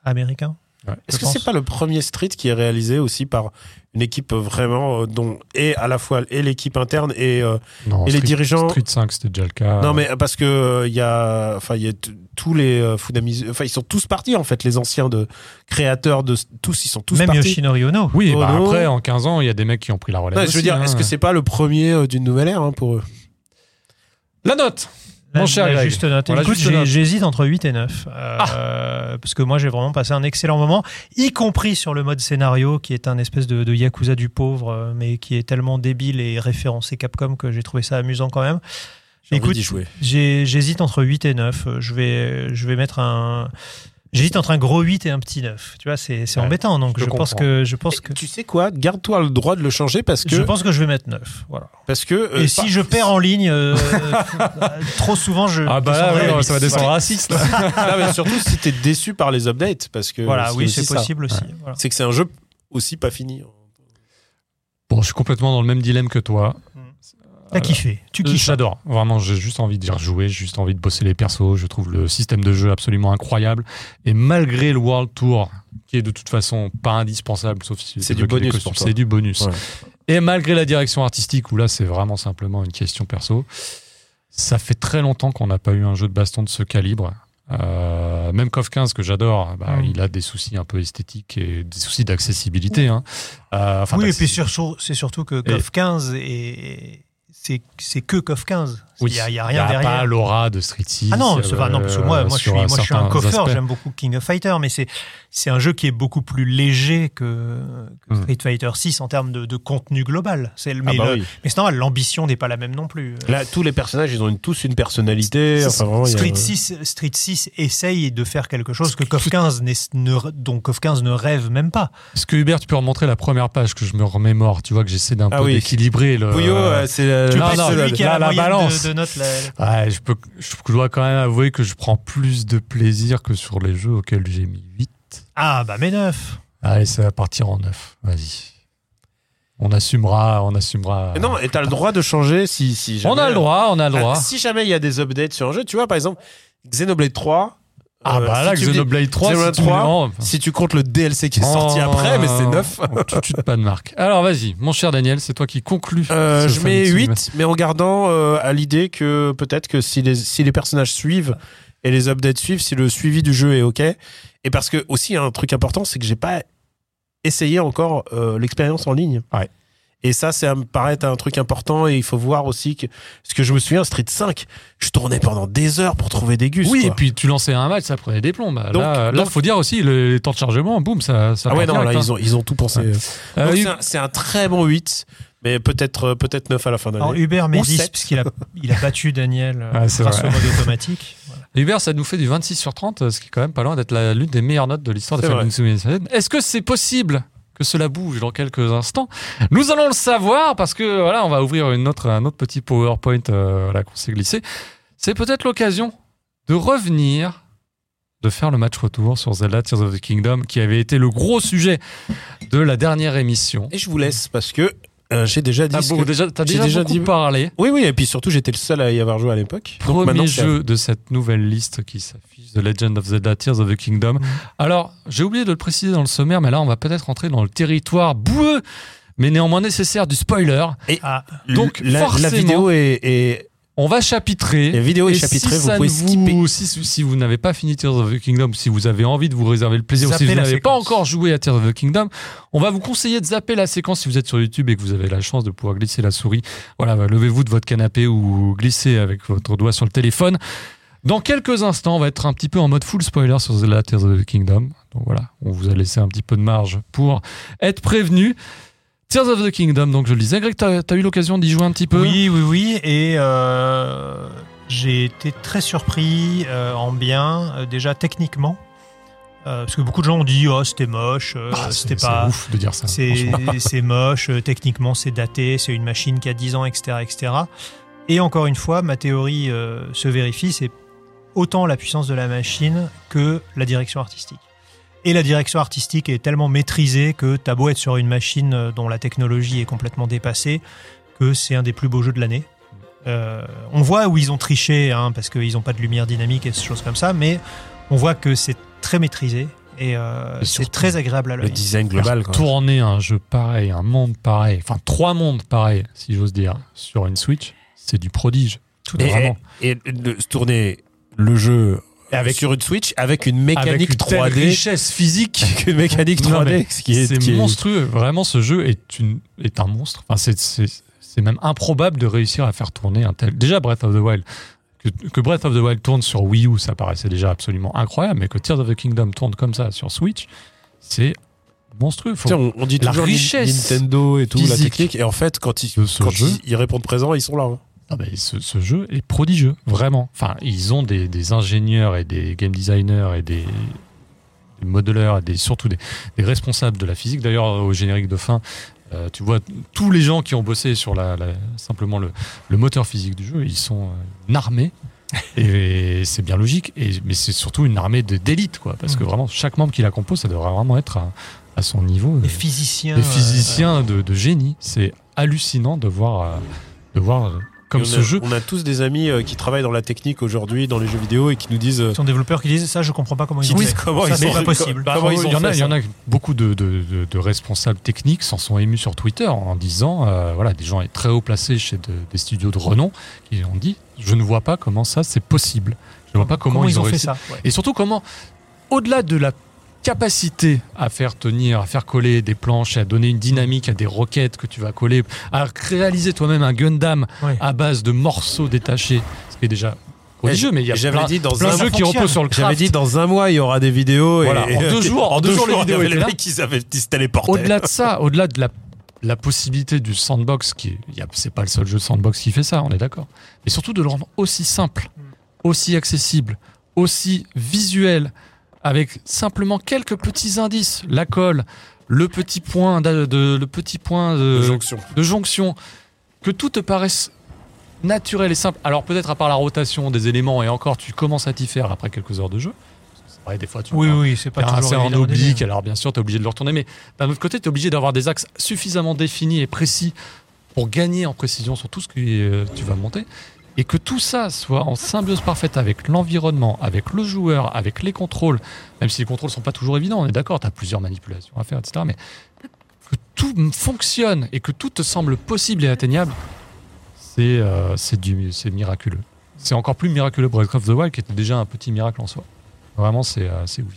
américain.
Ouais.
Est-ce
Je
que
pense.
c'est pas le premier street qui est réalisé aussi par une équipe vraiment euh, dont et à la fois et l'équipe interne et euh,
Non,
et les
Street-
dirigeants-
Street 5, c'était déjà le cas.
non mais euh, parce que euh, il y a enfin il y a t- tous les euh, Funamizu- enfin ils sont tous partis en fait les anciens de créateurs de tous ils sont tous
Même
partis.
Yoshinori Ono.
Oui, bah
Ono.
après, en 15 ans, il y a des mecs qui ont pris la relève.
Non, je veux
aussi,
dire
hein.
est-ce que c'est pas le premier euh, d'une nouvelle ère hein, pour eux
La note
La-
Mon cher
la
Greg.
juste note.
Voilà,
Écoute,
juste Ah
j'ai-
note.
j'hésite entre 8 et 9. euh, Parce que moi, j'ai vraiment passé un excellent moment, y compris sur le mode scénario, qui est un espèce de, de Yakuza du pauvre, euh, mais qui est tellement débile et référencé Capcom que j'ai trouvé ça amusant quand même.
J'ai envie
Écoute,
d'y jouer.
j'ai- j'hésite entre 8 et 9. Euh, Je vais, je vais mettre un. J'hésite entre un gros 8 et un petit 9. Tu vois, c'est c'est
Ouais,
embêtant. Donc,
je
je, pense
comprends.
que. Je pense
Et
que...
tu sais quoi garde-toi le droit de le changer parce que
Je pense que je vais mettre 9. Voilà.
parce que euh,
Et si
par-
je perds en ligne,
[LAUGHS]
euh, trop souvent, je.
Ah bah là,
descendrai à
ouais,
huit.
ça
[LAUGHS]
va descendre à 6. là.
Non, mais surtout si t'es déçu par les updates parce que
Voilà,
Euh, c'est
oui,
aussi
c'est
ça.
possible aussi. voilà.
c'est que c'est un jeu aussi pas fini Ah
Bon, je suis complètement dans le même dilemme que toi.
T'as kiffé, tu
Euh,
kiffes.
J'adore. Vraiment, j'ai juste envie d'y rejouer, j'ai juste envie de bosser les persos. Je trouve le système de jeu absolument incroyable. Et malgré le World Tour, qui est de toute façon pas indispensable, sauf si
C'est
tu
du
veux que des
bonus
costumes,
pour toi.
C'est du bonus.
Ouais.
Et malgré la direction artistique, où là, c'est vraiment simplement une question perso, ça fait très longtemps qu'on n'a pas eu un jeu de baston de ce calibre. Euh, même KOF 15 que j'adore, bah,
Mm.
il a des soucis un peu esthétiques et des soucis d'accessibilité. hein. Euh, enfin,
oui, et
d'accessi-
puis sur- c'est surtout que COF 15 et c'est c'est que COF 15. Il
Oui.
n'y a, il y a rien derrière.
pas l'aura de Street Six.
Ah non,
euh,
c'est pas- non, parce que moi, moi, je suis,
sur
moi je suis un
certains
coffeur,
aspects.
j'aime beaucoup King of Fighter, mais c'est c'est un jeu qui est beaucoup plus léger que, que
Mm.
Street Fighter 6 en termes de, de contenu global. C'est le-
Ah
Mais,
bah
le-
oui.
mais c'est normal, l'ambition n'est pas la même non plus.
Là, tous les personnages, ils ont une- tous une personnalité. Enfin, vraiment, il y a-
Street, 6, Street 6 essaye de faire quelque chose que COF 15 n'est- ne, dont COF 15 ne rêve même pas.
Est-ce que Hubert, tu peux remontrer la première page que je me remémore Tu vois que j'essaie d'un
Ah
peu
oui.
d'équilibrer le.
Puyo, euh, c'est la-
Tu
la-
passes
la-
celui
la-
qui a la
moyenne de-
balance.
de notes, la- la-
Ouais, je, peux, je dois quand même avouer que je prends plus de plaisir que sur les jeux auxquels j'ai mis 8.
Ah bah mais 9
Allez, ça va partir en 9. Vas-y. On assumera, on assumera.
Mais Ah Non, et t'as le droit de changer si, si jamais.
on a le droit, on a
hein.
le
Ah,
droit.
si jamais il y a des updates sur un jeu, tu vois, par exemple, Xenoblade 3.
Ah,
euh,
bah
si
là,
tu me dis-
Xenoblade 3, si
Xenoblade
tu me-
3,
non, enfin.
si tu comptes le DLC qui est sorti
Oh.
après, mais c'est neuf.
Oh, Tout de suite, pas de marque. Alors vas-y, mon cher Daniel, c'est toi qui conclus.
Euh,
ce
je mets
Famitsu.
8, mais en gardant euh, à l'idée que peut-être que si les, si les personnages suivent et les updates suivent, si le suivi du jeu est OK. Et parce que aussi, un truc important, c'est que j'ai pas essayé encore euh, l'expérience en ligne.
Ouais.
Et ça, ça me paraît être un truc important et il faut voir aussi que, ce que je me souviens, Street 5, je tournais pendant des heures pour trouver des gus.
Oui,
quoi.
et puis tu lançais un match, ça prenait des plombs. Bah,
Donc-
là, là,
donc-
faut dire aussi, le- les temps de chargement, boum, ça, ça
Ah ouais,
part
non, là,
direct,
ils ont, ils ont tout pensé.
Ouais.
Donc,
hein. Euh,
c'est
Hu-
un- c'est un, très bon 8, mais peut-être peut être 9 à la fin de
Alors
l'année.
Hubert met
Ou
10
sept.
parce qu'il a, il a battu Daniel euh,
[LAUGHS] Ah, c'est
grâce
vrai.
au mode automatique. Voilà.
Hubert, ça nous fait du 26 sur 30, ce qui est quand même pas loin d'être la- l'une des meilleures notes de l'histoire de
C'est vrai.
Famitsu United. Est-ce que c'est possible que cela bouge dans quelques instants Nous allons le savoir parce que voilà, on va ouvrir une autre, un autre petit PowerPoint euh, voilà, qu'on s'est glissé. C'est peut-être l'occasion de revenir, de faire le match retour sur Zelda Tears of the Kingdom, qui avait été le gros sujet de la dernière émission.
Et je vous laisse parce que euh, j'ai déjà dit.
T'as
ce
beau-
que-
déjà, t'as
j'ai
déjà,
déjà
beaucoup
dit-
parlé.
Oui, oui, et puis surtout, j'étais le seul à y avoir joué à l'époque. Donc maintenant,
Premier
c'est-
jeu de cette nouvelle liste qui s'affiche, The Legend of Zelda Tears of the
Mm.
Kingdom. Alors, j'ai oublié de le préciser dans le sommaire, mais là, on va peut-être entrer dans le territoire boueux, mais néanmoins nécessaire du spoiler.
Ah,
Donc,
la,
forcément-
la vidéo est, est-
On va chapitrer.
la vidéo est
Et
chapitrée,
si
vous
ça
pouvez
ne
skipper.
vous- si, si vous n'avez pas fini Tears of the Kingdom, si vous avez envie de vous réserver le plaisir, ou si
Zappez
vous
la
n'avez pas
séquence.
encore joué à Tears of the Kingdom, on va vous conseiller de zapper la séquence si vous êtes sur YouTube et que vous avez la chance de pouvoir glisser la souris. Voilà, bah, levez-vous de votre canapé ou glissez avec votre doigt sur le téléphone. Dans quelques instants, on va être un petit peu en mode full spoiler sur Zelda Tears of the Kingdom. Donc voilà, on vous a laissé un petit peu de marge pour être prévenu. Tears of the Kingdom, donc je le disais. Greg, t'as as eu l'occasion d'y jouer un petit peu
oui, oui, oui. Et euh, j'ai été très surpris euh, en bien, euh, déjà techniquement. Euh, parce que beaucoup de gens ont dit oh c'était moche, euh,
Ah,
c'était
c'est
pas,
c'est ouf de dire ça.
c'est
franchement.
c'est moche, euh, techniquement c'est daté, c'est une machine qui a 10 ans, etc. etc. Et encore une fois, ma théorie euh, se vérifie, c'est autant la puissance de la machine que la direction artistique. Et la direction artistique est tellement maîtrisée que t'as beau être sur une machine euh, dont la technologie est complètement dépassée, que c'est un des plus beaux jeux de l'année. Euh, on voit où ils ont triché, hein, parce qu'ils n'ont pas de lumière dynamique et ces choses comme ça, mais on voit que c'est très maîtrisé et, euh,
Et
c'est
surtout,
très agréable à l'œil.
Le design global, quoi.
Tourner un jeu pareil, un monde pareil, enfin trois mondes pareils, si j'ose dire, sur une Switch, c'est du prodige. Tout
Et-
Vraiment.
Et, et de se tourner le jeu
avec-
sur une Switch avec une
Avec
mécanique
une telle
3D.
richesse physique.
Avec une [LAUGHS] mécanique
Non,
3D,
mais
ce qui est,
c'est
qui est-
monstrueux. Vraiment, ce jeu est, une, est un monstre. Enfin, c'est, c'est- c'est même improbable de réussir à faire tourner un tel. Déjà, Breath of the Wild. Que, que Breath of the Wild tourne sur Wii U, ça paraissait déjà absolument incroyable, mais que Tears of the Kingdom tourne comme ça sur Switch, c'est monstrueux. Faut-
Tu sais, on, on dit
La
toujours Ni-
richesse
Nintendo et tout, la
physique
technique. Et en fait, quand ils,
de ce
quand
jeu.
ils, ils répondent présent, ils sont là. hein.
Ah ben, ce, ce jeu est prodigieux, vraiment. Enfin, ils ont des, des ingénieurs et des game designers et des, des modeleurs et des, surtout des, des responsables de la physique. D'ailleurs, au générique de fin, euh, tu vois t- tous les gens qui ont bossé sur la, la- simplement le, le moteur physique du jeu, ils sont euh, une armée. et c'est bien logique, et, mais c'est surtout une armée de- d'élite, quoi. Parce que vraiment, chaque membre qui la compose, ça devrait vraiment être à, à son niveau.
Les
euh,
physiciens.
des
euh,
physiciens de, de génie. C'est hallucinant de voir, euh, de voir euh,
Et
comme
on
ce
a-
jeu.
On a tous des amis euh, qui travaillent dans la technique aujourd'hui, dans les jeux vidéo, et qui nous disent. euh,
Qui sont développeurs qui disent ça, je comprends pas comment ils
Qui
ont
disent
fait.
comment
ça,
ils
c'est
ont
pas
fait,
possible.
quoi. Comment ils
il y
ont
en a,
fait
il y
ça
en a beaucoup de, de- de- de responsables techniques s'en sont émus sur Twitter en disant, euh, voilà, des gens très haut placés chez de- des studios de renom qui ont dit, je ne vois pas comment ça c'est possible. Je ne vois pas comment, ils, ont,
fait
réussi.
ça ouais.
Et surtout comment, au-delà de la capacité à faire tenir, à faire coller des planches, à donner une dynamique à des roquettes que tu vas coller, à réaliser toi-même un Gundam
Ouais.
à base de morceaux détachés, ce qui est déjà prodigieux, mais il y a
J'avais
plein,
dit dans
plein
un
de jeux qui
fonctionne.
reposent sur le
J'avais
craft.
dit dans un mois il y aura des vidéos et-
Voilà, en
et [LAUGHS]
deux jours- en
en
deux jours, les
il y
vidéos
avait
étaient
les
là.
mecs qui savaient qui se téléportaient.
Au-delà de ça, au-delà de la, la possibilité du sandbox, qui il y a- c'est pas le seul jeu de sandbox qui fait ça, on est d'accord, mais surtout de le rendre aussi simple, aussi accessible, aussi visuel, avec simplement quelques petits indices, la colle, le petit point d'a- de, le petit point de,
jonction.
de jonction, que tout te paraisse naturel et simple. Alors peut-être à part la rotation des éléments et encore, tu commences à t'y faire après quelques heures de jeu. C'est vrai, des fois tu
Oui,
prends-
oui, c'est pas
ah,
toujours
c'est en
évident au début.
oblique, alors bien sûr, tu es obligé de le retourner, mais d'un autre côté, tu es obligé d'avoir des axes suffisamment définis et précis pour gagner en précision sur tout ce que euh, tu vas monter, et que tout ça soit en symbiose parfaite avec l'environnement, avec le joueur, avec les contrôles, même si les contrôles sont pas toujours évidents, on est d'accord, tu as plusieurs manipulations à faire, etc., mais que tout m- fonctionne et que tout te semble possible et atteignable, c'est euh, c'est du- c'est miraculeux. C'est encore plus miraculeux Breath of the Wild, qui était déjà un petit miracle en soi. Vraiment, c'est euh, c'est ouf.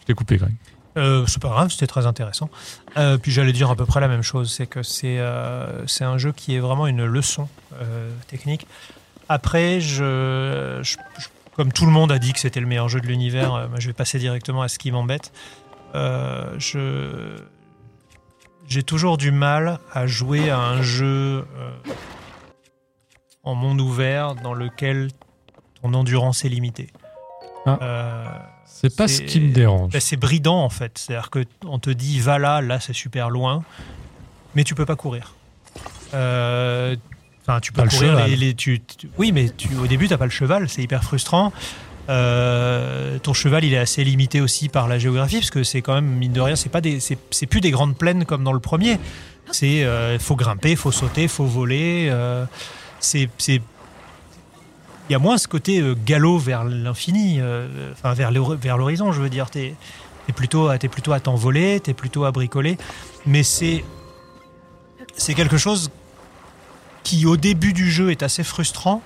Je t'ai coupé, Greg.
Euh, c'est pas grave, c'était très intéressant. Euh, puis j'allais dire à peu près la même chose, c'est que c'est euh, c'est un jeu qui est vraiment une leçon euh, technique. Après, je, je- je- comme tout le monde a dit que c'était le meilleur jeu de l'univers, euh, moi, je vais passer directement à ce qui m'embête. Euh, je j'ai toujours du mal à jouer à un jeu euh, en monde ouvert dans lequel ton endurance est limitée.
Ah.
Euh,
C'est pas
C'est-
ce qui me dérange.
ben, c'est bridant en fait. C'est-à-dire que t- on te dit va là, là c'est super loin, mais tu peux pas courir. Euh, Enfin, tu peux
Pas le
courir.
cheval.
les- les- tu- tu- oui, mais tu, au début t'as pas le cheval, c'est hyper frustrant. Euh, ton cheval, il est assez limité aussi par la géographie, parce que c'est quand même mine de rien, c'est pas des, c'est c'est plus des grandes plaines comme dans le premier. C'est euh, faut grimper, faut sauter, faut voler. euh, c'est c'est- il y a moins ce côté euh, galop vers l'infini, euh, enfin vers l'hor- vers l'horizon, je veux dire. T'es es plutôt, à- t'es plutôt à t'envoler, t'es plutôt à bricoler, mais c'est c'est quelque chose qui au début du jeu est assez frustrant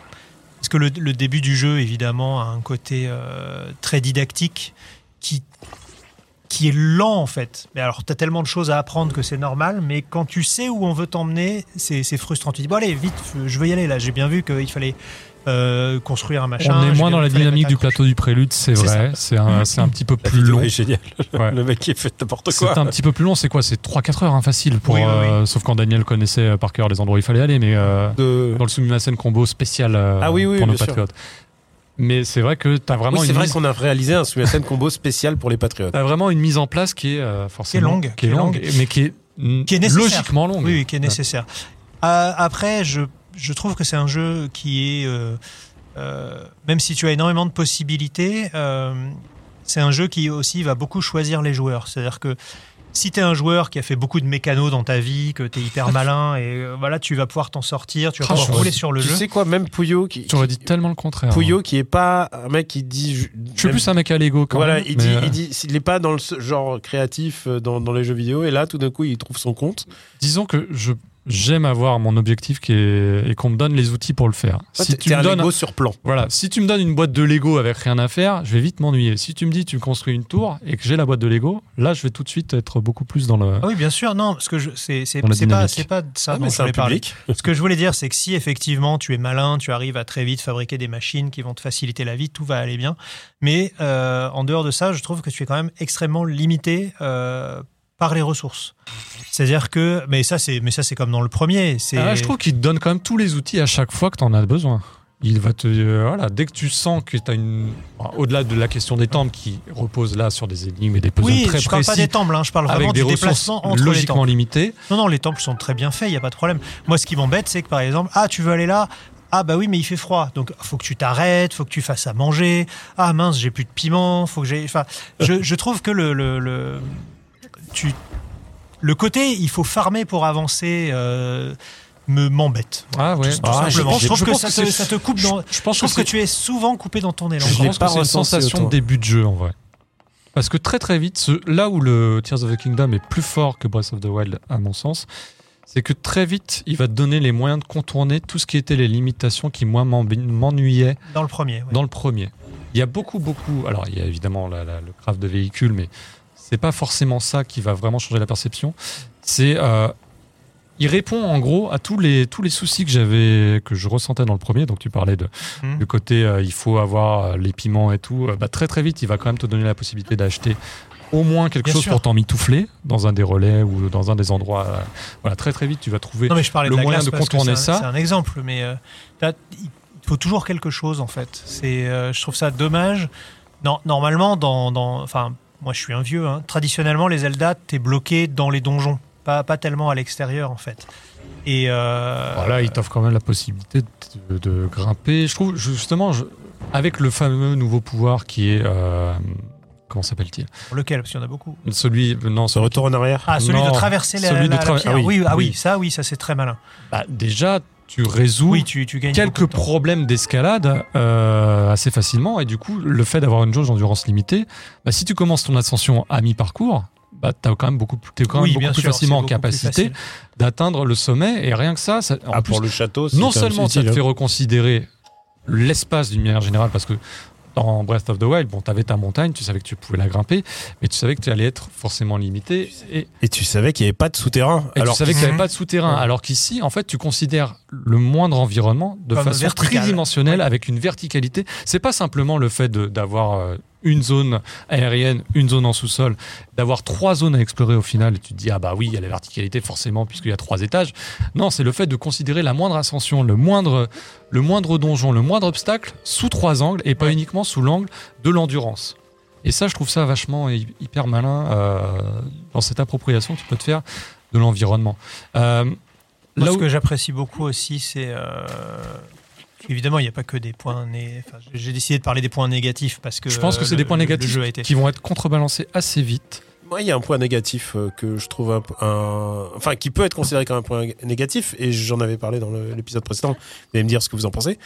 parce que le, le début du jeu évidemment a un côté euh, très didactique qui qui est lent en fait. Mais alors, tu as tellement de choses à apprendre que c'est normal, mais quand tu sais où on veut t'emmener, c'est c'est frustrant. Tu dis, bon allez, vite, je veux y aller là. J'ai bien vu qu'il fallait euh, construire un machin.
On est
j'ai
moins
bien
dans la
vu qu'il fallait
dynamique du
mettre un
plateau du prélude, c'est
C'est
vrai. C'est un, c'est un petit peu
La
plus
vidéo
long.
est géniale.
Ouais.
Le mec qui fait n'importe
C'est
quoi.
un petit peu plus long, c'est quoi C'est 3-4 heures, hein, facile. Pour,
Oui, oui,
euh, sauf quand Daniel connaissait euh, par cœur les endroits où il fallait aller, mais euh,
De-
dans le Sumimasen combo spécial euh,
Ah oui, oui,
pour nos
bien sûr.
patriotes. Mais c'est vrai que t'as vraiment
Oui, c'est
une
vrai
mise-
qu'on a réalisé un Sumimasen combo spécial pour les Patriotes.
T'as vraiment une mise en place qui est euh, forcément
longue,
qui est
qui est
longue,
longue.
mais qui est, mm,
qui est nécessaire.
logiquement longue.
Oui, oui, qui est nécessaire. Euh, après, je, je trouve que c'est un jeu qui est, euh, euh, même si tu as énormément de possibilités, euh, c'est un jeu qui aussi va beaucoup choisir les joueurs. C'est-à-dire que si tu es un joueur qui a fait beaucoup de mécanos dans ta vie, que tu
[LAUGHS]
es hyper malin, et euh, voilà, tu vas pouvoir t'en sortir, tu vas
Ah,
pouvoir
je
rouler
sais-
sur le
bah, tu
jeu.
sais quoi, même Pouillot qui,
J'aurais dit tellement le contraire. hein.
Pouillot qui est pas un mec qui dit. ju-
Je suis
même-
plus un mec à Lego quand
Voilà,
même.
il
mais,
dit,
euh,
il dit, s'il n'est pas dans le s- genre créatif euh, dans, dans les jeux vidéo, et là, tout d'un coup, il trouve son compte.
Disons que je j'aime avoir mon objectif qui est et qu'on me donne les outils pour le faire.
Toi,
si
t'es-
tu
t'es
me
un
donnes
Lego sur plan.
voilà, si tu me donnes une boîte de Lego avec rien à faire, je vais vite m'ennuyer. Si tu me dis tu me construis une tour et que j'ai la boîte de Lego, là je vais tout de suite être beaucoup plus dans le
Ah oui, bien sûr, non, parce que je- c'est c'est-
Dans la
c'est pas,
dynamique.
c'est pas de ça
Ah,
dont
mais
je
c'est un
voulais parler.
public.
Ce que je voulais dire, c'est que si effectivement tu es malin, tu arrives à très vite fabriquer des machines qui vont te faciliter la vie, tout va aller bien. Mais euh, en dehors de ça, je trouve que tu es quand même extrêmement limité euh, par les ressources. C'est-à-dire que, mais ça c'est, mais ça c'est comme dans le premier. C'est,
Ah, je trouve qu'il te donne quand même tous les outils à chaque fois que tu en as besoin. Il va te. euh, voilà, dès que tu sens que tu as une. enfin, Au-delà de la question des temples qui repose là sur des énigmes et des puzzles
oui,
très
je parle
précis.
pas des temples, hein, je parle vraiment
avec des
du
ressources
déplacement entre les temples.
logiquement limitées.
Non, non, les temples sont très bien faits, il n'y a pas de problème. Moi, ce qui m'embête, c'est que par exemple, ah, tu veux aller là ah bah oui mais il fait froid donc faut que tu t'arrêtes faut que tu fasses à manger ah mince j'ai plus de piment faut que j'ai enfin je, je trouve que le le, le- tu le côté il faut farmer pour avancer euh, me m'embête
Ah ouais.
Tout- tout
Ah,
simplement.
je-
je, trouve
je
que,
pense
ça,
que
te,
c'est-
ça te coupe
je-
dans
je pense
je trouve
que
que,
c'est-
tu es souvent coupé dans ton élan
Je
l'ai
pense
pas
que c'est une
ressenti
sensation
autant.
de début de jeu en vrai. Parce que très très vite, ce- là où le Tears of the Kingdom est plus fort que Breath of the Wild, à mon sens, c'est que très vite, il va te donner les moyens de contourner tout ce qui était les limitations qui, moi, m'en- m'ennuyaient
dans le premier ouais.
dans le premier. Il y a beaucoup, beaucoup. Alors, il y a évidemment la- la- le craft de véhicule, mais c'est pas forcément ça qui va vraiment changer la perception. C'est. euh, il répond en gros à tous les, tous les soucis que j'avais que je ressentais dans le premier. Donc, tu parlais de,
Hmm.
du côté euh, il faut avoir euh, les piments et tout. Euh, bah, très, très vite, il va quand même te donner la possibilité d'acheter au moins quelque
Bien
chose
sûr.
pour t'en mitoufler dans un des relais ou dans un des endroits. euh, voilà, très, très vite, tu vas trouver.
non mais je parlais
le
de la
moyen
glace
de
parce que
contourner
c'est un-
ça.
c'est un exemple mais euh, là, il il faut toujours quelque chose en fait c'est euh, je trouve ça dommage non, normalement dans dans- enfin moi je suis un vieux hein. traditionnellement les Zelda t'es bloqué dans les donjons pas pas tellement à l'extérieur en fait et euh,
Voilà, il t'offre quand même la possibilité de, de grimper. Je trouve justement, je- avec le fameux nouveau pouvoir qui est euh, comment s'appelle-t-il
lequel parce qu'il y en a beaucoup
Celui non,
Ce
celui-
retour en arrière.
ah celui
Non,
de traverser la,
celui de
la- la
traver-
pierre.
ah oui,
oui, ah oui,
oui.
ça oui ça c'est très malin
bah, déjà tu résous
oui tu, tu gagnes
quelques
beaucoup de temps.
problèmes d'escalade euh, assez facilement et du coup le fait d'avoir une jauge d'endurance limitée, bah, si tu commences ton ascension à mi-parcours, bah t'as quand même beaucoup plus, t'es quand même
Oui,
beaucoup
bien
plus
sûr,
facilement
c'est
en
beaucoup plus
capacité
facile.
d'atteindre le sommet et rien que ça, ça en
Ah,
plus
pour le château, c'est
non
quand même
seulement ça
utile,
te fait
hein.
reconsidérer l'espace d'une manière générale, parce que dans Breath of the Wild, bon, t'avais ta montagne, tu savais que tu pouvais la grimper, mais tu savais que tu allais être forcément limité et, et
Et tu savais qu'il n'y avait pas de souterrain. Alors,
tu savais qu'il n'y
Mhm.
avait pas de souterrain. Alors qu'ici, en fait, tu considères le moindre environnement de
Comme
façon
vertical.
tridimensionnelle,
Ouais.
avec une verticalité. C'est pas simplement le fait de- d'avoir euh, une zone aérienne, une zone en sous-sol, d'avoir trois zones à explorer au final. Et tu te dis, ah bah oui, il y a la verticalité forcément, puisqu'il y a trois étages. Non, c'est le fait de considérer la moindre ascension, le moindre, le moindre donjon, le moindre obstacle sous trois angles et pas uniquement sous l'angle de l'endurance. Et ça, je trouve ça vachement hy- hyper malin euh, dans cette appropriation que tu peux te faire de l'environnement. Euh,
Moi,
là
ce
où-
que j'apprécie beaucoup aussi, c'est. euh, Évidemment, il n'y a pas que des points. né- Enfin, j'ai- j'ai décidé de parler des points négatifs parce que.
je pense que
euh,
c'est
le-
des points
le-
négatifs
Le jeu a été.
qui vont être contrebalancés assez vite.
Moi, il y a un point négatif euh, que je trouve un, un- enfin qui peut être considéré comme un point négatif et j'en avais parlé dans le- l'épisode précédent. Vous allez me dire ce que vous en pensez.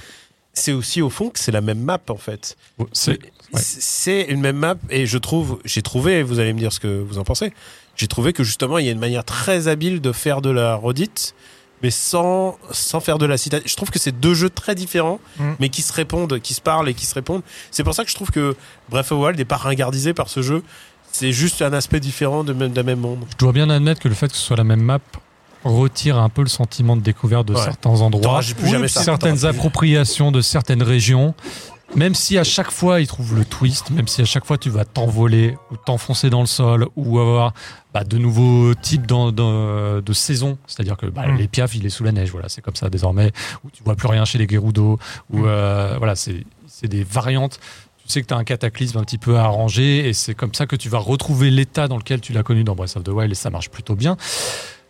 C'est aussi au fond que c'est la même map en fait.
C'est Ouais.
C'est une même map et je trouve, j'ai trouvé, vous allez me dire ce que vous en pensez. J'ai trouvé que justement il y a une manière très habile de faire de la redite, mais sans sans faire de la citation. Je trouve que c'est deux jeux très différents,
Mm.
mais qui se répondent, qui se parlent et qui se répondent. C'est pour ça que je trouve que Breath of the Wild est pas ringardisé par ce jeu. C'est juste un aspect différent de même, d'un même monde.
je dois bien admettre que le fait que ce soit la même map retire un peu le sentiment de découverte de
Ouais.
certains endroits,
T'auras plus jamais ça.
certaines
T'auras plus-
appropriations de certaines régions. Même si à chaque fois ils trouvent le twist, même si à chaque fois tu vas t'envoler ou t'enfoncer dans le sol ou avoir bah, de nouveaux types d'en- d'en- de saisons, c'est-à-dire que bah,
Hmm.
Mm.
les piafs il est sous la neige, voilà, c'est comme ça désormais, ou tu vois plus rien chez les Gerudo, ou euh, voilà, c'est c'est des variantes. Tu sais que tu as un cataclysme un petit peu à arranger et c'est comme ça que tu vas retrouver l'état dans lequel tu l'as connu dans Breath of the Wild et ça marche plutôt bien.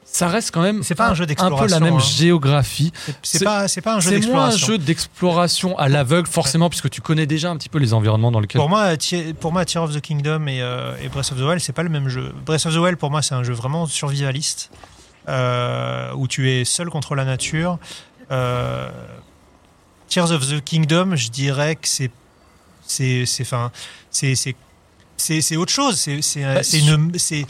Ça reste quand même
C'est pas un jeu
peu la
d'exploration,
même
hein.
géographie.
C'est pas, c'est pas un jeu
C'est moins un
d'exploration.
jeu d'exploration à l'aveugle, forcément, puisque tu connais déjà un petit peu les environnements dans lesquels.
Pour moi, Tear- pour moi, Tear of the Kingdom et, euh, et Breath of the Wild, c'est pas le même jeu. Breath of the Wild, pour moi, c'est un jeu vraiment survivaliste, euh, où tu es seul contre la nature. Euh, Tears of the Kingdom, je dirais que c'est c'est c'est enfin, c'est c'est c'est c'est autre chose. C'est c'est un-
Bah,
c'est une c'est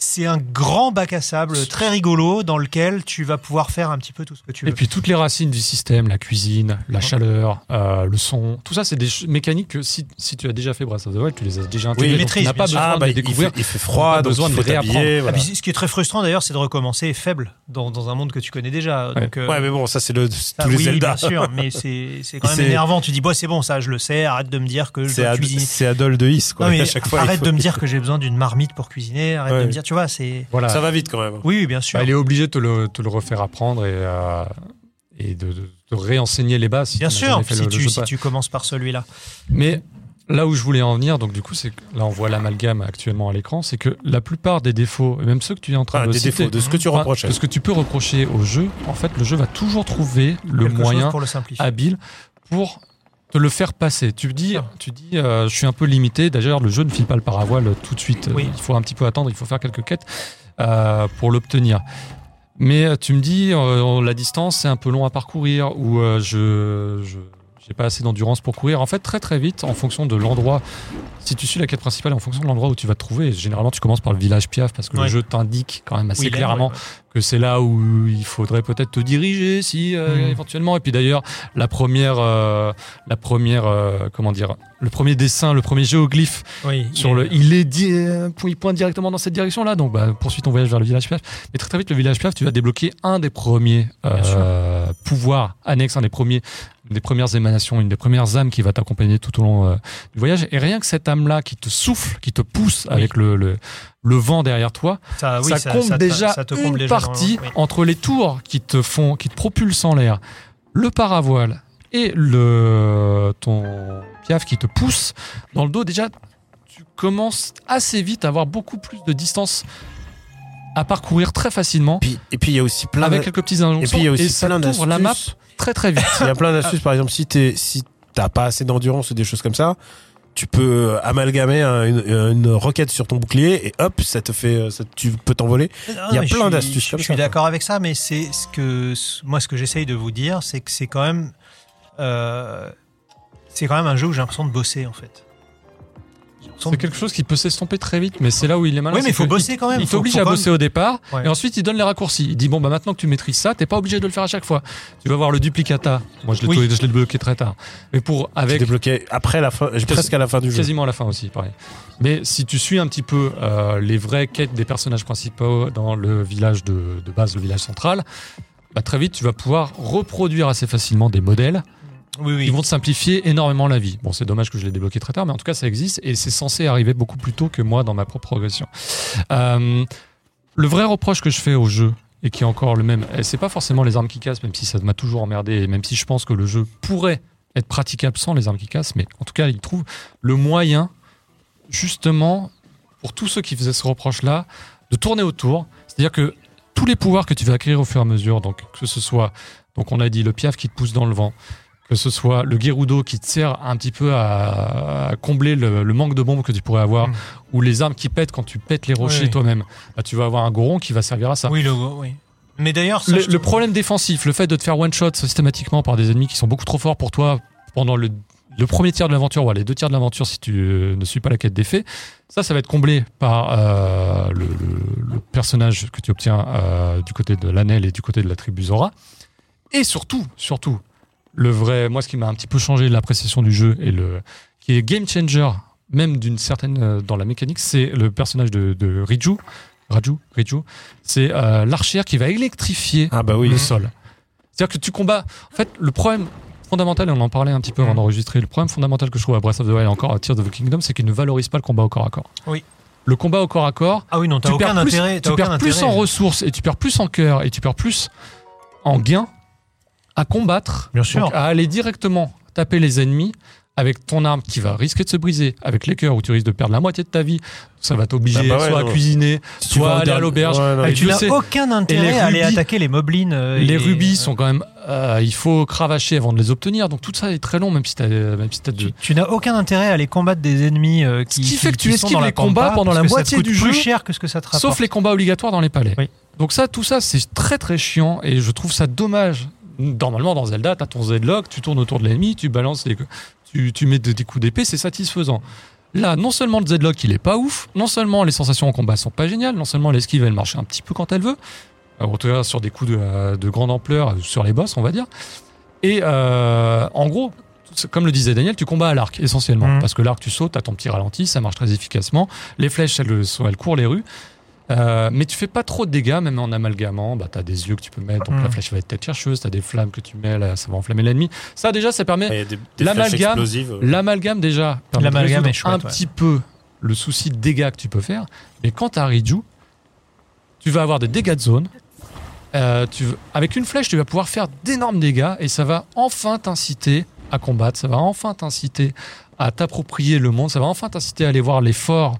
c'est un grand bac à sable très rigolo dans lequel tu vas pouvoir faire un petit peu tout ce que tu veux.
Et puis toutes les racines du système, la cuisine, la chaleur, euh, le son, tout ça, c'est des ch- mécaniques que si, si tu as déjà fait Breath of the Wild, tu les as déjà intégrées. donc
maîtrise,
tu n'as pas
bien sûr.
besoin
Ah,
de
bah,
les
il fait-
découvrir.
il fait froid,
T'as pas
donc
besoin de
il faut
réapprendre.
t'habiller, voilà.
Ah, puis, ce qui est très frustrant d'ailleurs, c'est de recommencer faible dans, dans un monde que tu connais déjà. Donc, euh,
Ouais, mais bon, ça, c'est le,
ça,
tous les
oui,
Zelda.
bien sûr,
[LAUGHS]
mais c'est c'est quand même
C'est-
énervant. Tu dis, bon, c'est bon, ça, je le sais. Arrête de me dire que je
C'est
dois
Ad-
cuisiner.
c'est Adol de Is, quoi.
Non, mais
à chaque fois, il
arrête
faut-
de me dire que j'ai besoin d'une marmite pour cuisiner. Arrête
Ouais.
de me dire, tu vois, c'est.
Voilà.
Ça va vite quand même.
Oui, oui, bien sûr.
Bah, il est obligé de te le, te le refaire apprendre et, euh, et de, de- de réenseigner les bases. si
bien
t'en as jamais
sûr,
fait
si,
le- le
tu,
jeu
si
pas.
tu commences par celui-là.
Mais là où je voulais en venir, donc du coup, c'est que là on voit l'amalgame actuellement à l'écran, c'est que la plupart des défauts, et même ceux que tu es en train
Ah,
de
des
citer,
défauts, de ce que tu
enfin,
reproches.
hein.
de ce que tu peux reprocher au jeu, en fait, le jeu va toujours trouver le
Quelque
moyen
chose pour le simplifier.
Ah,
habile pour te le faire passer. Tu dis, tu dis euh, je suis un peu limité. D'ailleurs, le jeu ne file pas le paravoile tout de suite.
Oui.
Il faut un petit peu attendre, il faut faire quelques quêtes euh, pour l'obtenir. Mais euh, tu me dis, euh, la distance, c'est un peu long à parcourir ou euh, je. je j'ai pas assez d'endurance pour courir. En fait, très très vite, en fonction de l'endroit, si tu suis la quête principale, en fonction de l'endroit où tu vas te trouver, généralement tu commences par le village Piaf parce que le
Ouais.
jeu t'indique quand même assez
Oui, il est,
clairement
ouais, ouais.
que c'est là où il faudrait peut-être te diriger si euh,
Mm.
éventuellement et puis d'ailleurs la première euh, la première euh, comment dire le premier dessin le premier géoglyphe
Oui,
sur le il est di- euh, il pointe directement dans cette direction là donc bah, poursuis ton voyage vers le village Piaf mais très très vite le village Piaf tu vas débloquer un des premiers euh, pouvoirs annexes un des premiers une des premières émanations une des premières âmes qui va t'accompagner tout au long euh, du voyage et rien que cette âme là qui te souffle qui te pousse avec le, le le vent derrière toi
ça, Ah oui,
ça,
ça-
compte
ça te-
déjà
ça te
une
comble déjà
partie
dans le- oui.
entre les tours qui te font, qui te propulsent en l'air, le paravoile et le ton piaf qui te pousse dans le dos. Déjà, tu commences assez vite à avoir beaucoup plus de distance à parcourir très facilement
Puis- et puis, il y a aussi plein
avec
de-
quelques petites injonctions
puis, il y a aussi
ça
plein
t'ouvre la map Ah.
d'astuces.
très très vite.
[LAUGHS] Il y a plein d'astuces. Par exemple, si t'es, si t'as pas assez d'endurance ou des choses comme ça, tu peux euh, amalgamer un- une, une roquette sur ton bouclier et hop, ça te fait, euh, ça- tu peux t'envoler.
Non,
Il y a
mais je
plein
suis-
d'astuces
je-
comme
Je
ça,
suis d'accord avec ça, mais c'est ce que ce- moi ce que j'essaye de vous dire, c'est que c'est quand même euh, c'est quand même un jeu où j'ai l'impression de bosser en fait. J'ai l'impression
C'est
de-
quelque chose qui peut s'estomper très vite, mais c'est là où il est malin.
Oui, mais
c'est
faut
que
bosser
il-
quand même,
Il
faut-
t'oblige
faut
à
quand
bosser au départ,
Ouais.
et ensuite il donne les raccourcis. Il dit bon bah maintenant que tu maîtrises ça, t'es pas obligé de le faire à chaque fois. Tu vas voir le duplicata. Moi je l'ai
Oui.
je l'ai bloqué très tard, mais pour
Avec...
avec
Débloqué après la fin, euh, presque à la fin du jeu.
quasiment à la fin aussi, pareil. Mais si tu suis un petit peu euh, les vraies quêtes des personnages principaux dans le village de, de base, le village central, bah, très vite tu vas pouvoir reproduire assez facilement des modèles
Oui, oui.
ils vont te simplifier énormément la vie. Bon, c'est dommage que je l'ai débloqué très tard, mais en tout cas, ça existe et c'est censé arriver beaucoup plus tôt que moi dans ma propre progression. Euh, le vrai reproche que je fais au jeu et qui est encore le même, et c'est pas forcément les armes qui cassent, même si ça m'a toujours emmerdé et même si je pense que le jeu pourrait être praticable sans les armes qui cassent, mais en tout cas, il trouve le moyen, justement, pour tous ceux qui faisaient ce reproche-là, de tourner autour. C'est-à-dire que tous les pouvoirs que tu vas acquérir au fur et à mesure, donc que ce soit, donc on a dit le piaf qui te pousse dans le vent, que ce soit le Gerudo qui te sert un petit peu à, à combler le, le manque de bombes que tu pourrais avoir,
Mm.
ou les armes qui pètent quand tu pètes les rochers
oui.
toi-même, bah, tu vas avoir un goron qui va servir à ça.
Oui, le oui. Mais d'ailleurs, ça,
Le,
je
le
trouve-
problème défensif, le fait de te faire one shot systématiquement par des ennemis qui sont beaucoup trop forts pour toi pendant le, le premier tiers de l'aventure, ou les deux tiers de l'aventure si tu euh, ne suis pas la quête des faits, ça, ça va être comblé par euh, le, le- le personnage que tu obtiens euh, du côté de l'Anel et du côté de la tribu Zora. Et surtout, surtout, le vrai, moi, ce qui m'a un petit peu changé l'appréciation du jeu et le qui est game changer, même d'une certaine euh, dans la mécanique, c'est le personnage de, de Riju. Raju, Riju, c'est euh, l'archère qui va électrifier
Ah bah oui.
le sol. C'est-à-dire que tu combats. En fait, le problème fondamental, et on en parlait un petit
Mm.
peu avant d'enregistrer, le problème fondamental que je trouve à Breath of the Wild et encore à Tears of the Kingdom, c'est qu'il ne valorise pas le combat au corps à corps.
Oui.
Le combat au corps à corps,
Ah oui, non, t'as
tu
aucun
perds plus,
intérêt.
tu
t'as
perds
aucun
plus
intérêt.
en ressources et tu perds plus en cœur et tu perds plus en gain à combattre,
Bien sûr.
donc à aller directement taper les ennemis, avec ton arme qui va risquer de se briser, avec les cœurs où tu risques de perdre la moitié de ta vie, ça va t'obliger
Ah bah ouais,
soit
non.
à cuisiner,
Si tu vas
soit
au
à aller à
dernier-
l'auberge.
Ouais, non,
Et
mais
Ah, tu
Dieu
n'as
sait,
aucun
et les
intérêt à aller
rubis-
attaquer les moblines. euh,
les
et-
rubis sont quand même, euh, il faut cravacher avant de les obtenir, donc tout ça est très long, même si t'as, euh, même si t'as de-
Tu, tu n'as aucun intérêt à aller combattre des ennemis euh, qui,
qui fait que tu
qui sont
esquives
dans la
les combats
pampa,
pendant la
parce que
moitié
ça te coûte
du
plus
jeu,
cher que ce que ça te rapporte.
Sauf les combats obligatoires dans les palais.
Oui.
Donc ça, tout ça, c'est très très chiant et je trouve ça dommage. Normalement, dans Zelda, t'as ton Z-Lock, tu tournes autour de l'ennemi, tu balances les... tu, tu mets des, des coups d'épée, c'est satisfaisant. Là, non seulement le Z-Lock, il est pas ouf, non seulement les sensations en combat sont pas géniales, non seulement l'esquive, elle marche un petit peu quand elle veut, euh, en tout cas sur des coups de, euh, de grande ampleur, euh, sur les boss, on va dire. Et euh, en gros, c'est- comme le disait Daniel, tu combats à l'arc essentiellement.
Mhm.
Parce que l'arc, tu sautes, t'as ton petit ralenti, ça marche très efficacement. Les flèches, elles, sont- elles courent les rues. Euh, mais tu fais pas trop de dégâts, même en amalgamant. Bah, t'as des yeux que tu peux mettre, donc
Mhm.
la flèche va être tête chercheuse. T'as des flammes que tu mets, là, ça va enflammer l'ennemi. Ça, déjà, ça permet.
Il y a des, des flèches
L'amalgame-
explosives. euh,
L'amalgame, déjà, permet de
L'amalgame
résoudre
est chouette,
un
ouais.
petit peu le souci de dégâts que tu peux faire. Mais quand t'as Riju, tu vas avoir des dégâts de zone. Euh, tu, avec une flèche, tu vas pouvoir faire d'énormes dégâts et ça va enfin t'inciter à combattre, ça va enfin t'inciter à t'approprier le monde, ça va enfin t'inciter à aller voir les forts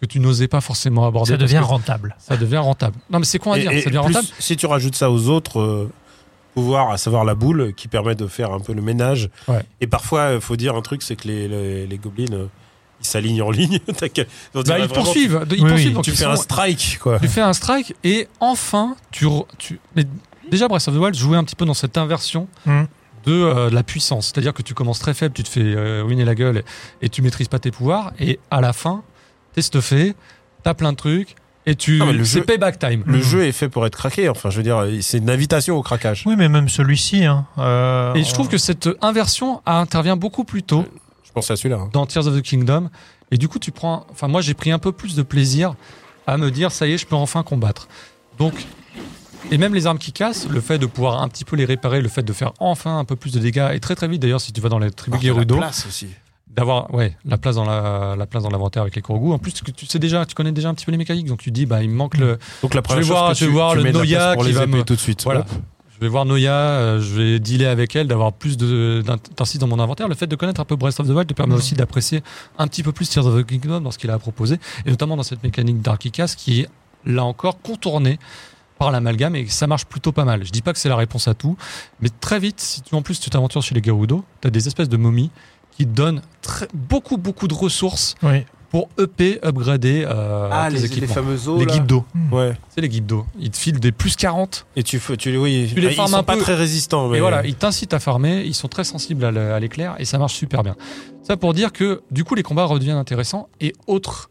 que tu n'osais pas forcément aborder.
ça
parce
devient
que
rentable.
ça devient rentable. Non mais c'est quoi à
et-
dire
et
Ça devient
plus,
rentable
Si tu rajoutes ça aux autres euh, pouvoirs, à savoir la boule, qui permet de faire un peu le ménage.
Ouais.
Et parfois, il faut dire un truc, c'est que les, les, les gobelins, euh, ils s'alignent en ligne. [LAUGHS] T'as qu'à- on
Bah,
dirait
ils
vraiment-
poursuivent, ils
oui,
poursuivent. donc
Tu
ils
fais un
sont-
strike, quoi.
Tu fais un strike et enfin, tu. re- tu mais déjà, Breath of the Wild jouait un petit peu dans cette inversion
Mm.
de, euh, de la puissance. C'est-à-dire que tu commences très faible, tu te fais euh, ruiner la gueule et, et tu maîtrises pas tes pouvoirs. Et à la fin, t'es stuffé, t'as plein de trucs et tu.
Ah, mais le
C'est
jeu-
payback time.
Le jeu est fait pour être craqué. Enfin, je veux dire, euh, c'est une invitation au craquage.
Oui, mais même celui-ci. hein, euh,
Et je
Ah.
trouve
on-
que cette inversion ah, intervient beaucoup plus tôt.
Je pense à celui-là. hein.
dans Tears of the Kingdom. Et du coup, tu prends. Enfin, moi, j'ai pris un peu plus de plaisir à me dire, ça y est, je peux enfin combattre. Donc. Et même les armes qui cassent, le fait de pouvoir un petit peu les réparer, le fait de faire enfin un peu plus de dégâts, et très très vite d'ailleurs, si tu vas dans les tribus
Par la
Gerudo,
place aussi.
d'avoir ouais, la place dans la, la place dans l'inventaire avec les Korogu. En plus, tu, tu sais déjà, tu connais déjà un petit peu les mécaniques, donc tu dis, bah, il me
Mm.
manque le.
Donc la première
vais
chose
voir-
que
je
tu,
vais voir
tu
le
mets de la place
Noya
pour
qui
les
va
épées
me-
tout de suite.
Voilà.
Hop.
Je vais voir Noya, euh, je vais dealer avec elle, d'avoir plus de- d'in- d'insites dans mon inventaire. Le fait de connaître un peu Breath of the Wild te permet aussi d'apprécier un petit peu plus Tears of the Kingdom dans ce qu'il a à proposer, et notamment dans cette mécanique d'Archicas qui est là encore contournée par l'amalgame et ça marche plutôt pas mal. Je dis pas que c'est la réponse à tout, mais très vite, si tu en plus tu t'aventures chez les Gerudo, tu as des espèces de momies qui te donnent très- beaucoup beaucoup de ressources
Oui.
pour EP, upgrader euh, tes équipements.
fameux
Les guides d'eau,
Ouais.
c'est les guides d'eau. Ils te filent des plus 40
Et tu, fais- tu, oui,
Tu les
ils
farmes
sont
un
pas
peu.
très résistants. Mais
Et voilà, ils t'incitent à farmer, ils sont très sensibles à le- à l'éclair et ça marche super bien. Ça pour dire que du coup les combats redeviennent intéressants et autre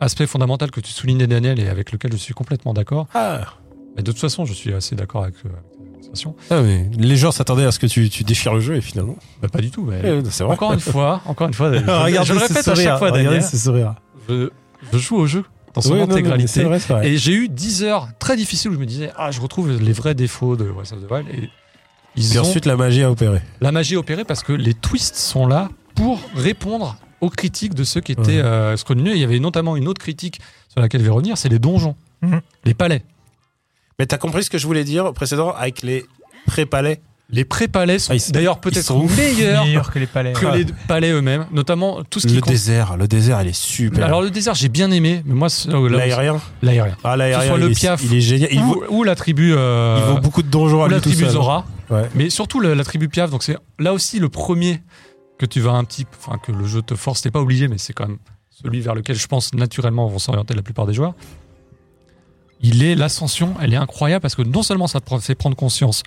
aspect fondamental que tu soulignais Daniel et avec lequel je suis complètement d'accord,
Ah,
mais de toute façon je suis assez d'accord avec, euh, avec cette démonstration.
Ah, mais les gens s'attendaient à ce que tu, tu déchires le jeu et finalement.
Bah, pas du tout. mais-
Eh, c'est vrai.
Encore une fois, encore une fois, [LAUGHS] je, je le répète à chaque fois Daniel, je, je joue au jeu dans son
Oui, non, non, mais C'est
intégralité.
vrai, c'est vrai.
Et j'ai eu 10 heures très difficiles où je me disais, ah, je retrouve les vrais défauts de Breath of the Wild. Et ils
Et
ont
ensuite, la magie a opéré.
la magie opérée parce que les twists sont là pour répondre aux critiques de ceux qui étaient
Ouais.
euh, scrupuleux. Il y avait notamment une autre critique sur laquelle je vais revenir, c'est les donjons,
Mhm.
les palais.
Mais t'as compris ce que je voulais dire précédemment avec les pré-palais
Les pré-palais sont
Ah, ils sont-
d'ailleurs
ils
peut-être
sont ouf.
meilleurs
meilleur que les palais.
que les palais eux-mêmes, notamment tout ce qui
Le
concerne-
désert, le désert, il est super.
Alors le désert, j'ai bien aimé, mais moi c'est- oh, là où- là où-
l'aérien.
l'aérien.
Ah,
Que ce
l'aérien,
soit
il,
le
est-
Piaf
il est génial. Il
ou,
vaut,
ou la tribu euh,
il vaut beaucoup de donjons à
ou
lui
la
tout
tribu
seul.
Zora,
Ouais.
mais surtout la, la tribu Piaf. Donc c'est là aussi le premier que tu vas un petit, enfin que le jeu te force, t'es pas obligé, mais c'est quand même celui vers lequel je pense naturellement vont s'orienter la plupart des joueurs. Il est l'ascension, elle est incroyable parce que non seulement ça te pre- fait prendre conscience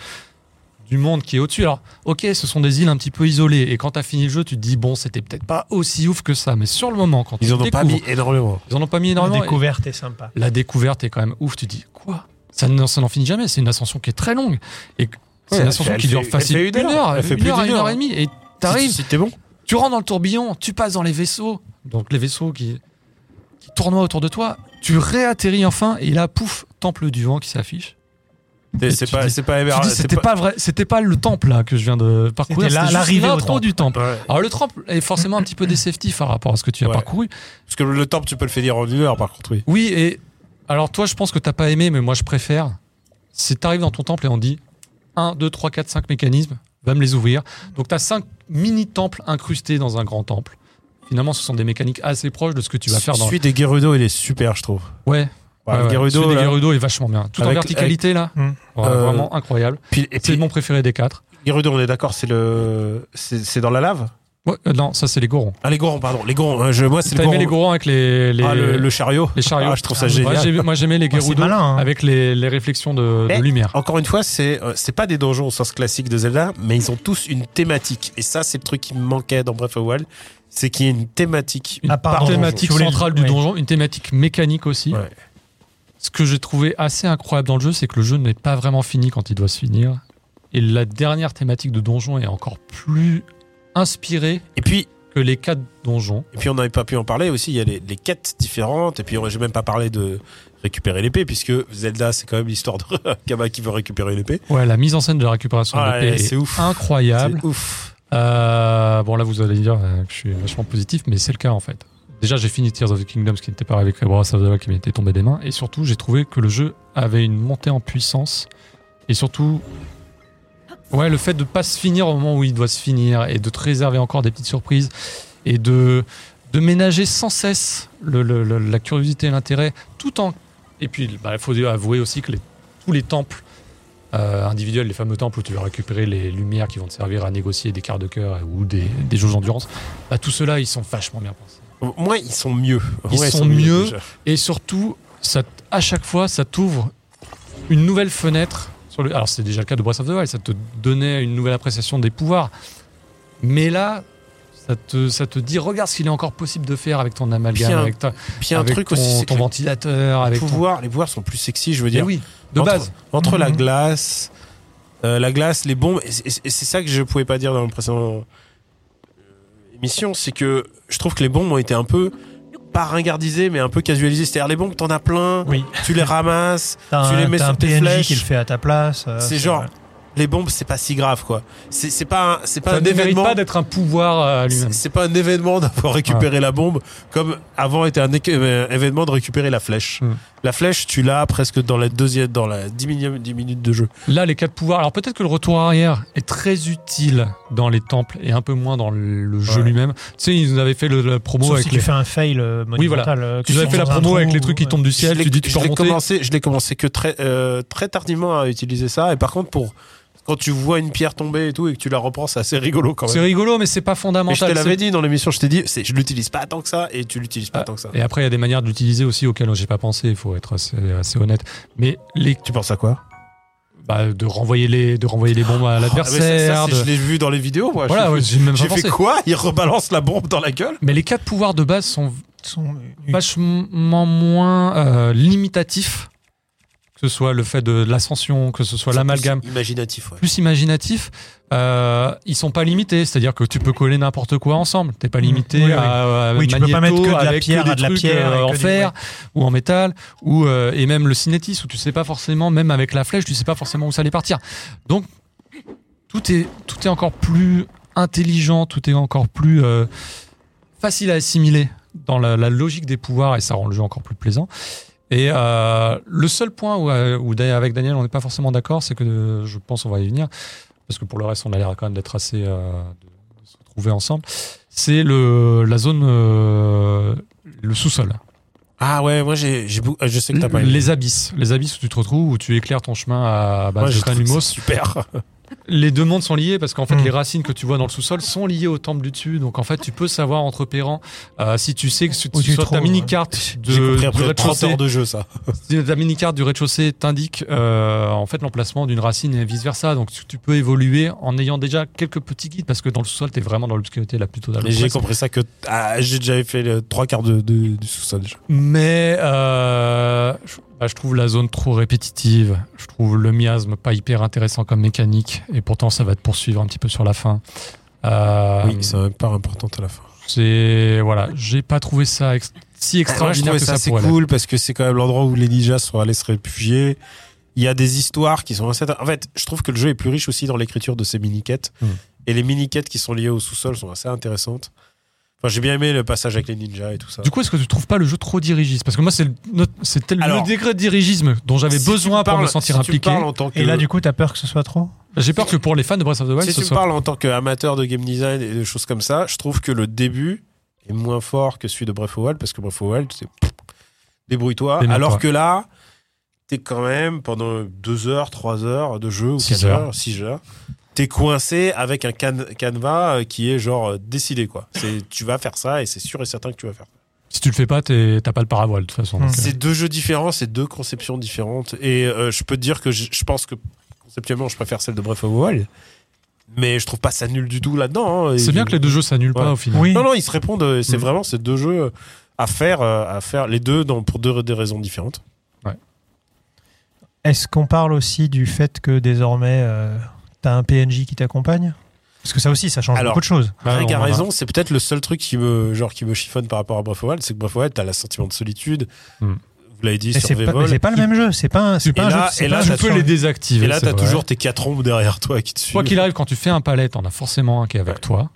du monde qui est au-dessus. Alors, ok, ce sont des îles un petit peu isolées et quand t'as fini le jeu, tu te dis bon, c'était peut-être pas aussi ouf que ça, mais sur le moment quand tu
Ils en ont pas
découvres-
mis énormément.
ils en ont pas mis
Ah, La
énormément. et-
découverte est sympa.
la découverte est quand même ouf. Tu te dis quoi Ça n'en ça n'en finit jamais. C'est une ascension qui est très longue et que- c'est
Ouais,
une
elle
ascension
fait-
qui
elle
dure
fait-
facile
elle fait une heure, elle fait
une
plus
heure à
d'une
une heure
heure.
et demie. Et t'arrives,
Si, si t'es bon.
tu rentres dans le tourbillon, tu passes dans les vaisseaux, donc les vaisseaux qui, qui tournoient autour de toi. Tu réatterris enfin et là, pouf, temple du vent qui s'affiche.
T'es-
Et
C'est
tu
pas,
dis-
c'est pas
Tu
Ever-
dis
c'est
c'était pas... vrai, c'était pas le temple là que je viens de parcourir.
C'était la-
C'était juste
l'arrivée au
l'intro
temple.
du temple.
Ouais.
Alors le temple est forcément un petit peu déceptif par rapport à ce que tu as
Ouais.
parcouru.
Parce que le temple, tu peux le finir en une heure, par contre, oui.
Oui, et alors toi, je pense que t'as pas aimé, mais moi, je préfère. C'est t'arrives dans ton temple et on dit 1, 2, 3, 4, 5 mécanismes, va me les ouvrir. Donc t'as 5 mini-temples incrustés dans un grand temple. Finalement, ce sont des mécaniques assez proches de ce que tu vas faire dans.
Celui des Gerudo, il est super, je trouve.
Ouais.
Ouais,
Ouais,
le
ouais.
Gerudo,
Celui des
là.
Gerudo est vachement bien. Tout en
Avec-
verticalité, là. Ouais,
Euh,
Vraiment incroyable.
Puis- et
C'est
puis,
mon préféré des quatre.
Gerudo, on est d'accord, c'est le, c'est c'est dans la lave.
Ouais, euh, non, ça, c'est les Gorons.
Ah les gorons, pardon, les gorons. euh, je, moi, c'est
T'as
le
aimé
goron.
les Gorons avec les. les-
Ah, le, le chariot.
les chariots.
Ah, je trouve ça
Ouais,
génial. Oh,
j'ai- moi j'aimais les
c'est
Gerudo
malin, hein.
avec les, les réflexions de, de
Eh,
lumière.
Encore une fois, c'est euh, c'est pas des donjons au sens classique de Zelda, mais ils ont tous une thématique. Et ça, c'est le truc qui me manquait dans Breath of the Wild, c'est qu'il y ait une thématique.
Une
À part
donjon.
thématique
Si vous voulez-
centrale du
ouais.
donjon, une thématique mécanique aussi.
Ouais.
Ce que j'ai trouvé assez incroyable dans le jeu, c'est que le jeu n'est pas vraiment fini quand il doit se finir. Et la dernière thématique de donjon est encore plus inspirée
Et puis,
que les quatre donjons.
et puis on n'avait pas pu en parler aussi. Il y a les, les quêtes différentes. Et puis, on- j'ai même pas parlé de récupérer l'épée, puisque Zelda, c'est quand même l'histoire de [LAUGHS] Kama qui veut récépérer l'épée.
Ouais, la mise en scène de la récupération
Ah,
de l'épée
ouais,
est,
c'est ouf.
incroyable.
C'est ouf.
Euh, bon, là, vous allez dire euh, que je suis vachement positif, mais c'est le cas en fait. Déjà, j'ai fini Tears of the Kingdom, ce qui n'était pas arrivé que Breath of the Wild qui m'était tombé des mains. Et surtout, j'ai trouvé que le jeu avait une montée en puissance. Et surtout, ouais, le fait de pas se finir au moment où il doit se finir et de te réserver encore des petites surprises et de, de ménager sans cesse le- le- le- la curiosité et l'intérêt tout en. Et puis, bah, il faut avouer aussi que les- tous les temples euh, individuels, les fameux temples où tu vas récupérer les lumières qui vont te servir à négocier des quarts de cœur ou des, des jauges d'endurance, bah, tout cela, ils sont vachement bien pensés.
Au moins, ils sont mieux. Au
Ils
moins,
sont mieux.
déjà.
Et surtout, ça, t- à chaque fois, ça t'ouvre une nouvelle fenêtre. Sur le, alors, c'est déjà le cas de Breath of the Wild, ça te donnait une nouvelle appréciation des pouvoirs. Mais là, ça te, ça te dit, regarde ce qu'il est encore possible de faire avec ton amalgame,
Puis un-
avec, ta,
Puis il y a un
avec
truc
ton,
aussi, c'est que
ton
les-
ventilateur,
les
avec ton-
pouvoirs, les pouvoirs sont plus sexy, je veux
Eh
dire.
oui, de
Entre-
base.
entre la glace, euh, la glace, les bombes. Et c'est- et c'est ça que je pouvais pas dire dans la précédente euh, émission, c'est que je trouve que les bombes ont été un peu pas ringardisées, mais un peu casualisées. C'est-à-dire les bombes, t'en as plein,
Oui.
tu les ramasses,
T'as
tu les
un,
mets
t'as
sur
un
tes
PNJ
flèches.
qui le fait à ta place. euh,
C'est genre
vrai.
les bombes, c'est pas si grave quoi. C'est c'est pas un- c'est pas
Ça
un
ne mérite
événement.
pas d'être un pouvoir euh,
c'est
lui-même. Ah.
c'est pas un événement d'avoir récupéré la bombe comme avant était un éque- euh, événement de récupérer la flèche.
Hmm.
La flèche, tu l'as presque dans la deuxième, dans la dix millième- dix minutes de jeu.
Là, les quatre pouvoirs. Alors peut-être que le retour arrière est très utile dans les temples et un peu moins dans le le jeu
Ouais.
lui-même. Tu sais, ils nous avaient fait le, la promo
Sauf
avec
si
les.
tu fais un fail euh,
Oui, voilà.
monumental. euh, que
Tu nous
tu
avais fait la
lances dans un
promo avec
trou, euh,
les trucs qui
ouais.
tombent du ciel.
Je l'ai-
Tu dis tu
je
peux
l'ai
remonter.
commencé, je l'ai commencé que très euh, très tardivement à utiliser ça. Et par contre, pour quand tu vois une pierre tomber et tout et que tu la reprends, c'est assez rigolo quand
C'est
même.
rigolo, mais c'est pas
Mais je
fondamental.
te l'avais
C'est-
dit dans l'émission, je t'ai dit, c'est- je l'utilise pas tant que ça et tu l'utilises pas
Ah,
tant que ça.
Et après, il y a des manières d'utiliser aussi auxquelles j'ai pas pensé. Il faut être assez, assez honnête. Mais les,
Tu penses à quoi
bah, de renvoyer les, de renvoyer les bombes à
Ah, mais ça- ça,
l'adversaire.
c'est-
de-
Je l'ai vu dans les vidéos. Moi.
Voilà,
J'ai-
ouais, j'ai même pas
J'ai fait
pensé.
quoi Il rebalance la bombe dans la gueule
Mais les quatre pouvoirs de base sont
Ils sont- euh,
vachement moins euh, limitatif, que ce soit le fait de l'ascension, que ce soit l'amalgame,
Imaginatif, ouais.
plus imaginatif. euh, ils sont pas limités, c'est-à-dire que tu peux coller n'importe quoi ensemble. T'es pas limité
Mm. Oui, oui.
à, à
Oui, tu peux pas
euh, magnéto
mettre que de la
avec
pierre
des
à de la
trucs,
pierre
euh,
et
en
que du-
fer ou en métal ou euh, et même le cinétis où tu sais pas forcément, même avec la flèche, tu sais pas forcément où ça allait partir. Donc tout est tout est encore plus intelligent, tout est encore plus euh, facile à assimiler dans la, la logique des pouvoirs et ça rend le jeu encore plus plaisant. Et euh, le seul point où, euh, où Da- avec Daniel on n'est pas forcément d'accord, c'est que euh, je pense on va y venir parce que pour le reste on a l'air quand même d'être assez euh, de, de se retrouver ensemble. C'est le la zone euh, le sous-sol,
Ah ouais, moi j'ai, j'ai bou- euh, je sais que t'as pas. aimé.
les abysses, les abysses où tu te retrouves où tu éclaires ton chemin à bah,
Moi,
base
je
de
trouve ça
Granumos.
super.
Les deux mondes sont liés parce qu'en fait,
Hmm.
Mm.
les racines que tu vois dans le sous-sol sont liées au temple du dessus. Donc en fait, tu peux savoir en te repérant euh, si tu sais que si
Où tu
sur
trouves,
ta
ouais.
mini carte [LAUGHS]
j'ai
de
compris
du
après 30
rez-de-chaussée, Bah,
heures de jeu, ça.
si ta mini carte du rez-de-chaussée t'indique euh, en fait l'emplacement d'une racine et vice versa. Donc tu, tu peux évoluer en ayant déjà quelques petits guides parce que dans le sous-sol, t'es vraiment dans l'obscurité là plutôt dans
Mais j'ai compris ça que ah, j'ai déjà fait le trois quarts de, de- du sous-sol. je-
Mais euh, je, bah, je trouve la zone trop répétitive. Je trouve le miasme pas hyper intéressant comme mécanique. Et pourtant, ça va te poursuivre un petit peu sur la fin. Euh,
Oui, c'est une part importante à la fin.
c'est voilà, j'ai pas trouvé ça ex- si
Ah, Moi, je
extraordinaire
trouvais
que
ça
ça,
assez
pourrait. l'être.
cool parce que c'est quand même l'endroit où les ninjas sont allés se réfugier. Il y a des histoires qui sont assez. En fait, je trouve que le jeu est plus riche aussi dans l'écriture de ces mini-quêtes.
Hmm.
Et les mini-quêtes qui sont liées au sous-sol sont assez intéressantes. Enfin, j'ai bien aimé le passage avec les ninjas et tout ça.
Du coup, est-ce que tu trouves pas le jeu trop dirigiste Parce que moi, c'est le, notre- c'est tel-
Alors,
le degré de dirigisme dont j'avais
Si tu
besoin pour
parles-
me sentir
si tu
impliqué.
parles en tant que-
Et là, du coup, t'as peur que ce soit trop
J'ai peur que pour les fans de Breath of the Wild,
Si
ce
tu me
soit.
parles en tant qu'amateur de game design et de choses comme ça, je trouve que le début est moins fort que celui de Breath of the Wild parce que Breath of the Wild, c'est pff, débrouille-toi.
Démerde-toi.
Alors que là, t'es quand même pendant 2 heures, 3 heures de jeu ou
Six
6
heures.
heures, 6 heures. T'es coincé avec un can- canevas euh, qui est genre euh, décidé quoi. C'est tu vas faire ça et c'est sûr et certain que tu vas faire.
Si tu le fais pas, t'es- t'as pas le paravoile de toute
Mm.
façon. donc, euh,
C'est deux jeux différents, c'est deux conceptions différentes. Et euh, je peux te dire que je, je pense que conceptuellement, je préfère celle de Breath of the Wild. Mais je trouve pas ça nul du tout là-dedans. hein. Et
C'est bien
je-
que les deux jeux s'annulent pas
Ouais.
au final.
Oui.
Non, non, ils se répondent. euh, C'est
Mm.
vraiment ces deux jeux à faire, euh, à faire les deux dans, pour deux, des raisons différentes.
Est-ce qu'on parle aussi du fait que désormais euh, t'as un PNJ qui t'accompagne Parce que ça aussi, ça change
Alors,
beaucoup de choses.
Ah,
Greg
on
a
en a.
raison, c'est peut-être le seul truc qui me, genre, qui me chiffonne par rapport à Breath of the Wild, c'est que Breath of the Wild, t'as le sentiment de solitude.
Mm.
Vous l'avez dit,
Mais c'est pas, mais
survival.
c'est pas le même jeu. C'est pas un, c'est
Et
pas un
là-
jeu. c'est
et
pas
là,
un
ça
jeu
Tu
de
peux
survie.
les désactiver.
Et là,
c'est
t'as
vrai.
toujours tes quatre ombres derrière toi qui te suivent.
Quoi qu'il arrive, quand tu fais un palais, t'en as forcément un qui est avec toi.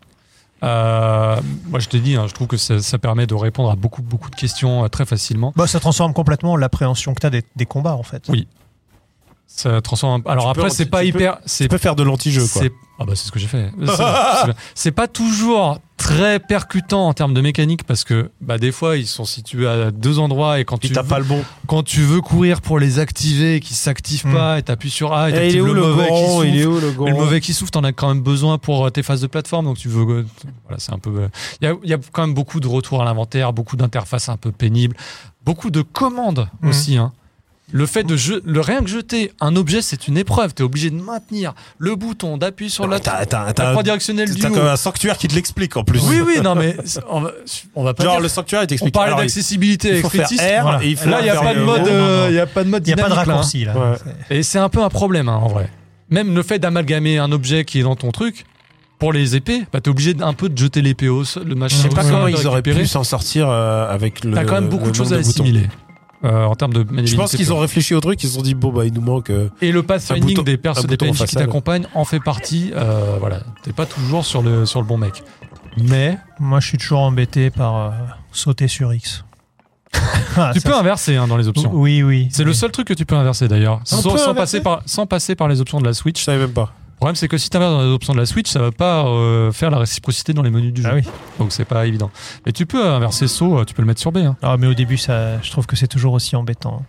Euh, moi, je t'ai dit, hein, je trouve que ça, ça permet de répondre à beaucoup, beaucoup de questions euh, très facilement.
Bah, ça transforme complètement l'appréhension que t'as des, des combats en fait.
Oui. Ça transforme. un- Alors
Tu peux
après,
en-
c'est pas
tu peux-
hyper.
Tu
c'est-
peux faire de l'anti-jeu, quoi.
C'est ah bah c'est ce que j'ai fait. C'est- c'est- C'est pas toujours très percutant en termes de mécanique parce que bah des fois ils sont situés à deux endroits et quand
Puis
tu
t'as
veux-
pas le bon.
quand tu veux courir pour les activer et qu'ils s'activent
Hmm.
pas et t'appuies sur A et
Eh,
t'actives le, mauvais qui
goron
souffle.
Il est où le
Et le
goron
mauvais qui souffle, t'en as quand même besoin pour euh, tes phases de plateforme, donc tu veux. euh, t- Voilà, c'est un peu. Il y a, y a quand même beaucoup de retours à l'inventaire, beaucoup d'interfaces un peu pénibles, beaucoup de commandes
Mhm.
Hmm.
aussi. hein. Le fait de je- le rien que jeter un objet, c'est une épreuve. T'es obligé de maintenir le bouton, d'appuyer sur la,
T'as- Bah, t'as-
la
t'as-
croix directionnelle du
T'as
haut.
comme un sanctuaire qui te l'explique en plus.
Oui, oui, non mais [LAUGHS] c'est- on va, on va pas.
Genre
dire-
le sanctuaire il
on
t'explique.
parlait
Alors, il-
d'accessibilité
il
avec
faut faire
Fretis.
R
Voilà.
et il faut
Là, il n'y a
faire
pas de
le-
mode.
Non, non, non.
euh, y a pas de mode.
Il y a pas de
dynamique, là, hein.
raccourci là.
Ouais.
C'est-
Et c'est un peu un problème, hein, en vrai. Même le fait d'amalgamer un objet qui est dans ton truc, pour les épées, bah, t'es obligé d- un peu de jeter l'épée au sol, le machin.
Je sais
au
pas
sol,
comment
de
ils auraient
récupérer.
pu s'en sortir euh, avec le.
euh, T'as quand même beaucoup
le
de choses
nombre
à
boutons.
assimiler. euh, en termes de maniabilité.
Je pense qu'ils ont réfléchi au truc, ils se sont dit bon bah il nous manque. euh,
Et le pathfinding
un bouton-
des persos
un
des
bouton en
PNJ qui
façade.
t'accompagnent en fait partie. euh, voilà. T'es pas toujours sur le, sur le bon mec. Mais
Moi, je suis toujours embêté par euh, sauter sur X. [LAUGHS] Ah,
tu
ça,
peux
c'est-
inverser hein, dans les options.
Oui, oui.
C'est le seul truc que tu peux inverser d'ailleurs. Sans,
peut
sans passer
inverser
par, sans passer par les options de la
Je
Switch.
savais même pas.
Le problème, c'est que si t'inverses dans les options de la Switch, ça va pas euh, faire la réciprocité dans les menus du jeu.
Ah oui.
Donc c'est pas évident. Mais tu peux inverser saut, euh, tu peux le mettre sur B. hein.
Ah, mais au début, ça, je trouve que c'est toujours aussi embêtant.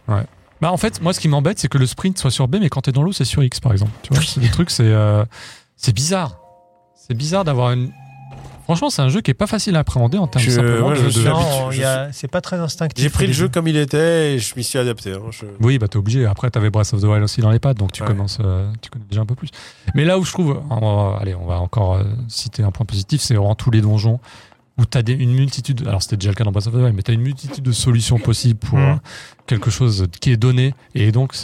Bah en fait, moi ce qui m'embête, c'est que le sprint soit sur B, mais quand t'es dans l'eau, c'est sur X par exemple. Tu vois, c'est- le truc, c'est euh, c'est bizarre. C'est bizarre d'avoir une. Franchement, c'est un jeu qui est pas facile à appréhender en termes
Je-
simplement
moi,
de-
je
de-
suis habitué.
Non,
je
il y a- c'est pas très instinctif.
J'ai pris
au
le jeu
début.
comme il était et je m'y suis adapté. hein, je-
Oui, bah t'es obligé. Après, t'avais Breath of the Wild aussi dans les pattes, donc tu
Ouais.
commences, euh, tu connais déjà un peu plus. Mais là où je trouve, on va- allez, on va encore euh, citer un point positif, c'est vraiment tous les donjons où t'as des, une multitude. Alors c'était déjà le cas dans Breath of the Wild, mais t'as une multitude de solutions possibles pour
Mhm.
euh, quelque chose qui est donné, et donc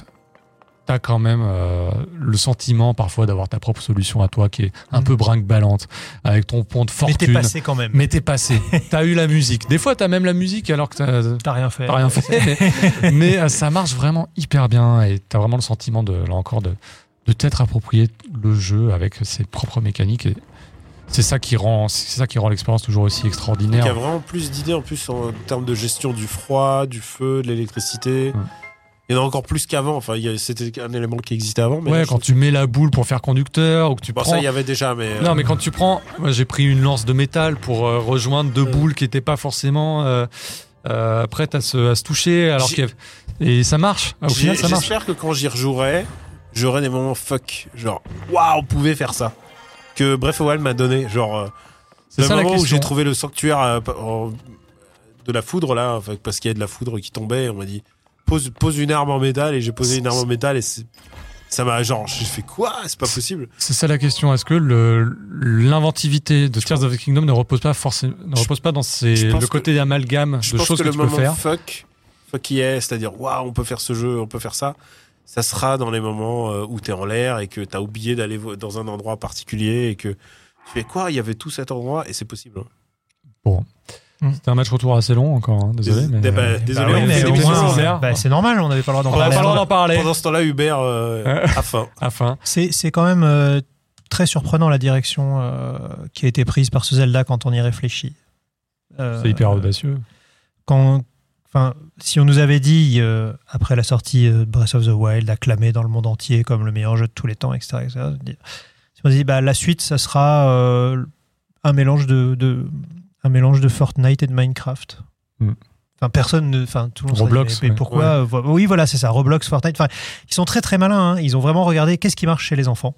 t'as quand même euh, le sentiment parfois d'avoir ta propre solution à toi qui est un
Mhm.
peu brinque-ballante avec ton pont de
Mais t'es
fortune.
passé quand même.
Mais t'es
[LAUGHS]
passé. T'as eu la musique. Des fois, t'as même la musique alors que t'as
T'as rien fait.
T'as rien fait, mais, mais, euh, ça marche vraiment hyper bien et t'as vraiment le sentiment de, là encore, de, de t'être approprié le jeu avec ses propres mécaniques et c'est ça qui rend, c'est ça qui rend l'expérience toujours aussi
Il y a
extraordinaire.
vraiment plus d'idées en plus en termes de gestion du froid, du feu, de l'électricité.
Ouais.
Il y en a encore plus qu'avant. Enfin, il y a- c'était un élément qui existait avant, mais
ouais,
là, je-
quand tu mets la boule pour faire conducteur ou que tu
bon,
prends.
ça il y avait déjà, mais euh,
Non, mais quand tu prends, moi, j'ai pris une lance de métal pour euh, rejoindre
Mm.
deux boules qui n'étaient pas forcément euh, euh, prêtes à se, à se toucher, alors
J'ai-
qu'il y avait- et ça marche. Ah, Au
j'ai-
final, ça marche.
j'espère que quand j'y rejouerai, j'aurai des moments fuck, genre waouh, on pouvait faire ça. Que Breath of the Wild m'a donné, genre. euh,
C'est
le
ça la
moment où
question. hein.
j'ai trouvé le sanctuaire euh, pa- en- de la foudre là, enfin, parce qu'il y a de la foudre qui tombait, et on m'a dit pose, pose une arme en métal et j'ai posé une arme en métal et c'est- ça m'a genre j'ai fait quoi C'est pas possible.
C'est ça la question. Est-ce que le- l'inventivité de Tears of the Kingdom ne repose pas forcément, ne
Je-
repose pas dans ces,
je pense
le côté amalgame
Je
de
pense
choses
que,
que,
le
tu peux
moment
faire
fuck, fuck yeah, c'est-à-dire waouh, on peut faire ce jeu, on peut faire ça. Ça sera dans les moments euh, où t'es en l'air et que t'as oublié d'aller vo- dans un endroit particulier et que tu fais quoi Il y avait tout cet endroit et c'est possible. hein.
C'était un match retour assez long encore. hein, désolé,
Dés-
mais
dé- bah,
euh,
désolé,
Bah oui,
on
mais
fait
au
des
moins,
épisodes.
bizarres.
bah, c'est normal, on n'avait pas le droit d'en
on n'a
parler.
pas le droit d'en parler.
Pendant ce temps-là, Hubert euh, a faim.
À fin.
C'est c'est quand même euh, très surprenant la direction euh, qui a été prise par ce Zelda quand on y réfléchit. Euh,
C'est hyper audacieux.
Quand, enfin, Enfin, si on nous avait dit, euh, après la sortie euh, Breath of the Wild, acclamé dans le monde entier comme le meilleur jeu de tous les temps, etc., etc., je veux dire, si on dit, bah, la suite, ça sera euh, un, mélange de, de- un mélange de Fortnite et de Minecraft.
Hmm.
Enfin, personne ne. Enfin, tout le monde serait dit,
Roblox,
Mais, mais
ouais.
pourquoi euh, vo- Oui, voilà, c'est ça. Roblox, Fortnite. Enfin, ils sont très, très malins. hein. Ils ont vraiment regardé qu'est-ce qui marche chez les enfants.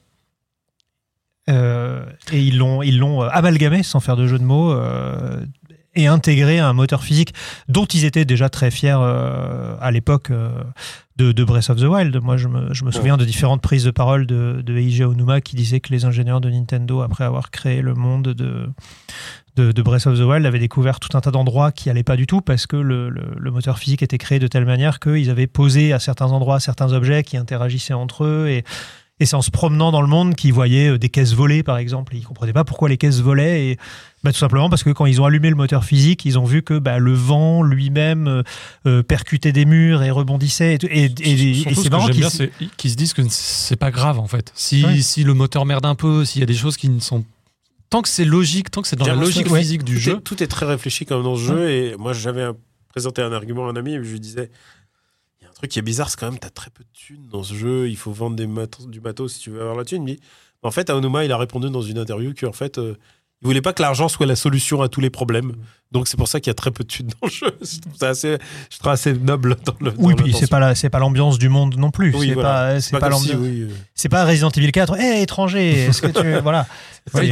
Euh, et ils l'ont ils l'ont euh, amalgamé sans faire de jeu de mots euh, et intégré à un moteur physique dont ils étaient déjà très fiers euh, à l'époque euh, de, de Breath of the Wild. Moi, je me, je me souviens de différentes prises de parole de, de Eiji Onuma qui disait que les ingénieurs de Nintendo, après avoir créé le monde de, de, de Breath of the Wild, avaient découvert tout un tas d'endroits qui n'allaient pas du tout parce que le, le- le moteur physique était créé de telle manière qu'ils avaient posé à certains endroits certains objets qui interagissaient entre eux et et c'est en se promenant dans le monde qu'ils voyaient euh, des caisses volées, par exemple. Et ils comprenaient pas pourquoi les caisses volaient. Et bah, tout simplement parce que quand ils ont allumé le moteur physique, ils ont vu que bah, le vent lui-même euh, euh, percutait des murs et rebondissait. Et, tout. Et- et- et- et
Surtout, ce
c'est
que
marrant
j'aime
qu'ils
bien, c'est qu'ils se disent que c'est pas grave en fait. Si,
Ouais.
si le moteur merde un peu, s'il y a des choses qui ne sont. Tant que c'est logique, tant que c'est dans la
Bien,
logique
ouais.
physique du
Tout
jeu.
est- tout est très réfléchi comme dans ce jeu. Et moi, j'avais un- présenté un argument à un ami et je lui disais il y a un truc qui est bizarre, c'est quand même, t'as très peu de thunes dans ce jeu. Il faut vendre des mat- du matos si tu veux avoir la thune. Il me dit, en fait, Aonuma, il a répondu dans une interview qu'en fait, euh, il voulait pas que l'argent soit la solution à tous les problèmes.
Mm.
Donc, c'est pour ça qu'il y a très peu de thunes dans le jeu. [LAUGHS] Je trouve ça assez, je trouve assez noble dans le.
Oui,
dans
puis c'est
l'intention.
pas la- c'est pas l'ambiance du monde non plus.
Oui,
c'est
voilà.
pas, c'est pas
comme si,
l'ambiance.
oui, euh,
C'est pas Resident Evil 4. Hé, étranger, est-ce que tu voilà.
Ouais,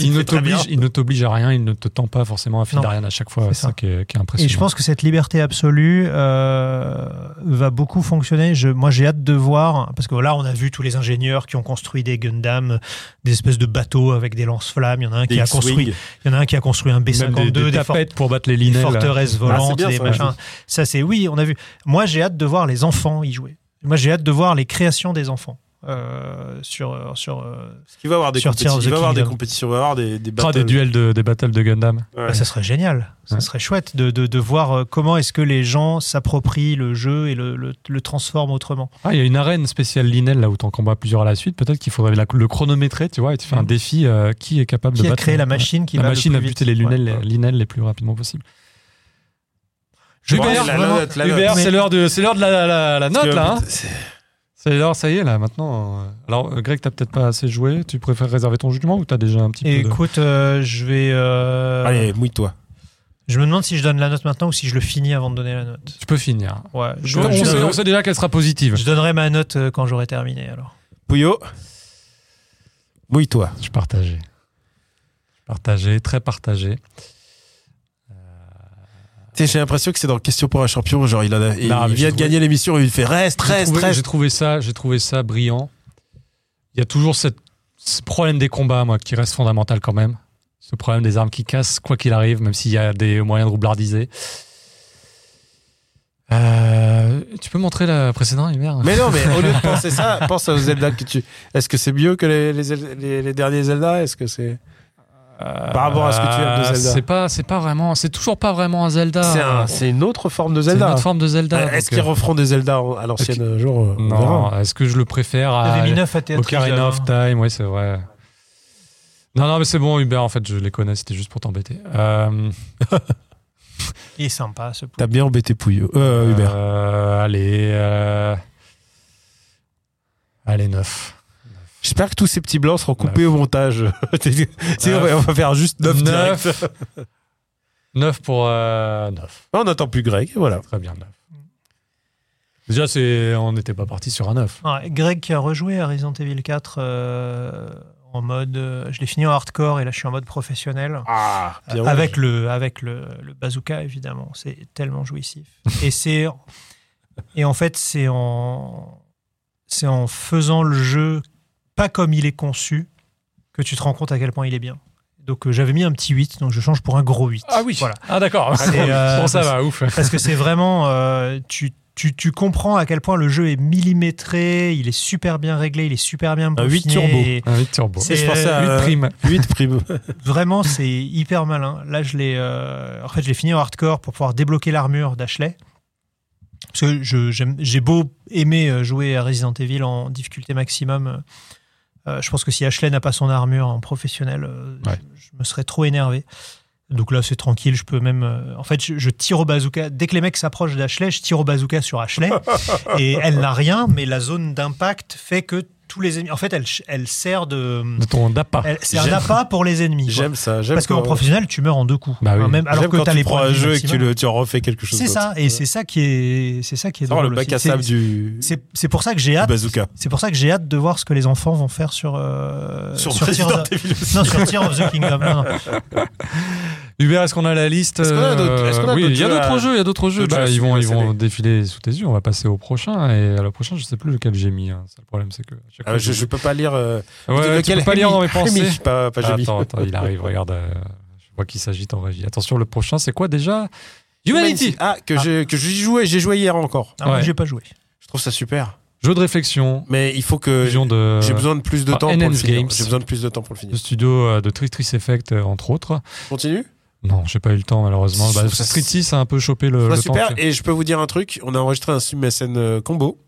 il, ne
très bien.
t'oblige- il ne t'oblige à rien, il ne te tend pas forcément un fil
Non.
d'Ariane à chaque fois.
C'est
C'est ça
ça.
qui est, qui est impressionnant.
Et je pense que cette liberté absolue euh, va beaucoup fonctionner. Je, moi, j'ai hâte de voir, parce que là, on a vu tous les ingénieurs qui ont construit des Gundam, des espèces de bateaux avec des lance-flammes. Il y en a un
des
qui a
X-Wing.
construit, il y en a un qui a construit un
Même des,
B52,
des
des, for-
tapettes pour battre les
des
linelles.
forteresses
Ah, c'est
volantes,
bien,
des
ça,
machins. Ça, c'est oui, on a vu. Moi, j'ai hâte de voir les enfants y jouer. Moi, j'ai hâte de voir les créations des enfants euh, sur euh, sur. euh,
Parce qu'il va y avoir des
Sur Tears
compétitions.
of
Il va y avoir des
Kingdom.
compétitions. Il va y avoir des,
Ah,
des
des
battles.
duels de, des battles de Gundam.
Ouais.
Bah, ça serait génial, ça
Ouais.
serait chouette de, de, de voir euh, comment est-ce que les gens s'approprient le jeu et le, le, le transforment autrement.
Ah, il y a une arène spéciale Linel là où t'en combats plusieurs à la suite. Peut-être qu'il faudrait la- le chronométrer, tu vois, et tu fais un
Mm.
défi euh, qui est capable
Qui
de
a
battre
créé la
Ouais.
machine qui
La
va le
machine
plus
a
vite
buté les lunelles,
Ouais.
les Linel les plus rapidement possible. Hubert,
la
vraiment,
note, la
Hubert,
note.
c'est l'heure de, c'est l'heure de la, la- la- la note là. hein.
C'est-
C'est l'heure, ça y est là maintenant. euh, Alors euh, Greg, t'as peut-être pas assez joué. Tu préfères réserver ton jugement ou t'as déjà un petit peu
Et
de...
écoute, euh, je vais. euh,
Allez, mouille-toi.
Je me demande si je donne la note maintenant ou si je le finis avant de donner la note.
Tu peux finir.
Ouais, je,
on,
je-
sait, on sait déjà qu'elle sera positive.
je donnerai ma note euh, quand j'aurai terminé alors.
Pouillot, mouille-toi.
Je partageais. Je partageais, très partagé.
T'sais, J'ai l'impression que c'est dans Question pour un champion. Genre, il, en a- il-
Non, mais
il
j'ai
vient de
trouvé-
gagner l'émission et il fait reste,
J'ai
reste,
trouvé,
reste.
j'ai trouvé ça, j'ai trouvé ça brillant. Il y a toujours cette- ce problème des combats, moi, qui reste fondamental quand même. Ce problème des armes qui cassent, quoi qu'il arrive, même s'il y a des moyens de roublardiser. Euh, tu peux montrer la précédente, merde
Mais non, mais au lieu de penser ça, [LAUGHS] pense aux Zelda que tu. Est-ce que c'est mieux que les, les Zel- les- les derniers Zelda Est-ce que c'est Bah, par rapport à ce que tu aimes de
Euh, C'est
Zelda
pas, c'est pas vraiment, c'est toujours pas vraiment un Zelda.
C'est un- C'est une autre forme de
C'est une
Zelda.
autre forme de Zelda.
Euh, Est-ce
donc,
qu'ils referont des Zelda en- à l'ancienne un jour euh,
euh,
on verra.
Non, est-ce que je Ah, le préfère à
J'avais mis 9 à théâtre.
Ocarina of
hein.
Time, oui, c'est vrai. Non, non, mais c'est bon, Hubert, en fait, je les connais, c'était juste pour t'embêter. Euh,
Il est sympa ce poulet.
T'as bien embêté Pouillot. Euh, Hubert.
euh, allez. euh, Allez, 9.
J'espère que tous ces petits blancs seront coupés au montage. [LAUGHS] Sinon,
Neuf.
on va faire juste 9 direct.
9. 9 pour 9.
Ah, On n'entend plus Greg, et voilà.
Très bien, 9. Déjà, c'est... on n'était pas parti sur un 9.
Ouais, Greg qui a rejoué à Resident Evil 4 euh, en mode. euh, je l'ai fini en hardcore et là je suis en mode professionnel.
Ah, bien
Euh, avec le, avec le, le bazooka, évidemment. C'est
[LAUGHS]
tellement jouissif. et c'est. Et en fait, c'est en. C'est en faisant le jeu pas comme il est conçu que tu te rends compte à quel point il est bien. Donc euh, j'avais mis un petit 8, donc je change pour un gros 8. Voilà.
Ah, d'accord.
C'est, euh,
bon, ça va, ouf.
Parce que c'est vraiment. euh, tu, tu, tu comprends à quel point le jeu est millimétré, il est super bien réglé, il est super bien
Un 8
peaufiné,
turbo.
et-
Un 8 turbo.
C'est-
Je pensais à-
Huit primes.
8
[LAUGHS]
primes.
Vraiment, c'est hyper malin. Là, je l'ai. euh, En fait, je l'ai fini en hardcore pour pouvoir débloquer l'armure d'Ashley. Parce que je- j'aime- j'ai beau aimer euh, jouer à Resident Evil en difficulté maximum. euh, je pense que si Ashley n'a pas son armure en professionnel, euh,
Ouais.
je, je me serais trop énervé. Donc là, c'est tranquille, je peux même. euh, en fait, je, je tire au bazooka. Dès que les mecs s'approchent d'Ashley, je tire au bazooka sur
[LAUGHS]
Ashley. et elle n'a rien, mais la zone d'impact fait que tous les ennemis. En fait, elle, elle sert de.
De ton dapa.
Elle sert
J'aime-
d'appât pour les ennemis. quoi.
J'aime ça. j'aime
Parce
quand-
qu'en professionnel, tu meurs en deux coups.
Bah oui.
Hein, même, alors
j'aime
que
quand
t'as
tu
les
prends
points
un
de vie
jeu et que tu,
maximum.
le, tu en refais quelque chose.
C'est
d'autre.
ça, et c'est ça qui est, c'est ça qui est
Genre
drôle
le bac
aussi.
à
C'est-
sable du,
C'est c'est pour ça que j'ai
du
hâte.
bazooka.
euh,
C'est pour ça que j'ai hâte de voir ce que les enfants vont faire sur euh,
Sur
Tears
Resident
of-
Evil aussi.
non, sur Tears of the Kingdom. Non, non.
Hubert, est-ce qu'on a la liste
Est-ce qu'on a d'autres-
euh,
est-ce qu'on a
Oui,
d'autres
il y a
jeux
d'autres
à-
jeux, il y a d'autres jeux.
d'autres
Bah,
jeux à
ils vont, ils vont
céder.
défiler sous tes yeux. On va passer au prochain. Et à la prochaine, je sais plus lequel j'ai mis. hein. C'est le problème, c'est que. à chaque
Ah,
fois,
je, je peux pas lire. euh,
Ouais,
de
tu
lequel
peux pas lire dans mes
Rémi- Rémi,
pensées.
pas, pas Jimmy.
Attends, attends, il arrive.
[LAUGHS]
Regarde, euh, je vois qu'il s'agit en régie. Attention, le prochain, c'est quoi déjà Humanity.
Ah, que j'ai que j'y jouais, j'ai joué hier encore.
Ah, moi,
Ouais.
j'ai pas joué.
Je trouve ça super.
Jeu de réflexion.
Mais il faut que
vision de.
Euh, j'ai besoin de plus de
par
temps pour le
NN's
finir.
Games.
J'ai besoin de plus de temps pour le
Le
finir.
studio euh, de Tris Tris Effect, euh, entre autres.
Continue.
Non, j'ai pas eu le temps, malheureusement.
Je
Bah,
trouve ça-
Street 6 a un peu chopé Euh, le,
Bah,
le
super.
temps. que-
Et je peux vous dire un truc. On a enregistré un SumSN euh, combo.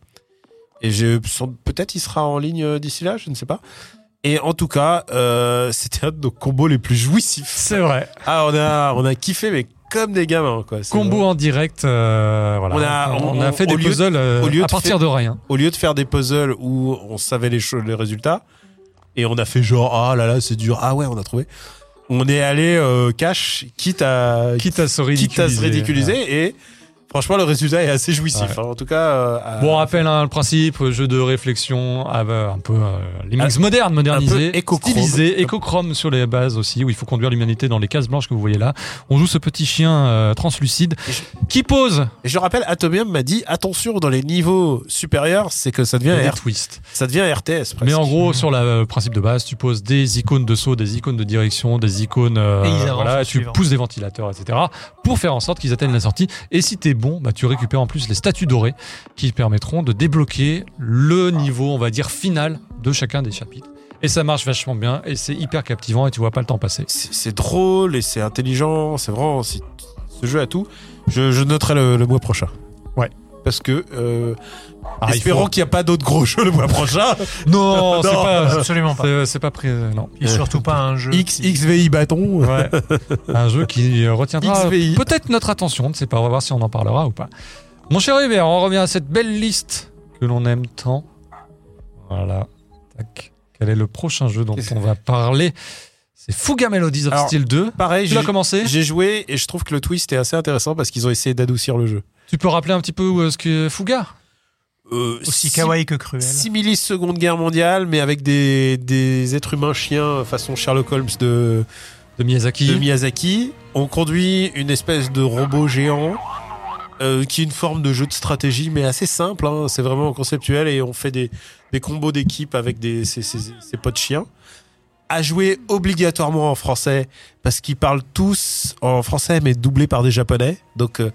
Et je sans- peut-être il sera en ligne euh, d'ici là, je ne sais pas. Et en tout cas, euh, c'était un de nos combos les plus jouissifs.
C'est vrai.
Ah, on a, on a kiffé, mais comme des gamins, quoi. C'est
Combo hein. en direct. euh, voilà.
On a- on-
a fait des
au lieu-
puzzles euh,
au lieu
à
de
partir
faire-
de rien.
au lieu de faire des puzzles où on savait les, cho- les résultats et on a fait genre ah là là c'est dur ah ouais on a trouvé on est allé euh, cash quitte à
Quitte à se ridiculiser.
quitte à se ridiculiser et franchement le résultat est assez jouissif
Ouais.
hein. en tout cas euh, à-
Bon, on rappelle hein, le principe, euh, jeu de réflexion, avec un peu euh, les mix modernes, modernisés,
peu éco-chrome.
stylisés, éco-chrome sur les bases aussi, où il faut conduire l'humanité dans les cases blanches que vous voyez là. On joue ce petit chien euh, translucide
Et je-
qui pose
et je rappelle Atomium m'a dit attention dans les niveaux supérieurs c'est que ça
Il y
devient
a des
R-
twists.
ça devient RTS presque.
Mais en gros, sur la- le principe de base, tu poses des icônes de saut, des icônes de direction, des icônes. euh,
Et ils avancent
voilà,
au
tu
suivant.
pousses des ventilateurs, etc. pour faire en sorte qu'ils atteignent la sortie. Et si t'es bon, bah, tu récupères en plus les statues dorées qui permettront de débloquer le
Ah.
niveau, on va dire, final de chacun des chapitres. Et ça marche vachement bien et c'est hyper captivant et tu vois pas le temps passer.
c'est c'est drôle et c'est intelligent c'est vraiment c'est- ce jeu à tout je, je noterai le, le mois prochain
Ouais.
parce que euh,
Ah, il
espérons
faut-
qu'il n'y a pas d'autres gros jeux le mois prochain
[LAUGHS] Non, Oh, c'est
Non,
[LAUGHS]
pas. euh,
Absolument pas.
c'est- C'est pas pris. euh, Non.
Et surtout pas un jeu. qui-
XXVI bâton.
[LAUGHS] Ouais. un jeu qui euh, retiendra
XVI.
peut-être notre attention. On ne sait pas. On va voir si on en parlera ou pas. Mon cher Hubert, on revient à cette belle liste que l'on aime tant. Voilà. Tac. Quel est le prochain jeu dont
Qu'est-ce
on va parler C'est Fuga Melodies of
Alors,
Steel 2.
Pareil,
Tu
j'ai
l'as commencé
j'ai joué et je trouve que le twist est assez intéressant parce qu'ils ont essayé d'adoucir le jeu.
Tu peux rappeler un petit peu où est-ce que Fuga
Euh,
Aussi
si-
kawaii que cruel. Ah,
Similis Seconde Guerre mondiale, mais avec des, des êtres humains chiens euh, façon Sherlock Holmes de,
de Miyazaki
de Miyazaki. On conduit une espèce de robot géant euh, qui est une forme de jeu de stratégie, mais assez simple. hein. C'est vraiment conceptuel et on fait des, des combos d'équipe avec des, ses, ses- ses potes chiens. À jouer obligatoirement en français parce qu'ils parlent tous en français, mais doublés par des japonais. Donc euh,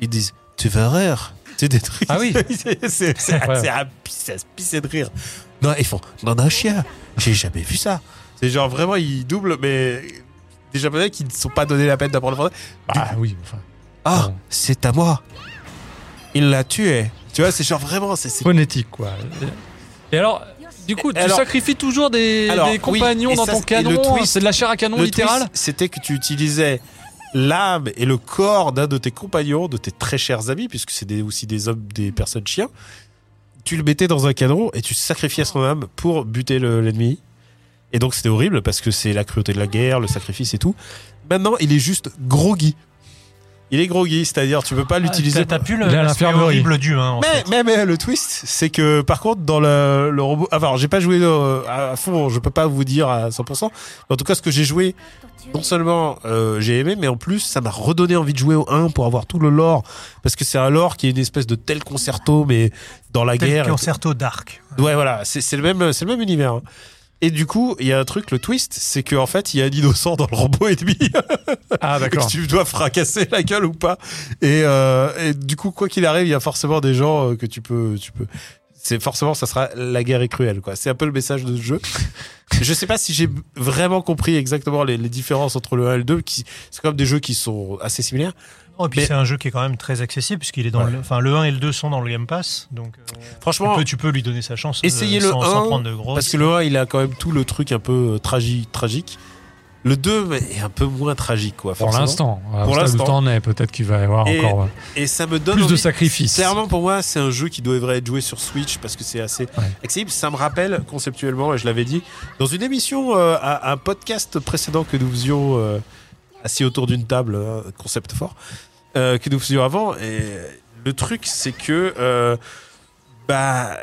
ils disent Tu vas rire. Tu sais, des trucs.
Ah oui.
[LAUGHS] c'est c'est- c'est
Ouais.
à pisser- à se pisser de rire. Non, ils font Non, d'un chien. J'ai jamais vu ça. C'est genre vraiment, ils doublent, mais des japonais qui ne se sont pas donné la peine d'apprendre le français.
Bah oui, enfin.
Ah,
Bon.
c'est à moi. Il l'a tué. Tu vois, c'est genre vraiment, c'est c'est-
Phonétique, quoi. Et alors, du coup, tu
Alors-
sacrifies toujours des,
Alors,
des
oui,
compagnons
et
dans
ça,
ton
c'est- et le
canon. hein,
twist-
C'est de la chair à canon
le
littérale.
twist, C'était que tu utilisais l'âme et le corps d'un de tes compagnons, de tes très chers amis, puisque c'est des- aussi des hommes, des personnes chiens. Tu le mettais dans un cadron et tu sacrifiais son âme pour buter le- l'ennemi. et donc c'était horrible parce que c'est la cruauté de la guerre, le sacrifice et tout. Maintenant, il est juste groggy. Il est groggy, c'est-à-dire tu peux
Ah,
pas l'utiliser.
T'as- T'as plus le
Il est à
l'aspect
l'infirmerie.
horrible du. Hein, en
Mais,
fait.
mais, mais le twist, c'est que par contre, dans le, le robot. Alors, j'ai pas joué euh, à à fond, je peux pas vous dire à 100%. Mais en tout cas, ce que j'ai joué, non seulement euh, j'ai aimé, mais en plus, ça m'a redonné envie de jouer au 1 pour avoir tout le lore. Parce que c'est un lore qui est une espèce de tel concerto, mais dans la
Tel
guerre. et
concerto dark.
tout. Ouais, voilà, c'est c'est le, même- c'est le même univers. hein. Et du coup, il y a un truc, le twist, c'est qu'en fait, il y a un innocent dans le robot ennemi. [LAUGHS]
Ah,
Et que
d'accord.
tu dois fracasser la gueule ou pas. Et, euh, et du coup, quoi qu'il arrive, il y a forcément des gens euh, que tu peux, tu peux. C'est forcément, ça sera la guerre est cruelle, quoi. C'est un peu le message de ce jeu. [LAUGHS] Je sais pas si j'ai vraiment compris exactement les, les différences entre le 1 et le 2, qui c'est quand même des jeux qui sont assez similaires.
Oh, et puis
Mais-
c'est un jeu qui est quand même très accessible puisqu'il est dans
Ouais.
le. Enfin, le 1 et le 2 sont dans le Game Pass, donc euh,
Franchement,
tu, peux, tu peux lui donner sa chance. euh,
Essayez le
sans, sans
1,
prendre de gros.
parce que le 1, il a quand même tout le truc un peu euh, tragi- tragique. Le 2 mais, est un peu moins tragique, quoi.
Pour
forcément.
l'instant. Ah,
Pour
Ça,
l'instant.
Le temps naît, peut-être qu'il va y avoir
Et-
encore. euh,
Et ça me donne
Plus de
envie-
sacrifices.
Clairement, pour moi, c'est un jeu qui devrait être joué sur Switch parce que c'est assez accessible. Ça me rappelle conceptuellement, et je l'avais dit dans une émission, euh, à, un podcast précédent que nous faisions euh, assis autour d'une table, hein, concept fort, euh, que nous faisions avant. Et le truc, c'est que euh, bah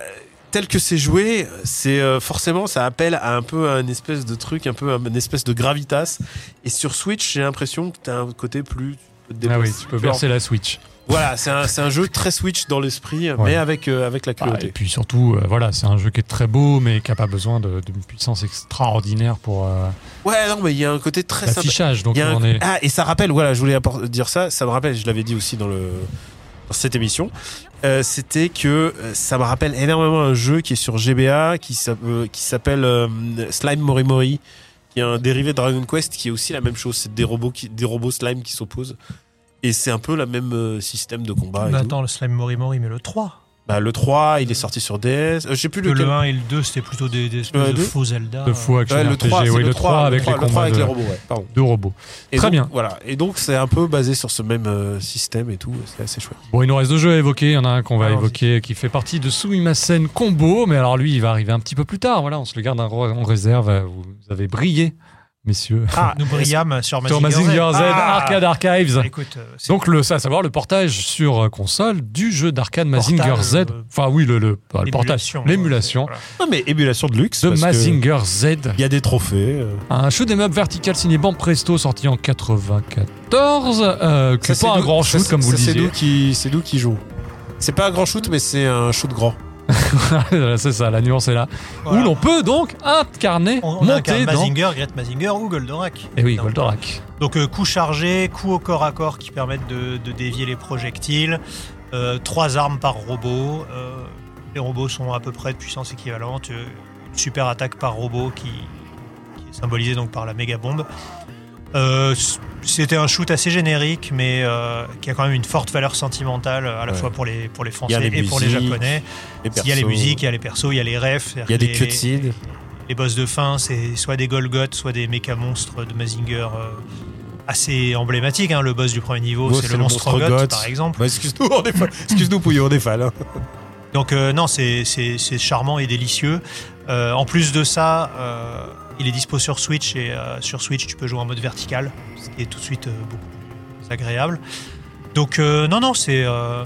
tel que c'est joué, c'est euh, forcément ça appelle à un peu un espèce de truc, un peu un, une espèce de gravitas. Et sur Switch, j'ai l'impression que t'as un côté plus tu peux te
Ah oui,
déplacer,
tu peux
genre-
verser la Switch.
voilà, c'est un, c'est un jeu très Switch dans l'esprit, mais avec, euh, avec la
Ah,
cruauté.
et puis surtout, euh, voilà, c'est un jeu qui est très beau, mais qui n'a pas besoin de- d'une puissance extraordinaire pour. euh,
Ah, ouais, non, mais il y a un côté très sympa.
L'affichage, donc,
Il y a un-
on est-
Ah, et ça rappelle, voilà, je voulais appor- dire ça, ça me rappelle, je l'avais dit aussi dans, le, dans cette émission, euh, c'était que euh, ça me rappelle énormément un jeu qui est sur GBA, qui s'app- euh, qui s'appelle euh, Slime Morimori, qui est un dérivé de Dragon Quest, qui est aussi la même chose, c'est des robots, qui, des robots slime qui s'opposent. Et c'est un peu le même euh, système de combat. et
Bah,
tout.
attends, le Slime Mori Mori, mais le 3.
Bah, le 3, il est sorti sur DS. Euh, je sais plus
Le,
lequel.
1 et le 2, c'était plutôt des, des
Euh,
espèces de
deux
faux Zelda.
De faux action
Ouais, le
RPG,
3, c'est
oui,
le
le
3,
3 avec
le 3,
les
le
combats
3 avec
de-
les robots, ouais, pardon.
de robots.
Et
Très
donc,
bien.
Voilà. Et donc, c'est un peu basé sur ce même euh, système et tout. C'est assez chouette.
Bon, il nous reste deux jeux à évoquer. Il y en a un qu'on va
Allons-y.
évoquer qui fait partie de Suimasen Combo, mais alors lui, il va arriver un petit peu plus tard. Voilà, on se le garde en en réserve. Euh, Vous avez brillé, messieurs.
Ah,
Nous brillâmes sur
Sur
Mazinger
Mazinger Z,
Z. Ah
Arcade Archives.
Écoute, euh, c'est-
Donc, le, ça, à savoir le portage sur euh, console du jeu d'arcade Mazinger
Portage,
Z.
euh,
Enfin, oui, le, le, bah, le portage.
l'émulation,
L'émulation
voilà.
Non, mais émulation de luxe.
de
parce que
Mazinger Z.
Il y a des trophées. euh.
Un shoot em up vertical signé Ban Presto sorti en 94. Euh,
Ça,
c'est pas un
nous-
grand
ça,
shoot,
c'est-
comme vous
ça,
le
C'est
disiez.
nous qui, c'est nous qui jouons. C'est pas un grand shoot, mais c'est un shoot grand.
[LAUGHS] c'est ça, la nuance est là.
Voilà.
Où l'on peut donc incarner,
on, on a
monter
incarne
dans.
Mazinger, Gret Mazinger ou Goldorak.
Et oui,
Donc,
Goldorak.
Donc euh, coup chargé, coup au corps à corps qui permettent de, de dévier les projectiles, euh, trois armes par robot. euh, les robots sont à peu près de puissance équivalente. euh, une super attaque par robot qui, qui est symbolisée donc par la méga bombe. Euh, c- c'était un shoot assez générique, mais euh, qui a quand même une forte valeur sentimentale à la
Ouais.
fois pour les, pour les
Il y a
Français
les
et pour les
musiques,
Japonais.
Les
Il y a les
persos,
musiques, il y a les persos, il y a les refs.
Il y a des cutscenes.
les boss de fin, c'est soit des Golgoth, soit des méca monstres de Mazinger euh, assez emblématiques. hein. Le boss du premier niveau,
Gros,
c'est le monstre Goth,
goth.
par exemple.
Bah, excuse-nous, on est fa- excuse-nous, Pouillot, on est fan. hein.
Donc, euh, non, c'est c'est- c'est charmant et délicieux. Euh, en plus de ça, euh, il est dispo sur Switch et euh, sur Switch, tu peux jouer en mode vertical, ce qui est tout de suite euh, beaucoup plus agréable. Donc, euh, non, non, c'est. euh,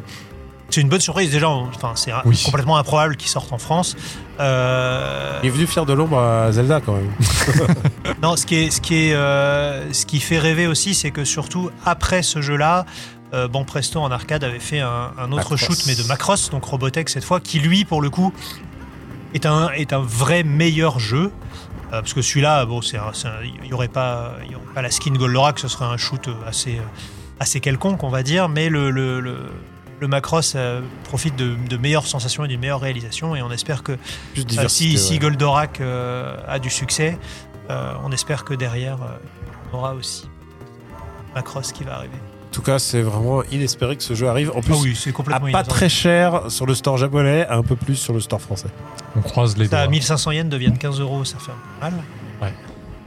c'est une bonne surprise déjà, on- enfin c'est un-
Oui.
complètement improbable qu'ils sortent en France. Euh,
Il est venu faire de l'ombre à Zelda quand [LAUGHS] même.
[LAUGHS] Non, ce qui, est, ce, qui est, euh, ce qui fait rêver aussi, c'est que surtout après ce jeu-là, euh, Bon Presto en arcade avait fait un, un autre
Macross.
shoot, mais de Macross, donc Robotech cette fois, qui lui, pour le coup, est un, est un vrai meilleur jeu. Euh, parce que celui-là, bon, c'est un- c'est un- il n'y aurait, pas- il y aurait pas la skin Goldorak, ce serait un shoot euh, assez, euh, assez quelconque, on va dire, mais le. le- le- le Macross euh, profite de, de meilleures sensations et d'une meilleure réalisation et on espère que
Plus de
euh, si,
diversité.
si
ouais.
Goldorak euh, a du succès, euh, on espère que derrière, euh, on aura aussi Macross qui va arriver. Ah
En tout cas, c'est vraiment inespéré que ce jeu arrive.
Ah
En plus,
oui, c'est
à
complètement
pas très cher sur le store japonais, à un peu plus sur le store français.
On croise les
Ça,
doigts.
1500 yens deviennent 15 euros, ça fait un peu mal.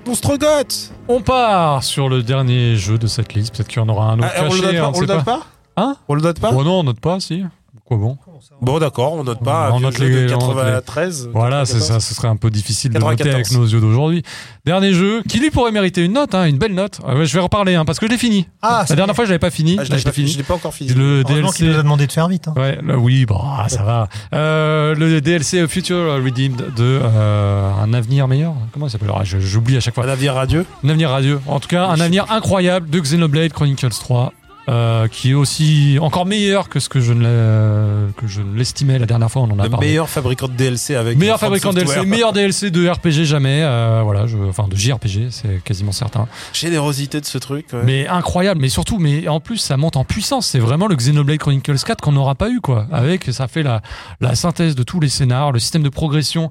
Monstre Goth
On part sur le dernier jeu de cette liste. Peut-être qu'il y en aura un autre
Ah, On le note
caché,
pas
on
On
ne
le
sait pas.
note pas
Hein
On le note pas
Oh non, on note pas, si. Quoi bon
Bon, d'accord, on note pas.
On
un vieux
note
jeu
les-
de
on note les-
93.
Voilà, c'est
94.
ça. Ce serait un peu difficile de noter
94.
avec nos yeux d'aujourd'hui. Dernier jeu qui lui pourrait mériter une note, hein, une belle note. Ah ouais, je vais reparler hein, parce que je l'ai fini.
Ah,
La dernière fois, je l'avais pas fini.
Ah, je
Là,
l'ai
je l'ai
pas,
fini.
je l'ai pas encore fini.
Le
Heureusement qu'il nous
DLC.
a demandé de faire vite. hein.
Ouais, là, oui, bon, ah, ça va. Euh, le DLC Future Redeemed de euh, Un avenir meilleur. Comment il s'appelle Ah, je- J'oublie à chaque fois.
Un avenir radieux.
Un avenir radieux. En tout cas, un avenir incroyable de Xenoblade Chronicles 3. euh, qui est aussi encore meilleur que ce que je ne l'ai- que je ne l'estimais la dernière fois on en a
Le
parlé
meilleur fabricant de DLC avec.
Bah, meilleur
From
fabricant
Software.
DLC meilleur DLC de RPG jamais euh, voilà je, enfin de JRPG c'est quasiment certain
Générosité de ce truc. ouais.
mais incroyable, mais surtout, mais en plus, ça monte en puissance. C'est vraiment le Xenoblade Chronicles 4 qu'on n'aura pas eu, quoi. Avec, ça fait la, la synthèse de tous les scénars, le système de progression,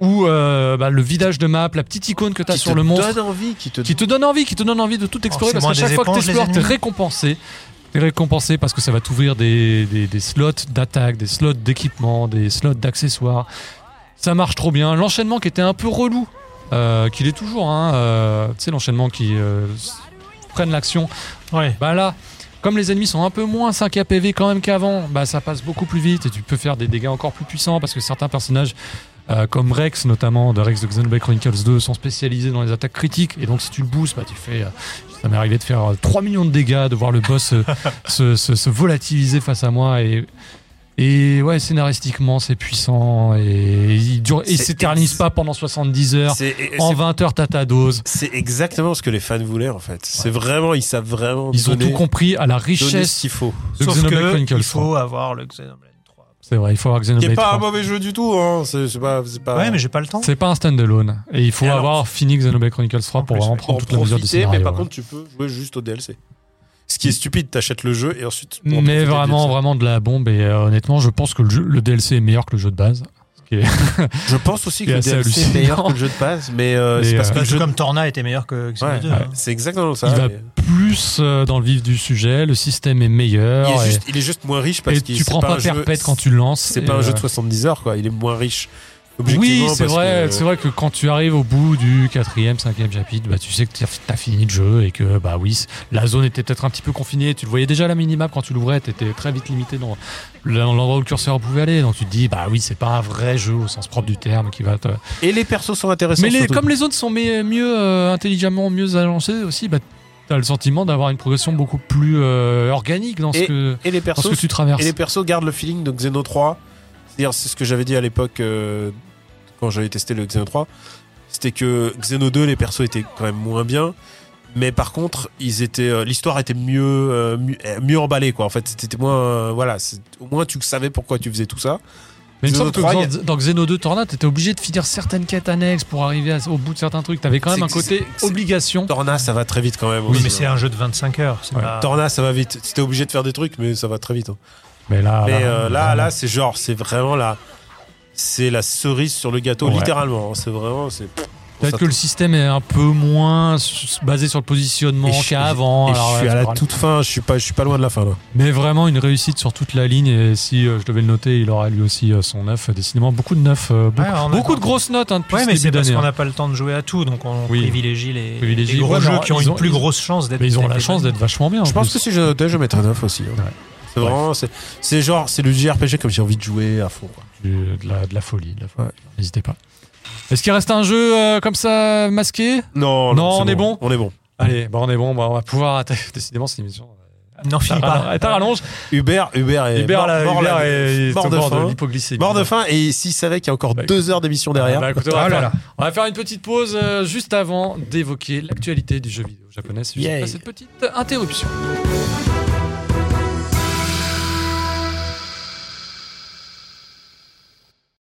ou euh, bah, le vidage de map, la petite icône que tu as
Qui
sur
te
le monstre,
donne envie, qui te.
qui te donne envie, qui te donne envie de tout explorer,
c'est
parce
moins
qu'à chaque
des
fois que
éponges,
tu explores,
les
t'es
ennemis.
récompensé. T'es récompensé parce que ça va t'ouvrir des, des, des slots d'attaque, des slots d'équipement, des slots d'accessoires. Ça marche trop bien. L'enchaînement qui était un peu relou euh, qu'il est toujours, hein, euh, tu sais, l'enchaînement qui euh, s- prennent l'action.
Ouais.
Bah là, comme les ennemis sont un peu moins 5 APV quand même qu'avant, bah ça passe beaucoup plus vite et tu peux faire des dégâts encore plus puissants parce que certains personnages. euh, comme Rex notamment de Rex de Xenoblade Chronicles 2 sont spécialisés dans les attaques critiques et donc si tu le boostes bah tu fais euh, ça m'est arrivé de faire euh, 3 millions de dégâts de voir le boss
[LAUGHS]
euh, se, se- se volatiliser face à moi et et ouais scénaristiquement c'est puissant et il dure et il
C'est
s'éternise pas pendant 70 heures
C'est- et- et
en
c'est-
20 heures t'as ta dose
C'est exactement ce que les fans voulaient en fait. C'est vraiment, ils savent vraiment.
Ils ont
donner-
tout compris à la
donner
richesse
ce qu'il faut.
de
Sauf
Xenoblade
que
Chronicles
il
3.
faut avoir le Xenoblade.
C'est vrai, il faut avoir
Qui est
Xenoblade
pas un
3.
mauvais jeu du tout. Hein. C'est c'est pas, c'est pas.
Ouais, mais j'ai pas le temps.
C'est pas un standalone. Et il faut
Et alors-
avoir fini Xenoblade Chronicles 3 pour
plus,
vraiment
ouais.
prendre
en
toute la mesure du
profiter,
scénario. hein.
mais par
ouais.
contre, tu peux jouer juste au DLC. Ce qui est stupide, t'achètes le jeu et ensuite. pour en profiter
Mais
du
vraiment,
DLC.
vraiment de la bombe. Et euh, honnêtement, je pense que le, jeu- le DLC est meilleur que le jeu de base.
Je pense aussi que
C'est
le
assez
DLC est
hallucinant.
meilleur que le jeu de base, mais euh,
Mais,
c'est parce
euh,
que
Un
le
jeu
jeu.
comme Torna était meilleur que Xenoblade.
Ouais,
hein.
ouais, c'est exactement ça.
il va
mais
plus euh, dans le vif du sujet, le système est meilleur.
Il est,
et-
juste, il est juste moins riche
et,
parce que
tu prends pas perpète quand tu le lances.
C'est
et,
pas un jeu
euh,
de 70 heures, quoi. Il est moins riche.
Oui,
Objectivement,
c'est
parce
vrai,
que-
c'est vrai que quand tu arrives au bout du quatrième, cinquième chapitre, bah, tu sais que t'as t'as fini le jeu et que bah oui, c- la zone était peut-être un petit peu confinée. Tu le voyais déjà à la minimap quand tu l'ouvrais, t'étais très vite limité dans le- dans l'endroit où le curseur pouvait aller. Donc tu te dis bah oui, c'est pas un vrai jeu au sens propre du terme qui va te.
Et les persos sont intéressants.
Mais les-
surtout.
comme les autres sont mais- mieux euh, intelligemment mieux avancés aussi, bah t'as le sentiment d'avoir une progression beaucoup plus euh, organique dans ce que
et les
dans ce
persos
que tu traverses.
Et les persos gardent le feeling de Xeno 3. C'est-à-dire, c'est ce que j'avais dit à l'époque euh, quand j'avais testé le Xeno 3. C'était que Xeno 2, les persos étaient quand même moins bien. Mais par contre, ils étaient, euh, l'histoire était mieux, euh, mieux, euh, mieux emballée, quoi. En fait, c'était moins, euh, voilà, c'est- au moins tu savais pourquoi tu faisais tout ça.
Mais il me
Xeno
semble que
3,
dans, dans Xeno 2 Tornade, t'étais obligé de finir certaines quêtes annexes pour arriver à- au bout de certains trucs. T'avais quand même
C'est-
un côté
c'est- c'est-
obligation.
Torna, ça va très vite quand même.
Oui,
aussi,
mais c'est
hein.
un jeu de 25 heures. c'est
Ouais.
pas-
Torna, ça va vite. C'était obligé de faire des trucs, mais ça va très vite. hein.
Mais là,
Mais euh, là,
Ah bah, vraiment.
là, c'est genre, c'est vraiment la, c'est la cerise sur le gâteau,
Ouais.
littéralement. hein. C'est vraiment, c'est.
peut-être que le système est un peu moins s- basé sur le positionnement
Et je-
qu'avant.
Et
Alors,
je
ouais,
suis à
c'est
la
pas-
toute fin, je suis pas, je suis pas loin de la fin là.
Mais vraiment une réussite sur toute la ligne. Et si euh, je devais le noter, il aura lui aussi euh, son 9. Décidément, beaucoup de 9. beaucoup
Ouais, on a-
beaucoup de grosses notes hein, depuis
Ouais,
ce
mais
début
c'est parce
d'année,
qu'on
hein.
n'a pas le temps de jouer à tout, donc on
Oui.
privilégie les,
Privilégie.
les gros
Ouais, mais
jeux
alors,
qui ont
ils
une
ont-
plus
ils-
grosse chance d'être.
Mais ils ont
d'être
la
des
chance
bonnes
d'être vachement bien. en
Je pense
plus.
que si je notais, je mettrais 9 aussi. hein.
Ouais.
C'est vraiment, c'est, c'est genre, c'est le JRPG comme j'ai envie de jouer à fond. quoi.
Du- de, la, de la folie. de la folie. N'hésitez pas. Est-ce qu'il reste un jeu euh, comme ça masqué
Non,
Non,
c'est
on est bon
On est bon.
Allez, bah on est bon, bah on va pouvoir [LAUGHS] atta- décidément cette émission.
Non,
T'as
finis pas.
rallonge.
Hubert, bah, Hubert est
Hubert,
mort,
là,
mort,
Hubert
la-
est
mort
au
de
bord de
faim.
l'hypoglycémie.
Mort de faim. Et s'il savait qu'il y a encore
Bah,
deux heures d'émission derrière,
Bah,
[LAUGHS]
écoutez, on, va
Ah là
faire,
là.
on va faire une petite pause euh, juste avant d'évoquer l'actualité du jeu vidéo japonais. C'est juste
Yay.
après cette petite interruption.